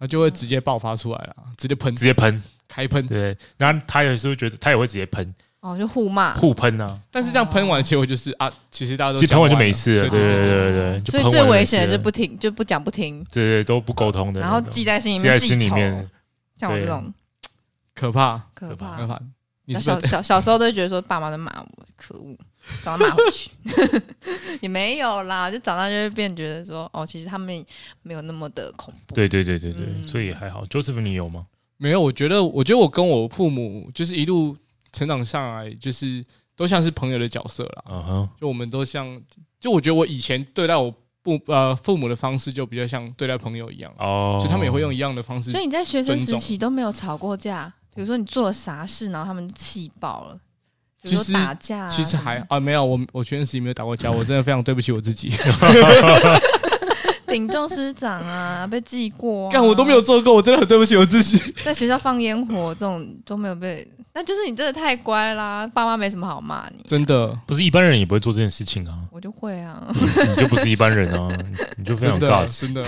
[SPEAKER 2] 他就会直接爆发出来了，直接喷，
[SPEAKER 1] 直接
[SPEAKER 3] 嗯
[SPEAKER 1] 喷。
[SPEAKER 2] 开喷。
[SPEAKER 1] 对，然后他有时候觉得他也会直接喷，
[SPEAKER 3] 哦，就互骂。
[SPEAKER 1] 互喷啊，
[SPEAKER 2] 但是这样喷完的结果就是啊，其实大家都
[SPEAKER 1] 其实喷
[SPEAKER 2] 讲
[SPEAKER 1] 完就
[SPEAKER 2] 了
[SPEAKER 1] 没事了。
[SPEAKER 2] 对
[SPEAKER 1] 对
[SPEAKER 2] 对
[SPEAKER 1] 对
[SPEAKER 2] 对，
[SPEAKER 1] 对对，就
[SPEAKER 3] 哦所以
[SPEAKER 1] 喷
[SPEAKER 3] 最
[SPEAKER 1] 完
[SPEAKER 3] 危
[SPEAKER 1] 没
[SPEAKER 3] 险
[SPEAKER 1] 事
[SPEAKER 3] 的
[SPEAKER 1] 了
[SPEAKER 3] 就不听，就不讲不听，
[SPEAKER 1] 对对都不沟通的那
[SPEAKER 3] 然
[SPEAKER 1] 种，
[SPEAKER 3] 后记在心里
[SPEAKER 1] 记在
[SPEAKER 3] 面，
[SPEAKER 1] 心里
[SPEAKER 3] 记仇
[SPEAKER 1] 面。
[SPEAKER 3] 像我这
[SPEAKER 1] 对
[SPEAKER 3] 种
[SPEAKER 2] 可怕，
[SPEAKER 3] 可
[SPEAKER 1] 可怕
[SPEAKER 2] 可
[SPEAKER 3] 怕。
[SPEAKER 2] 怕。你是不
[SPEAKER 3] 啊小
[SPEAKER 2] 是
[SPEAKER 3] 小小时候都会觉得说爸妈在骂我，可恶，长大骂回去 也没有啦，就长大就会变觉得说哦，其实他们没有那么的恐怖。
[SPEAKER 1] 对对对对对，
[SPEAKER 3] 嗯
[SPEAKER 1] 所以还好。Joseph，你有吗？
[SPEAKER 2] 没有？我觉得，我觉得我跟我父母就是一路成长上来，就是都像是朋友的角色啦。
[SPEAKER 1] 嗯哼，
[SPEAKER 2] 就我们都像，就我觉得我以前对待我父呃父母的方式，就比较像对待朋友一样，啊
[SPEAKER 1] 哦，
[SPEAKER 2] 所以他们也会用一样的方式
[SPEAKER 3] 所。以你在学生时
[SPEAKER 2] 尊
[SPEAKER 3] 期都没有吵过架，比如说你做了啥事，然后他们就气爆了，比如
[SPEAKER 2] 其
[SPEAKER 3] 说
[SPEAKER 2] 实
[SPEAKER 3] 打架啊什
[SPEAKER 2] 其
[SPEAKER 3] 么，
[SPEAKER 2] 实还啊，没有我我学生时期没有打过架，我真的非常对不起我自 己。
[SPEAKER 3] 哦顶撞师长啊，被记过、啊，
[SPEAKER 2] 干我都没有做过，我真的很对不起我自己。
[SPEAKER 3] 在学校放烟火这种都没有被，那就是你真的太乖啦，爸妈没什么好骂你。，
[SPEAKER 2] 真的，
[SPEAKER 1] 不是一般人也不会做这件事情 啊
[SPEAKER 3] 我就会啊，
[SPEAKER 1] 你就不是一般人啊，你你就非常
[SPEAKER 2] 真的，啊
[SPEAKER 1] guts。
[SPEAKER 2] 真的。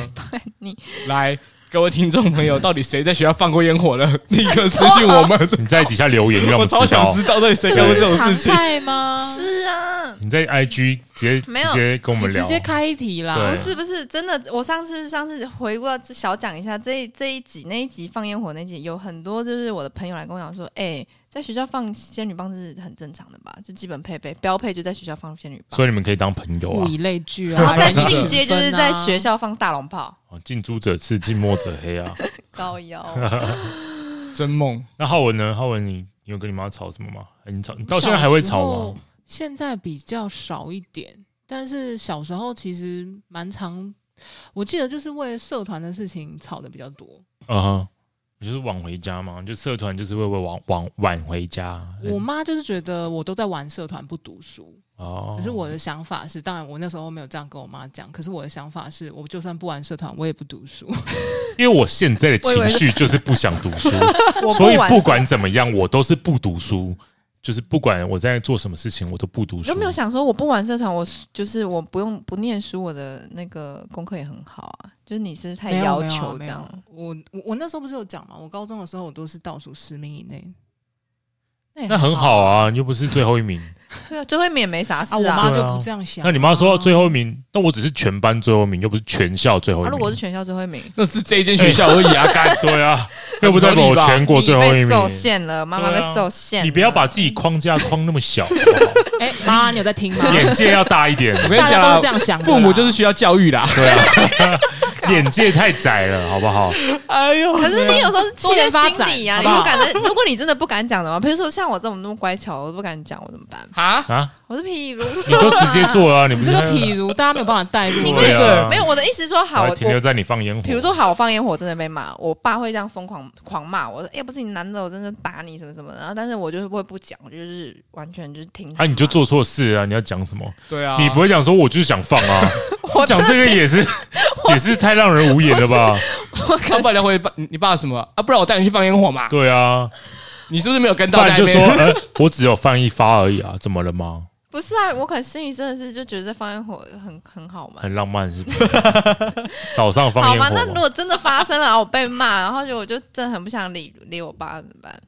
[SPEAKER 3] 你
[SPEAKER 2] 来，各位听众朋友，到底谁在学校放过烟火了？ 立刻私信我们，
[SPEAKER 1] 你在底下留言，让
[SPEAKER 2] 啊我
[SPEAKER 1] 们
[SPEAKER 2] 超
[SPEAKER 1] 知
[SPEAKER 2] 想
[SPEAKER 1] 道。
[SPEAKER 2] 知道到底谁干过这种事情。
[SPEAKER 4] 态吗？
[SPEAKER 3] 是啊，
[SPEAKER 1] 你在 IG 直接
[SPEAKER 3] 没有
[SPEAKER 1] 直接跟我
[SPEAKER 4] 你
[SPEAKER 1] 们
[SPEAKER 4] 直
[SPEAKER 1] 聊，啊
[SPEAKER 4] 接开一题啦
[SPEAKER 1] 对
[SPEAKER 3] 不。是不是真的，我上次上次回过小讲一下这一这一集那一集放烟火那集，有很多就是我的朋友来跟我讲说，哎、在学校放仙女棒是很正常的吧，就基本配备标配就在学校放仙女棒，
[SPEAKER 1] 所以你们可以当朋友
[SPEAKER 4] 物
[SPEAKER 1] 啊
[SPEAKER 4] 以。类聚啊，
[SPEAKER 3] 然后再
[SPEAKER 2] 对
[SPEAKER 3] 进阶就是在学校放大龙炮，
[SPEAKER 1] 哦近朱者赤，近墨者黑啊。
[SPEAKER 3] 高 腰。
[SPEAKER 2] 真梦，
[SPEAKER 1] 那浩文呢？浩文，你你有跟你妈吵什么吗？哎你吵，你到现在还会吵吗？？
[SPEAKER 4] 现在比较少一点，但是小时候其实蛮常，我记得就是为了社团的事情吵的比较多。
[SPEAKER 1] 嗯哼，你就是晚回家嘛，就社团就是会会晚晚晚回家。
[SPEAKER 4] 我妈就是觉得我都在玩社团不读书，
[SPEAKER 1] 哦，
[SPEAKER 4] 可是我的想法是，当然我那时候没有这样跟我妈讲，可是我的想法是我就算不玩社团，我也不 读书。
[SPEAKER 1] 因为我现在的情绪就是不想读书，
[SPEAKER 3] 我
[SPEAKER 1] 所以
[SPEAKER 3] 玩
[SPEAKER 1] 不管怎么样，我都是不读书。就是不管我在做什么事情，我都不读
[SPEAKER 3] 你
[SPEAKER 1] 书
[SPEAKER 3] 有。没有想说，我不玩社团，我就是我不用不念书，我的那个功课也很好啊。就是你是太
[SPEAKER 4] 没有
[SPEAKER 3] 要
[SPEAKER 4] 没有
[SPEAKER 3] 求这
[SPEAKER 4] 没有
[SPEAKER 3] 样，
[SPEAKER 4] 我我我那时候不是有讲嘛，我高中的时候我都是倒数十名以内
[SPEAKER 3] 也
[SPEAKER 1] 那很好。啊，你又不是最后一名。
[SPEAKER 3] 对啊，最后一名也没啥事
[SPEAKER 4] 我妈
[SPEAKER 3] 啊。
[SPEAKER 4] 就
[SPEAKER 1] 对啊
[SPEAKER 4] 不这样想啊。
[SPEAKER 1] 那你妈说最后一名，那我只是全班最后一名，又不是全校最后一
[SPEAKER 3] 啊，
[SPEAKER 1] 名。
[SPEAKER 3] 如果是全校最后一名，
[SPEAKER 2] 那是这一间学校而已啊！干，
[SPEAKER 1] 对 啊，又不代表我全国
[SPEAKER 3] 你
[SPEAKER 1] 最后一
[SPEAKER 3] 被
[SPEAKER 1] 名。
[SPEAKER 3] 受限了，妈妈被
[SPEAKER 1] 对啊
[SPEAKER 3] 受限了。
[SPEAKER 1] 你不要把自己框架框那么小，好 不
[SPEAKER 4] 哎、妈，你有在听 吗
[SPEAKER 1] 好？眼界要大一点。
[SPEAKER 2] 我跟你
[SPEAKER 4] 大
[SPEAKER 2] 讲
[SPEAKER 4] 家都是这
[SPEAKER 2] 啊，
[SPEAKER 4] 样想的啦，
[SPEAKER 2] 父母就是需要教育啦。
[SPEAKER 1] 对啊，眼界太窄了，好不好？
[SPEAKER 2] 哎呦，
[SPEAKER 3] 可是
[SPEAKER 1] 啊
[SPEAKER 3] 你有时候是气在心底呀、
[SPEAKER 4] 多元发展
[SPEAKER 3] 你不敢真，如果你真的不敢讲的话，比如说像我这种那么乖巧，我都不敢讲，我怎么办？
[SPEAKER 2] 啊，
[SPEAKER 1] 啊，
[SPEAKER 3] 我是譬如
[SPEAKER 1] 你就直接做了啊、你不
[SPEAKER 4] 你
[SPEAKER 1] 是
[SPEAKER 4] 这个譬如大家没有办法带入，哦
[SPEAKER 1] 对啊，
[SPEAKER 3] 没有我的意思是说好，
[SPEAKER 1] 还
[SPEAKER 3] 我
[SPEAKER 1] 停留
[SPEAKER 3] 我
[SPEAKER 1] 在你放烟火。
[SPEAKER 3] 比如说好，我放烟火真的被骂，我爸会这样疯狂狂骂我，说哎要、不是你男的，我真的打你什么什么的。然后但是我就是会不讲，我就是完全就是听他。
[SPEAKER 1] 啊，你就，做错事啊！你要讲什么？
[SPEAKER 2] 对啊，
[SPEAKER 1] 你不会讲说我就是想放 啊？
[SPEAKER 3] 我
[SPEAKER 1] 讲这个
[SPEAKER 3] 真的
[SPEAKER 1] 也是也是太让人无言了吧？
[SPEAKER 3] 是， 我
[SPEAKER 2] 他
[SPEAKER 3] 可
[SPEAKER 2] 不
[SPEAKER 3] 是
[SPEAKER 2] 然回爸你爸什么啊？不然我带你去放烟火嘛？
[SPEAKER 1] 对啊，
[SPEAKER 2] 你是不是没有跟
[SPEAKER 1] 不
[SPEAKER 2] 到？
[SPEAKER 1] 然就
[SPEAKER 2] 在
[SPEAKER 1] 说
[SPEAKER 2] 那边
[SPEAKER 1] 呃，我只有放一发而已啊，怎么了吗？
[SPEAKER 3] 不是啊，我可能心里真的是就觉得放烟火很很好嘛。
[SPEAKER 1] 很浪漫是不 是？早上放
[SPEAKER 3] 好
[SPEAKER 1] 烟
[SPEAKER 3] 嘛，
[SPEAKER 1] 火
[SPEAKER 3] 那如
[SPEAKER 1] 吗，
[SPEAKER 3] 果真的发生了，然后我被骂，然后就我就真的很不想理理我爸怎么办？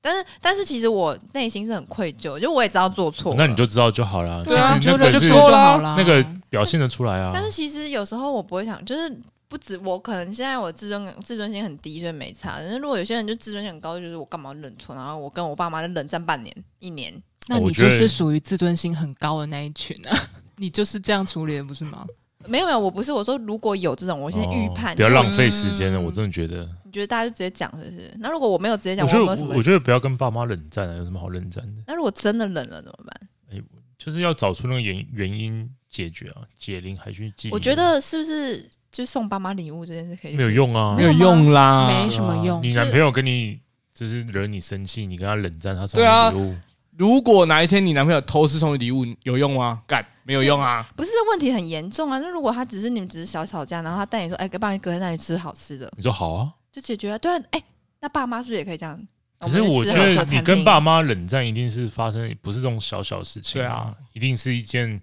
[SPEAKER 3] 但是但是其实我内心是很愧疚，就我也知道做错了，
[SPEAKER 1] 那你就知道就好了。其
[SPEAKER 4] 对啊，
[SPEAKER 1] 实
[SPEAKER 4] 就
[SPEAKER 1] 那个
[SPEAKER 4] 忍
[SPEAKER 1] 是
[SPEAKER 4] 住就好啦。
[SPEAKER 1] 那个表现得出来啊。
[SPEAKER 3] 啊但是其实有时候我不会想，就是不止我，可能现在我自尊自尊心很低，所以没差。但是如果有些人就自尊心很高，就是我干嘛认错，然后我跟我爸妈就冷战半年一年。
[SPEAKER 4] 那
[SPEAKER 1] 我
[SPEAKER 4] 你
[SPEAKER 1] 觉
[SPEAKER 4] 就
[SPEAKER 1] 得
[SPEAKER 4] 是属于自尊心很高的那一群啊，你就是这样处理的，不是吗？
[SPEAKER 3] 没有没有，我不是我说，如果有这种，我
[SPEAKER 1] 我
[SPEAKER 3] 先预判。
[SPEAKER 1] 哦不要
[SPEAKER 3] 如
[SPEAKER 1] 浪
[SPEAKER 3] 果
[SPEAKER 1] 费时间了。
[SPEAKER 4] 嗯
[SPEAKER 1] 我真的觉得，
[SPEAKER 3] 你觉得大家就直接讲，是不是？那如果我没有直接讲，
[SPEAKER 1] 我觉得
[SPEAKER 3] 我有没有什么
[SPEAKER 1] 我我？觉得不要跟爸妈冷战啊，有什么好冷战的？
[SPEAKER 3] 那如果真的冷了怎么办？
[SPEAKER 1] 就是要找出那个原原因解决啊，解铃还须系铃。
[SPEAKER 3] 我觉得是不是就送爸妈礼物这件事可以去
[SPEAKER 1] 没有
[SPEAKER 3] 做
[SPEAKER 1] 用啊，
[SPEAKER 2] 没有用啊啦，
[SPEAKER 4] 没什么用
[SPEAKER 1] 你男朋友跟你就是惹你生气，你跟他冷战，他送
[SPEAKER 2] 对啊
[SPEAKER 1] 你礼物，
[SPEAKER 2] 如果哪一天你男朋友偷吃送你礼物，有用吗？干，没有用啊！
[SPEAKER 3] 不是这问题很严重啊！那如果他只是你们只是小吵架，然后他带你说，哎、爸，你隔天带你吃好吃的，
[SPEAKER 1] 你说好啊。
[SPEAKER 3] 就解决了。对啊，哎、那爸妈是不是也可以这样？
[SPEAKER 1] 可是
[SPEAKER 3] 们
[SPEAKER 1] 我
[SPEAKER 3] 去
[SPEAKER 1] 觉
[SPEAKER 3] 吃好
[SPEAKER 1] 得
[SPEAKER 3] 吃的
[SPEAKER 1] 你
[SPEAKER 3] 餐
[SPEAKER 1] 跟
[SPEAKER 3] 厅
[SPEAKER 1] 爸妈冷战，一定是发生不是这种小小事情，
[SPEAKER 2] 对啊，
[SPEAKER 1] 一定是一件，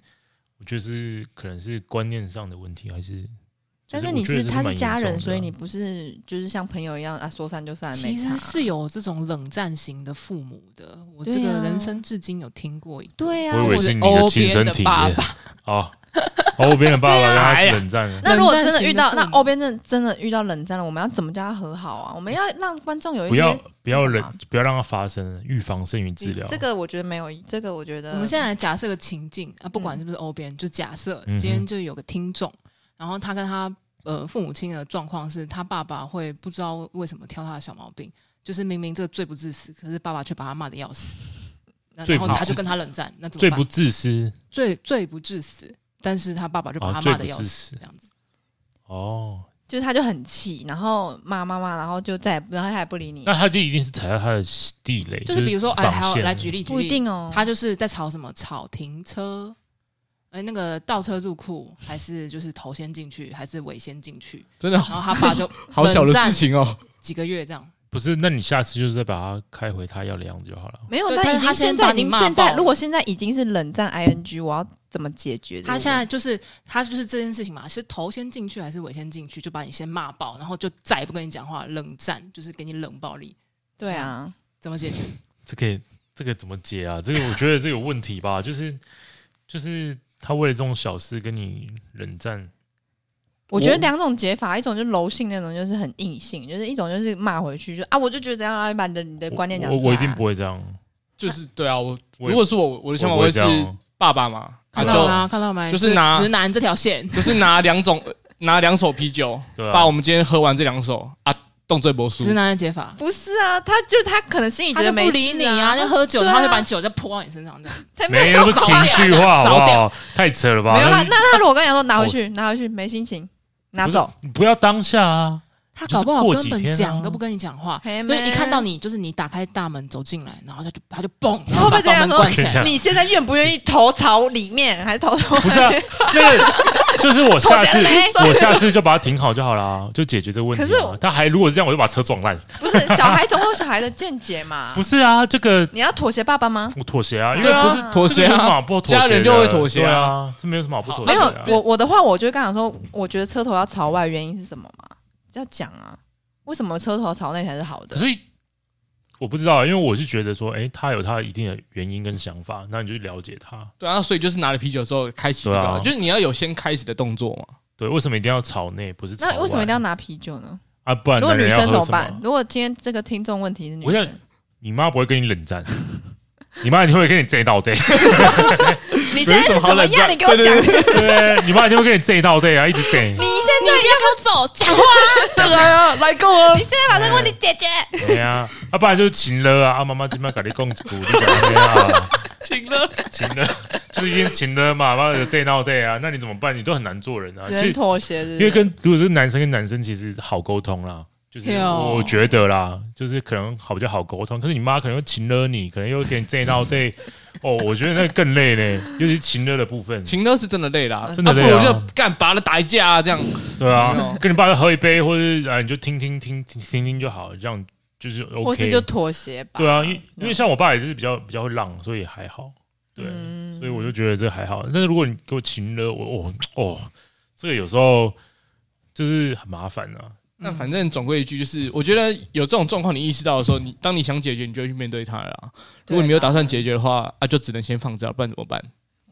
[SPEAKER 1] 我觉得是可能是观念上的问题，还是。
[SPEAKER 3] 但
[SPEAKER 1] 就是是
[SPEAKER 3] 你
[SPEAKER 1] 我觉得
[SPEAKER 3] 是
[SPEAKER 1] 这
[SPEAKER 3] 他
[SPEAKER 1] 蛮
[SPEAKER 3] 是
[SPEAKER 1] 严
[SPEAKER 3] 家
[SPEAKER 1] 重
[SPEAKER 3] 人，
[SPEAKER 1] 的
[SPEAKER 3] 所以
[SPEAKER 1] 啊
[SPEAKER 3] 你不是就是像朋友一样啊，说散就散，没
[SPEAKER 4] 其
[SPEAKER 3] 差
[SPEAKER 4] 实。是有这种冷战型的父母的，我这
[SPEAKER 3] 对
[SPEAKER 4] 个
[SPEAKER 3] 啊
[SPEAKER 4] 人生至今有听过一个。
[SPEAKER 3] 对啊呀、
[SPEAKER 1] 我以为
[SPEAKER 4] 我
[SPEAKER 1] 是
[SPEAKER 4] 的
[SPEAKER 1] 你
[SPEAKER 4] 欧
[SPEAKER 1] 亲
[SPEAKER 4] 边
[SPEAKER 1] 身
[SPEAKER 4] 的
[SPEAKER 1] 体
[SPEAKER 4] 爸啊
[SPEAKER 1] 验 哦，哦，我边的爸爸跟他
[SPEAKER 2] 哎呀
[SPEAKER 1] 冷战了，
[SPEAKER 3] 那如果真
[SPEAKER 4] 冷
[SPEAKER 3] 的
[SPEAKER 4] 战
[SPEAKER 3] 遇
[SPEAKER 4] 型的
[SPEAKER 3] 到
[SPEAKER 4] 父
[SPEAKER 3] 那
[SPEAKER 4] 母
[SPEAKER 3] 欧边真的真的遇到冷战了，我们要怎么叫他和好啊？我们要让观众有一
[SPEAKER 1] 不要
[SPEAKER 3] 些
[SPEAKER 1] 不要冷
[SPEAKER 3] 干嘛，
[SPEAKER 1] 不要让它发生，预防胜于治疗。
[SPEAKER 3] 这个我觉得没有，这个我觉得
[SPEAKER 4] 我们现在来假设个情境啊，不
[SPEAKER 3] 嗯
[SPEAKER 4] 管是不是欧边，就假设
[SPEAKER 1] 嗯哼
[SPEAKER 4] 今天就有个听众，然后他跟他呃父母亲的状况是，他爸爸会不知道为什么挑他的小毛病，就是明明这个罪不至死，可是爸爸却把他骂的要死，那
[SPEAKER 1] 罪
[SPEAKER 4] 然
[SPEAKER 1] 不
[SPEAKER 4] 后
[SPEAKER 1] 至
[SPEAKER 4] 他就跟他冷战，那怎
[SPEAKER 1] 最
[SPEAKER 4] 么
[SPEAKER 1] 不
[SPEAKER 4] 办？
[SPEAKER 1] 自私
[SPEAKER 4] 罪罪不至死，但是他爸爸就把
[SPEAKER 1] 啊
[SPEAKER 4] 他
[SPEAKER 1] 罪
[SPEAKER 4] 骂
[SPEAKER 1] 不
[SPEAKER 4] 的要
[SPEAKER 1] 至
[SPEAKER 4] 死，
[SPEAKER 1] 死
[SPEAKER 4] 这样子。
[SPEAKER 1] 哦，
[SPEAKER 3] 就是他就很气，然后骂骂骂，然后就再也不然后他也不理你
[SPEAKER 1] 那，他就一定是踩到他的地雷，
[SPEAKER 4] 就是是比如说，哎，
[SPEAKER 1] 防
[SPEAKER 4] 还有
[SPEAKER 1] 线
[SPEAKER 4] 来举例举
[SPEAKER 3] 不一
[SPEAKER 4] 例，
[SPEAKER 3] 定哦。
[SPEAKER 4] 他就是在吵什么吵停车，哎，那个倒车入库，还是就是头先进去，还是尾先进去？
[SPEAKER 2] 真的
[SPEAKER 4] 然后他爸就
[SPEAKER 2] 好小的
[SPEAKER 4] 冷战
[SPEAKER 2] 事情哦。
[SPEAKER 4] 几个月这样，
[SPEAKER 1] 不是，那你下次就是再把它开回他要的样子就好了。
[SPEAKER 3] 没有，
[SPEAKER 4] 对
[SPEAKER 3] 但
[SPEAKER 4] 但
[SPEAKER 3] 已
[SPEAKER 4] 是
[SPEAKER 3] 经
[SPEAKER 4] 他先
[SPEAKER 3] 现在
[SPEAKER 4] 把
[SPEAKER 3] 已
[SPEAKER 4] 你
[SPEAKER 3] 经
[SPEAKER 4] 骂
[SPEAKER 3] 现
[SPEAKER 4] 爆
[SPEAKER 3] 在，
[SPEAKER 4] 了
[SPEAKER 3] 如果现在已经是冷战 ing，我要怎么解决这个
[SPEAKER 4] 他
[SPEAKER 3] 问题？
[SPEAKER 4] 现在就是他就是这件事情嘛，是头先进去还是尾先进去，就把你先骂爆，然后就再也不跟你讲话，冷战就是给你冷暴力，
[SPEAKER 3] 对啊，
[SPEAKER 4] 怎么解决？
[SPEAKER 1] 这个这个怎么解啊？这个我觉得这有问题吧，就是就是他为了这种小事跟你冷战，
[SPEAKER 3] 我觉得两种解法，一种就是柔性那种，就是很硬性，就是一种就是骂回去，就啊，我就觉得怎样啊，把你的你的观念讲
[SPEAKER 1] 我
[SPEAKER 3] 出
[SPEAKER 1] 我
[SPEAKER 3] 来啊
[SPEAKER 1] 我一
[SPEAKER 4] 啊
[SPEAKER 1] 定不会这样，
[SPEAKER 2] 就是对啊，我
[SPEAKER 1] 我
[SPEAKER 2] 如果是我，我的想法
[SPEAKER 1] 我不
[SPEAKER 2] 会
[SPEAKER 1] 会这
[SPEAKER 2] 是
[SPEAKER 1] 样。哦
[SPEAKER 2] 爸爸嘛，
[SPEAKER 1] 啊
[SPEAKER 2] 他
[SPEAKER 4] 看到
[SPEAKER 2] 就
[SPEAKER 4] 吗？看到没？
[SPEAKER 2] 就是拿
[SPEAKER 4] 直男这条线，
[SPEAKER 2] 就是拿两种 拿两手啤酒，
[SPEAKER 1] 对
[SPEAKER 2] 把
[SPEAKER 1] 啊
[SPEAKER 2] 我，们今天喝完这两手啊，动最博输
[SPEAKER 4] 直。男的解法，
[SPEAKER 3] 不是啊，他就他可能心里觉
[SPEAKER 4] 他就
[SPEAKER 3] 得没
[SPEAKER 4] 不
[SPEAKER 3] 事
[SPEAKER 4] 理你
[SPEAKER 3] 啊，
[SPEAKER 4] 就喝酒，
[SPEAKER 3] 对啊
[SPEAKER 4] 然后就把酒再泼到你身上这样。
[SPEAKER 3] 他
[SPEAKER 1] 没
[SPEAKER 3] 有
[SPEAKER 1] 有
[SPEAKER 3] 搞
[SPEAKER 1] 情绪 化好不好？太扯了吧？
[SPEAKER 3] 没有
[SPEAKER 1] 那
[SPEAKER 3] 他，
[SPEAKER 1] 你
[SPEAKER 3] 那他如果跟你讲说拿回去，拿回去没心情，拿走，
[SPEAKER 1] 你哦不要当下啊，
[SPEAKER 4] 他
[SPEAKER 1] 就是
[SPEAKER 4] 搞不好
[SPEAKER 1] 过
[SPEAKER 4] 根
[SPEAKER 1] 几
[SPEAKER 4] 本
[SPEAKER 1] 天啊
[SPEAKER 4] 讲都不跟你讲话，
[SPEAKER 3] 嘿
[SPEAKER 4] 就是一看到
[SPEAKER 3] 妹
[SPEAKER 4] 你，就是你打开大门走进来，然后他就他就蹦，然
[SPEAKER 3] 会不
[SPEAKER 4] 后
[SPEAKER 3] 会
[SPEAKER 4] 把
[SPEAKER 3] 这样
[SPEAKER 4] 房
[SPEAKER 3] 说
[SPEAKER 4] 门关起
[SPEAKER 1] 这
[SPEAKER 4] 来
[SPEAKER 1] 样。
[SPEAKER 3] 你现在愿不愿意头朝里面还是头朝？
[SPEAKER 1] 不是啊，就是就是我下次
[SPEAKER 3] 妥协了没
[SPEAKER 1] 我下次就把它停好就好啦，就解决这个问题啊。
[SPEAKER 3] 可是我
[SPEAKER 1] 他还如果是这样，我就把车撞烂。
[SPEAKER 3] 不是小孩总有小孩的见解嘛
[SPEAKER 1] 不，是啊，这个
[SPEAKER 3] 你要妥协爸爸吗？
[SPEAKER 1] 我妥协啊，因为
[SPEAKER 2] 对
[SPEAKER 1] 不
[SPEAKER 2] 啊，
[SPEAKER 1] 是
[SPEAKER 2] 妥协
[SPEAKER 1] 这个没有什么
[SPEAKER 2] 啊
[SPEAKER 1] 好，不妥协的
[SPEAKER 2] 家人就会妥协
[SPEAKER 1] 对
[SPEAKER 2] 啊。
[SPEAKER 1] 啊，这没有什么好不妥
[SPEAKER 3] 没
[SPEAKER 1] 协
[SPEAKER 3] 有
[SPEAKER 1] 的啊。，
[SPEAKER 3] 我我的话，我就会跟他讲说，我觉得车头要朝外，原因是什么嘛？要讲啊，为什么车头朝内才是好
[SPEAKER 1] 可
[SPEAKER 3] 的？
[SPEAKER 1] 是我不知道，因为我是觉得说，哎、他有他一定的原因跟想法，那你就去了解他。
[SPEAKER 2] 对啊，所以就是拿了啤酒之后开启这
[SPEAKER 1] 对
[SPEAKER 2] 个
[SPEAKER 1] 啊，
[SPEAKER 2] 就是你要有先开始的动作嘛。
[SPEAKER 1] 对，为什么一定要朝内，不是朝外？
[SPEAKER 3] 那为什么一定要拿啤酒呢？
[SPEAKER 1] 啊？不然
[SPEAKER 3] 如果
[SPEAKER 1] 男
[SPEAKER 3] 女
[SPEAKER 1] 人要
[SPEAKER 3] 生
[SPEAKER 1] 喝
[SPEAKER 3] 怎么
[SPEAKER 1] 什
[SPEAKER 3] 办？？如果今天这个听众问题是女
[SPEAKER 1] 我想
[SPEAKER 3] 生，
[SPEAKER 1] 你妈不会跟你冷战， 你妈一定会跟你这一道对，
[SPEAKER 3] 你现在是怎么样？你给我讲，
[SPEAKER 1] 对，你妈一定会跟你这一道对啊，一直这。
[SPEAKER 3] 你现
[SPEAKER 5] 你今天不走，讲话
[SPEAKER 2] 对啊，来够啊
[SPEAKER 3] 你！现在把这个问题解决。
[SPEAKER 1] 哎呀，啊，不然就是请了啊，啊，妈妈今麦跟你讲一句，你讲什么啊？
[SPEAKER 2] 请了，
[SPEAKER 1] 请了，就是已经请了嘛，妈的这闹那啊，那你怎么办？你都很难做人啊。
[SPEAKER 3] 只
[SPEAKER 1] 其
[SPEAKER 3] 能
[SPEAKER 1] 实
[SPEAKER 3] 妥协，
[SPEAKER 1] 因为跟如果是男生跟男生，其实好沟通啦。就是
[SPEAKER 4] 对哦
[SPEAKER 1] 我觉得啦，就是可能好比较好沟通，可是你妈可能又请了你，可能又给你这闹对，哦，我觉得那更累呢，尤其是情了的部分，
[SPEAKER 2] 请了是真的累啦，
[SPEAKER 1] 真的累啊
[SPEAKER 2] 不如就干拔了打一架啊，这样
[SPEAKER 1] 对
[SPEAKER 2] 没有
[SPEAKER 1] 啊，跟你爸喝一杯，或者啊你就听听听听听听就好，这样就是 OK。
[SPEAKER 3] 或是就妥协吧。
[SPEAKER 1] 对啊，因因为像我爸也是比较比较会浪，所以还好。对，
[SPEAKER 3] 嗯
[SPEAKER 1] 所以我就觉得这还好。但是如果你给我擒了，我哦哦，这个有时候就是很麻烦啊。
[SPEAKER 2] 那反正总归一句就是，我觉得有这种状况，你意识到的时候，你当你想解决，你就会去面对它了啊。如果你没有打算解决的话，啊，就只能先放着啊，不然怎么办？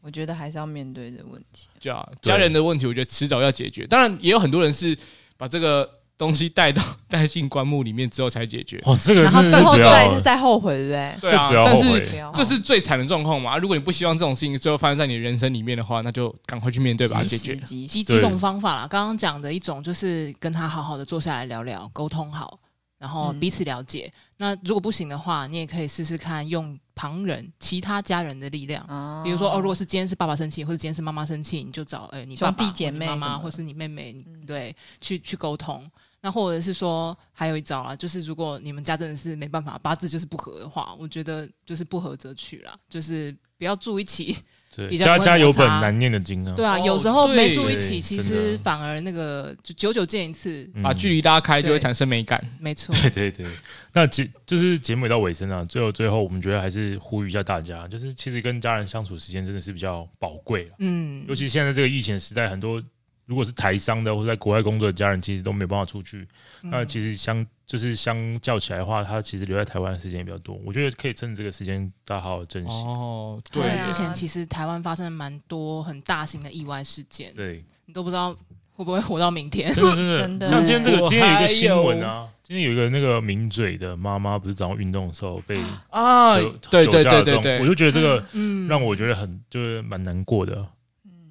[SPEAKER 3] 我觉得还是要面对这个问题。
[SPEAKER 2] 对啊，
[SPEAKER 1] 对
[SPEAKER 2] 家人的问题，我觉得迟早要解决。当然，也有很多人是把这个东西带到带进棺木里面之后才解决。
[SPEAKER 1] 哇，这个
[SPEAKER 3] 然后
[SPEAKER 1] 真的
[SPEAKER 3] 之
[SPEAKER 1] 是
[SPEAKER 3] 后
[SPEAKER 1] 不要
[SPEAKER 3] 再
[SPEAKER 1] 了
[SPEAKER 3] 再后悔，对不对？
[SPEAKER 2] 对
[SPEAKER 1] 这
[SPEAKER 2] 啊
[SPEAKER 1] 不，要
[SPEAKER 2] 但
[SPEAKER 1] 后
[SPEAKER 2] 是
[SPEAKER 1] 悔。
[SPEAKER 3] 要
[SPEAKER 2] 这是最惨的状况嘛。如果你不希望这种事情最后发生在你的人生里面的话，那就赶快去面对把它解决。
[SPEAKER 3] 及时
[SPEAKER 4] 几
[SPEAKER 1] 对
[SPEAKER 4] 几种方法啦。刚刚讲的一种就是跟他好好的坐下来聊聊，沟通好，然后
[SPEAKER 3] 嗯
[SPEAKER 4] 彼此了解。那如果不行的话，你也可以试试看用旁人、其他家人的力量。
[SPEAKER 3] 哦
[SPEAKER 4] 比如说哦，如果是今天是爸爸生气，或者今天是妈妈生气，你就找呃你
[SPEAKER 3] 兄
[SPEAKER 4] 爸爸
[SPEAKER 3] 弟姐妹
[SPEAKER 4] 或
[SPEAKER 3] 什
[SPEAKER 4] 你妈
[SPEAKER 3] 么的
[SPEAKER 4] 妈，或是你妹妹，你
[SPEAKER 3] 嗯
[SPEAKER 4] 对，去去沟通。那或者是说，还有一招啦，就是如果你们家真的是没办法，八字就是不合的话，我觉得就是不合则去啦，就是不要住一起。
[SPEAKER 1] 对，
[SPEAKER 4] 比较
[SPEAKER 1] 家
[SPEAKER 4] 不会
[SPEAKER 1] 家有
[SPEAKER 4] 摩擦
[SPEAKER 1] 本难念的经
[SPEAKER 3] 嗯
[SPEAKER 1] 啊。
[SPEAKER 4] 对啊，
[SPEAKER 2] 哦
[SPEAKER 4] 有时候没
[SPEAKER 2] 对
[SPEAKER 4] 住一
[SPEAKER 1] 对
[SPEAKER 4] 起，其
[SPEAKER 1] 真
[SPEAKER 4] 实
[SPEAKER 1] 的
[SPEAKER 4] 反而那个就久久见一次，
[SPEAKER 1] 嗯
[SPEAKER 2] 把距 离拉开，就会
[SPEAKER 4] 对
[SPEAKER 2] 产生美感。
[SPEAKER 4] 没错。
[SPEAKER 1] 对对对，那节就是节目也到尾声啊了，最后最后我们觉得还是呼吁一下大家，就是其实跟家人相处时间真的是比较宝贵啊
[SPEAKER 4] 嗯
[SPEAKER 1] 尤，其现在这个疫情时代，很多如果是台商的或者在国外工作的家人，其实都没有办法出去。
[SPEAKER 4] 嗯
[SPEAKER 1] 那其实相就是相较起来的话，他其实留在台湾的时间也比较多。我觉得可以趁这个时间，大家好好珍惜。
[SPEAKER 2] 哦，
[SPEAKER 4] 对
[SPEAKER 3] 对啊
[SPEAKER 4] 之前其实台湾发生了蛮多很大型的意外事 件，
[SPEAKER 1] 对，
[SPEAKER 4] 你都不知道会不会活到 明天。
[SPEAKER 1] 真的真的，
[SPEAKER 3] 真的
[SPEAKER 1] 像今天这个，
[SPEAKER 2] 我
[SPEAKER 1] 今天有一
[SPEAKER 2] 还
[SPEAKER 1] 个新闻啊，今天有一个那个抿嘴的妈妈，不是早上运动的时候被
[SPEAKER 2] 啊
[SPEAKER 1] 酒，
[SPEAKER 2] 对
[SPEAKER 1] 酒
[SPEAKER 2] 对
[SPEAKER 1] 驾
[SPEAKER 2] 对
[SPEAKER 1] 的
[SPEAKER 2] 对
[SPEAKER 1] 状
[SPEAKER 2] 对，
[SPEAKER 1] 我就觉得这个
[SPEAKER 4] 嗯，
[SPEAKER 1] 让我觉得很就是蛮难过的。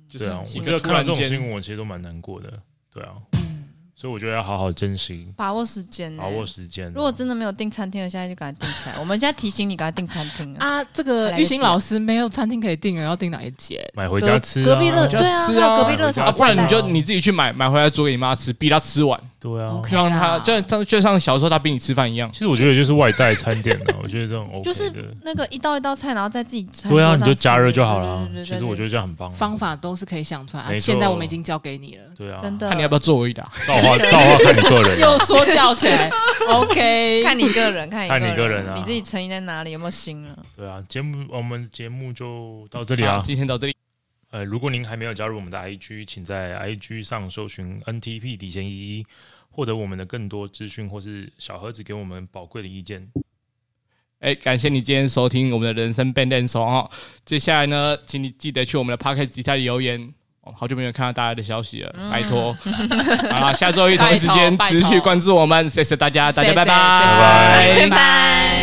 [SPEAKER 2] 就
[SPEAKER 1] 对啊，我
[SPEAKER 2] 是
[SPEAKER 1] 觉得看到这种新
[SPEAKER 2] 闻，
[SPEAKER 1] 闻，我其实都蛮难过的。对啊，
[SPEAKER 3] 嗯
[SPEAKER 1] 所以我觉得要好好珍惜，
[SPEAKER 3] 把握时间，
[SPEAKER 1] 把握。时间啊。
[SPEAKER 3] 嗯如果真的没有订餐厅的，现在就赶快订起来。我们现在提醒你赶快订餐厅啊！
[SPEAKER 4] 啊，这个
[SPEAKER 3] 来得
[SPEAKER 4] 玉
[SPEAKER 3] 及
[SPEAKER 4] 欣老师没有餐厅可以订了，要订哪一节？
[SPEAKER 1] 买回
[SPEAKER 3] 隔
[SPEAKER 1] 家吃啊，
[SPEAKER 3] 隔壁乐
[SPEAKER 2] 就
[SPEAKER 3] 对啊，
[SPEAKER 2] 吃
[SPEAKER 3] 还
[SPEAKER 2] 啊
[SPEAKER 3] 有隔壁乐
[SPEAKER 1] 啊
[SPEAKER 3] 茶，
[SPEAKER 2] 不然你就
[SPEAKER 1] 知道
[SPEAKER 2] 你自己去买买回来煮给你妈吃，逼她吃完，
[SPEAKER 1] 对啊
[SPEAKER 4] OK
[SPEAKER 2] 让她
[SPEAKER 4] 对啦
[SPEAKER 2] 就像就像小时候她逼你吃饭一样。
[SPEAKER 1] 其实我觉得就是外带餐点的，我觉得这种 OK
[SPEAKER 3] 就是
[SPEAKER 1] 的。
[SPEAKER 3] 那个一道一道菜，然后再自己餐桌
[SPEAKER 1] 对啊，
[SPEAKER 3] 上
[SPEAKER 1] 你就加热
[SPEAKER 3] 吃
[SPEAKER 1] 就好
[SPEAKER 3] 对
[SPEAKER 1] 了啊
[SPEAKER 3] 对。对
[SPEAKER 1] 其实
[SPEAKER 3] 对
[SPEAKER 1] 我觉得这样很棒。
[SPEAKER 4] 方法都是可以想出来。啊
[SPEAKER 1] 哦没错
[SPEAKER 4] 现在我们已经交给你了，
[SPEAKER 1] 对啊，
[SPEAKER 3] 真的
[SPEAKER 2] 看你要不要做我一打，
[SPEAKER 1] 造 化造化看你个人啊
[SPEAKER 4] 又说教起 来。OK，
[SPEAKER 3] 看你个人，看
[SPEAKER 1] 看你
[SPEAKER 3] 你
[SPEAKER 1] 个人啊
[SPEAKER 3] 你自己诚意在哪里，有没有心啊？
[SPEAKER 1] 对啊，节目我们节目就到这里啊
[SPEAKER 2] 好。今天到这里，
[SPEAKER 1] 呃，如果您还没有加入我们的 IG，请在 IG 上搜寻 NTP 底线一一，获得我们的更多资讯或是小盒子给我们宝贵的意见。
[SPEAKER 2] 哎，感谢你今天收听我们的人生变练手哦。接下来呢，请你记得去我们的 podcast 底下留言。哦好久没有看到大家的消息了，拜托！ 好啦，下周一同一时间
[SPEAKER 4] 嗯拜托
[SPEAKER 2] 持
[SPEAKER 4] 拜托
[SPEAKER 2] 续关注我们，谢谢大家，大家
[SPEAKER 4] 谢
[SPEAKER 2] 拜
[SPEAKER 4] 谢
[SPEAKER 2] 拜
[SPEAKER 4] 谢谢拜拜
[SPEAKER 3] 拜。